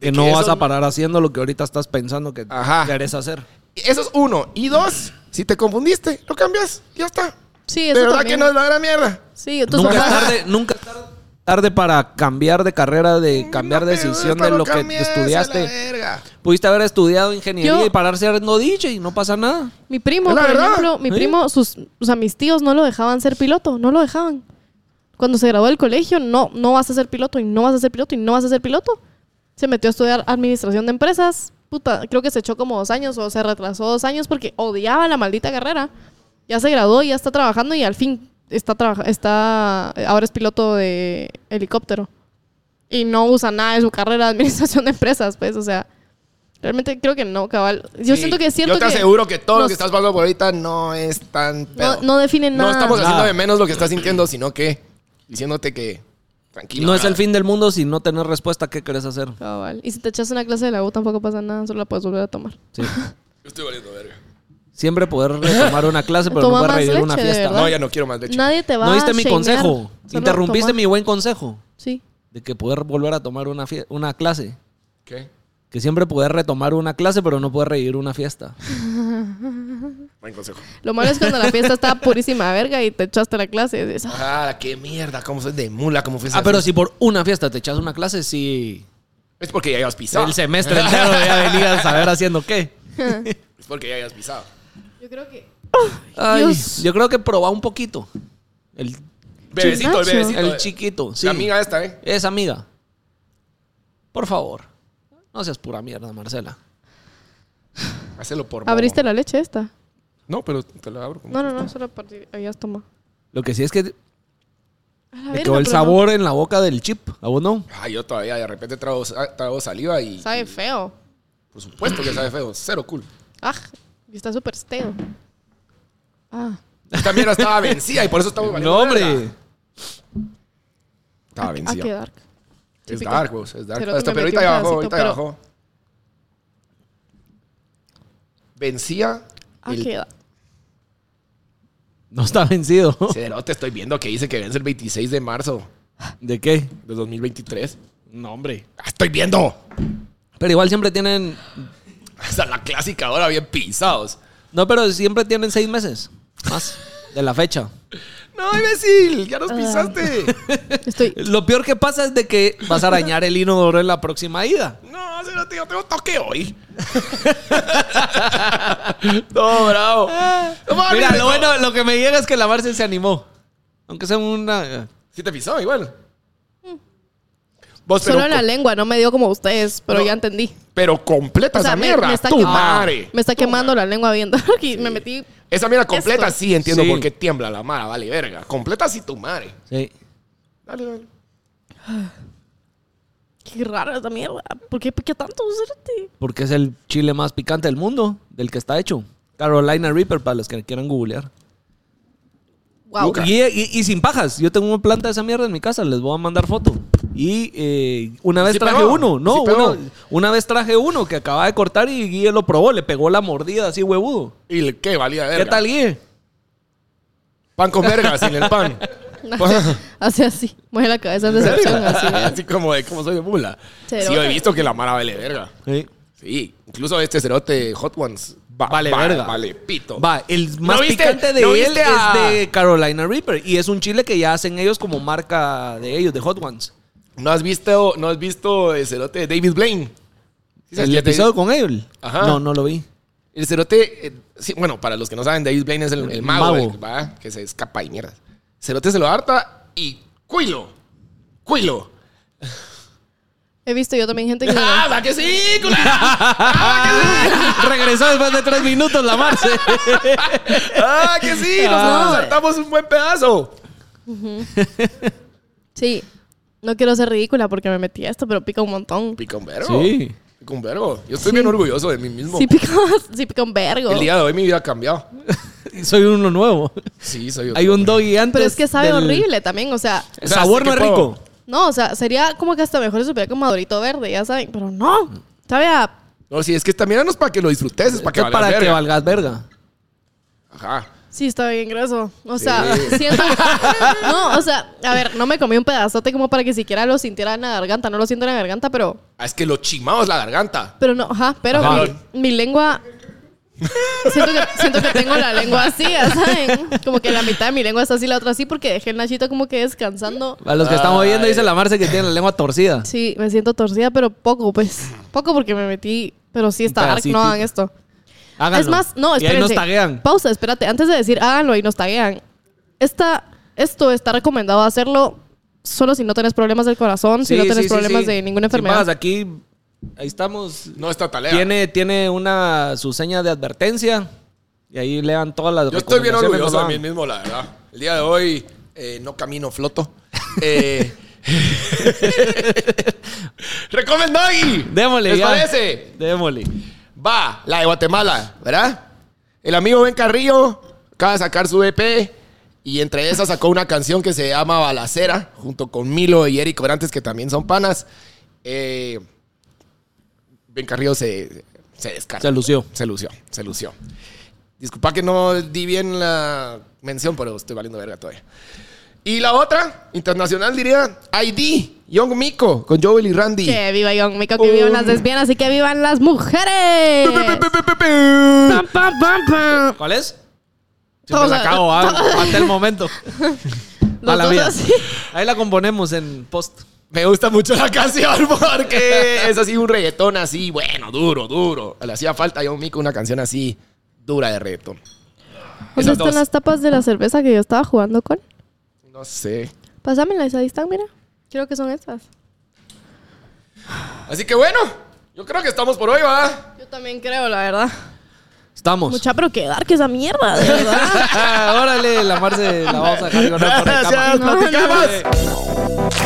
Speaker 1: de
Speaker 3: que no
Speaker 1: eso-
Speaker 3: vas a parar haciendo lo que ahorita estás pensando que
Speaker 1: Ajá.
Speaker 3: querés hacer.
Speaker 1: Eso es uno. Y dos, si te confundiste, lo cambias, ya está.
Speaker 2: Sí,
Speaker 1: De
Speaker 2: eso
Speaker 1: verdad que
Speaker 2: también.
Speaker 1: no es la gran mierda.
Speaker 2: Sí, tus
Speaker 3: Nunca es
Speaker 2: papás-
Speaker 3: tarde, nunca es tarde, tarde para cambiar de carrera, de cambiar
Speaker 1: No
Speaker 3: de
Speaker 1: te
Speaker 3: decisión
Speaker 1: gusta,
Speaker 3: de lo que
Speaker 1: cambies, a la
Speaker 3: estudiaste.
Speaker 1: verga.
Speaker 3: Pudiste haber estudiado ingeniería
Speaker 2: Yo-
Speaker 3: y pararse siendo DJ y no pasa nada.
Speaker 2: Mi primo,
Speaker 1: Es la
Speaker 2: por
Speaker 1: verdad.
Speaker 2: ejemplo, mi
Speaker 3: Sí.
Speaker 2: primo, sus, o sea, mis tíos no lo dejaban ser piloto, no lo dejaban. Cuando se graduó del colegio, no, no vas a ser piloto y no vas a ser piloto y no vas a ser piloto. Se metió a estudiar administración de empresas. Puta, creo que se echó como dos años o se retrasó dos años porque odiaba la maldita carrera. Ya se graduó, ya está trabajando y al fin está trabaja- está ahora es piloto de helicóptero. Y no usa nada de su carrera de administración de empresas, pues, o sea, realmente creo que no, cabal. Yo
Speaker 1: Sí,
Speaker 2: siento que es cierto
Speaker 1: Yo te
Speaker 2: que
Speaker 1: aseguro que todo lo
Speaker 2: nos-
Speaker 1: que estás pasando por ahorita no es tan
Speaker 2: no,
Speaker 1: pedo.
Speaker 2: no define
Speaker 1: No
Speaker 2: nada.
Speaker 1: estamos haciendo
Speaker 3: Nada.
Speaker 1: de menos lo que estás sintiendo, sino que diciéndote que tranquilo.
Speaker 3: no es el
Speaker 1: fin.
Speaker 3: fin del mundo si no tenés respuesta a qué querés hacer.
Speaker 2: Cabal. Y si te echas una clase de la U tampoco pasa nada, solo la puedes volver a tomar.
Speaker 3: Sí.
Speaker 1: Yo estoy valiendo verga.
Speaker 3: Siempre poder retomar una clase, pero
Speaker 2: Toma
Speaker 3: no poder
Speaker 2: más
Speaker 3: revivir una
Speaker 2: leche, de
Speaker 3: fiesta.
Speaker 2: verdad.
Speaker 1: Ah, No, ya no quiero más leche.
Speaker 2: Nadie te va a
Speaker 3: No diste mi
Speaker 2: shamear,
Speaker 3: consejo.
Speaker 2: solo
Speaker 3: Interrumpiste
Speaker 2: tomar.
Speaker 3: mi buen consejo
Speaker 2: Sí.
Speaker 3: de que poder volver a tomar una, fie- una clase.
Speaker 1: ¿Qué?
Speaker 3: Que siempre poder retomar una clase, pero no poder revivir una fiesta.
Speaker 1: Buen consejo.
Speaker 2: Lo malo es cuando la fiesta está purísima verga y te echaste la clase. y dices, "Ah,
Speaker 1: Ah, qué mierda, cómo soy de mula, cómo fuiste.
Speaker 3: Ah, pero si por una fiesta te echas una clase, sí.
Speaker 1: Es porque ya hayas pisado.
Speaker 3: El semestre entero ya venías a saber haciendo qué.
Speaker 1: Es porque ya hayas pisado.
Speaker 2: Yo creo que.
Speaker 3: Ay,
Speaker 2: Dios.
Speaker 3: yo creo que probá un poquito. El,
Speaker 1: Bebecito, el
Speaker 2: Chunacho.
Speaker 1: bebecito. eh.
Speaker 3: el chiquito. Sí.
Speaker 1: La amiga esta, ¿eh?
Speaker 3: Es amiga. Por favor. No seas pura mierda, Marcela.
Speaker 1: Hacelo por bobo.
Speaker 2: ¿Abriste la leche esta?
Speaker 1: No, pero te lo abro. como-
Speaker 2: No, no, no, solo por ti. Ahí has tomado.
Speaker 3: Lo que sí es que
Speaker 2: A la
Speaker 3: me
Speaker 2: verga,
Speaker 3: quedó el
Speaker 2: pero no.
Speaker 3: sabor en la boca del chip. ¿A vos no?
Speaker 1: Ah, yo todavía de repente trago, sa- trago saliva y.
Speaker 2: Sabe feo.
Speaker 1: Por supuesto que sabe feo. Cero cool.
Speaker 2: Ah, y está súper steo. Ah.
Speaker 1: Esta mierda estaba vencida y por eso estamos valiendo
Speaker 3: No, hombre.
Speaker 1: verga. Estaba
Speaker 2: Ah, qué
Speaker 1: vencida.
Speaker 2: dark.
Speaker 1: Es
Speaker 2: típico.
Speaker 1: dark, vos. Es dark.
Speaker 2: Cerote
Speaker 1: Hasta-
Speaker 2: me
Speaker 1: pero
Speaker 2: metí
Speaker 1: ahorita ya
Speaker 2: un
Speaker 1: bajó, ahorita
Speaker 2: pedacito,
Speaker 1: ya
Speaker 2: pero-
Speaker 1: bajó. Vencía.
Speaker 2: Ah,
Speaker 1: el
Speaker 2: qué dark.
Speaker 3: No está vencido.
Speaker 1: Cerote, estoy viendo que dice que vence el 26 de marzo
Speaker 3: ¿De qué?
Speaker 1: de 2023.
Speaker 3: No, hombre.
Speaker 1: ¡Ah, ¡Estoy viendo!
Speaker 3: Pero igual siempre tienen.
Speaker 1: Hasta la clásica ahora, bien pisados.
Speaker 3: No, pero siempre tienen seis meses más de la fecha.
Speaker 1: ¡No, imbécil! ¡Ya
Speaker 2: Ah.
Speaker 1: nos pisaste!
Speaker 2: Estoy.
Speaker 3: Lo peor que pasa es de que vas a arañar el inodoro en la próxima ida.
Speaker 1: No, Cerote, yo tengo toque hoy. no, bravo.
Speaker 2: Ah.
Speaker 3: Mira, lo bueno, lo que me llega es que la Marce se animó. Aunque sea una. eh,
Speaker 1: Sí te pisó, igual. Vos,
Speaker 2: Solo
Speaker 1: pero,
Speaker 2: en la lengua, no me dio como ustedes, pero
Speaker 1: No.
Speaker 2: ya entendí.
Speaker 1: pero completa
Speaker 2: O sea,
Speaker 1: esa
Speaker 2: me,
Speaker 1: mierda.
Speaker 2: me está
Speaker 1: tu
Speaker 2: quemando,
Speaker 1: madre.
Speaker 2: me está quemando la lengua viendo y me metí.
Speaker 1: Esa mierda completa
Speaker 2: Esto.
Speaker 1: sí entiendo
Speaker 3: Sí.
Speaker 1: por qué tiembla la mara, vale verga. Completa sí tu madre.
Speaker 3: Sí.
Speaker 1: Dale, dale.
Speaker 2: Qué rara esta mierda. ¿Por qué piqué tanto? Cerote?
Speaker 3: Porque es el chile más picante del mundo, del que está hecho. Carolina Reaper, para los que quieran googlear.
Speaker 2: Wow.
Speaker 1: Nunca.
Speaker 3: Y, y- y sin pajas. Yo tengo una planta de esa mierda en mi casa. Les voy a mandar foto. Y eh, una vez
Speaker 1: Sí
Speaker 3: traje
Speaker 1: pegó,
Speaker 3: uno. No,
Speaker 1: sí pegó.
Speaker 3: una, una vez traje uno que acababa de cortar y Guille lo probó. Le pegó la mordida así, huevudo.
Speaker 1: ¿Y el qué valía verga?
Speaker 3: ¿Qué tal, Guille?
Speaker 1: Pan con verga, sin el pan.
Speaker 2: Hace así. Mueve la cabeza en decepción.
Speaker 1: Verga.
Speaker 2: Así.
Speaker 1: Así como de como soy de mula.
Speaker 2: Cerote.
Speaker 1: Sí, yo he visto que la mara vale verga.
Speaker 3: Sí.
Speaker 1: Sí, incluso este cerote Hot Ones va-
Speaker 3: Vale
Speaker 1: va-
Speaker 3: verga.
Speaker 1: Vale, pito.
Speaker 3: Va, el más
Speaker 1: ¿No viste-
Speaker 3: picante de
Speaker 1: no
Speaker 3: él
Speaker 1: viste a-
Speaker 3: es de Carolina Reaper. Y es un chile que ya hacen ellos como marca de ellos, de Hot Ones.
Speaker 1: ¿No has visto, no has visto el cerote de David Blaine? ¿Sí sabes
Speaker 3: ¿El
Speaker 1: que David-
Speaker 3: episodio con él?
Speaker 1: Ajá.
Speaker 3: No, no lo vi.
Speaker 1: El cerote, eh, sí, bueno, para los que no saben, David Blaine es el, el mago,
Speaker 3: Mago.
Speaker 1: el- va, que se escapa y mierda. Cerote se lo harta y cuilo, cuilo.
Speaker 2: He visto yo también gente que.
Speaker 1: ¡Ah, va que sí, culera!
Speaker 3: Regresó después de tres minutos la Marce.
Speaker 1: ¡Ah, que sí! Nos,
Speaker 2: Ah.
Speaker 1: nos saltamos un buen pedazo.
Speaker 2: Sí. No quiero ser ridícula porque me metí a esto, pero pica un montón.
Speaker 1: Pica un vergo.
Speaker 3: Sí.
Speaker 1: Pica un vergo. Yo estoy bien orgulloso de mí mismo.
Speaker 2: Sí pica, sí pica un vergo.
Speaker 1: El día de hoy mi vida ha cambiado.
Speaker 3: Soy uno nuevo.
Speaker 1: Sí, soy otro.
Speaker 3: Hay un doggy antes.
Speaker 2: Pero es que sabe
Speaker 3: del-
Speaker 2: horrible también, o sea.
Speaker 3: El sabor no es rico.
Speaker 2: No, o sea, sería como que hasta mejor si supiera como Dorito Verde, ya saben. Pero no. Sabe a.
Speaker 1: No, sí, es que esta mierda no es para que lo disfrutes, es para que
Speaker 3: Esto es
Speaker 1: valga verga.
Speaker 3: valgas verga.
Speaker 1: Ajá.
Speaker 2: Sí, está bien grueso. O sea,
Speaker 1: Sí.
Speaker 2: siento. No, o sea, a ver, no me comí un pedazote como para que siquiera lo sintiera en la garganta. No lo siento en la garganta, pero.
Speaker 1: Ah, Es que lo chimamos la garganta.
Speaker 2: Pero no, ajá, pero
Speaker 1: Ajá.
Speaker 2: Mi, mi lengua. Siento que, siento que tengo la lengua así, ya saben. Como que la mitad de mi lengua está así, la otra así, porque dejé el Nachito como que descansando.
Speaker 3: A los que estamos
Speaker 1: Ay.
Speaker 3: viendo, dice la Marce que tiene la lengua torcida.
Speaker 2: Sí, me siento torcida, pero poco, pues. Poco porque me metí. Pero sí está
Speaker 3: Un
Speaker 2: dark,
Speaker 3: pedacito.
Speaker 2: no hagan esto.
Speaker 3: Háganlo.
Speaker 2: Es más, no,
Speaker 3: Y ahí
Speaker 2: espérense.
Speaker 3: nos taguean.
Speaker 2: Pausa, espérate. Antes de decir háganlo y nos taguean. Esta, esto está recomendado hacerlo solo si no tenés problemas del corazón, si no tenés problemas de ninguna enfermedad.
Speaker 3: Más, aquí, ahí estamos.
Speaker 1: No está talea.
Speaker 3: Tiene, tiene una su seña de advertencia. Y ahí lean todas las
Speaker 1: Yo estoy bien
Speaker 3: recomendaciones,
Speaker 1: orgulloso
Speaker 3: nos
Speaker 1: de
Speaker 3: van.
Speaker 1: mí mismo, la verdad. El día de hoy eh, no camino, floto. Eh, ¡Recomendó ahí!
Speaker 3: Démosle,
Speaker 1: ¿Les
Speaker 3: ya.
Speaker 1: parece?
Speaker 3: Démosle.
Speaker 1: Va, la de Guatemala, ¿verdad? El amigo Ben Carrillo acaba de sacar su EP y entre esas sacó una canción que se llama Balacera, junto con Milo y Eric Orantes, que también son panas. Eh, ben Carrillo se, se descarga.
Speaker 3: Se lució.
Speaker 1: Se lució, se lució. Disculpa que no di bien la mención, pero estoy valiendo verga todavía. Y la otra, internacional, diría ID, Young Miko, con Joel y Randy.
Speaker 2: Que viva Young Miko, que vivan las lesbianas y que vivan las mujeres. Pam, pam, pam, pam.
Speaker 3: ¿Cuál es? Siempre
Speaker 2: Todos
Speaker 3: la
Speaker 2: a-
Speaker 3: acabo, ah, hasta el momento.
Speaker 2: Los
Speaker 3: A la
Speaker 2: dos
Speaker 3: vida.
Speaker 2: así.
Speaker 3: Ahí la componemos en post.
Speaker 1: Me gusta mucho la canción porque es así un reggaetón así, bueno, duro, duro. Le hacía falta a John Mico una canción así dura de reggaetón.
Speaker 2: ¿Dónde
Speaker 1: Esas
Speaker 2: están
Speaker 1: dos.
Speaker 2: las tapas de la cerveza que yo estaba jugando con?
Speaker 1: No sé.
Speaker 2: Pásamelas, ahí están, mira. Creo que son estas.
Speaker 1: Así que bueno, yo creo que estamos por hoy, ¿va?
Speaker 2: Yo también creo, la verdad.
Speaker 3: Estamos.
Speaker 2: Mucha, pero qué dark esa mierda, de verdad.
Speaker 3: Órale, la Marce la vamos a dejar con otra torre de cámara.
Speaker 1: Gracias,
Speaker 2: No, no.
Speaker 1: platicamos.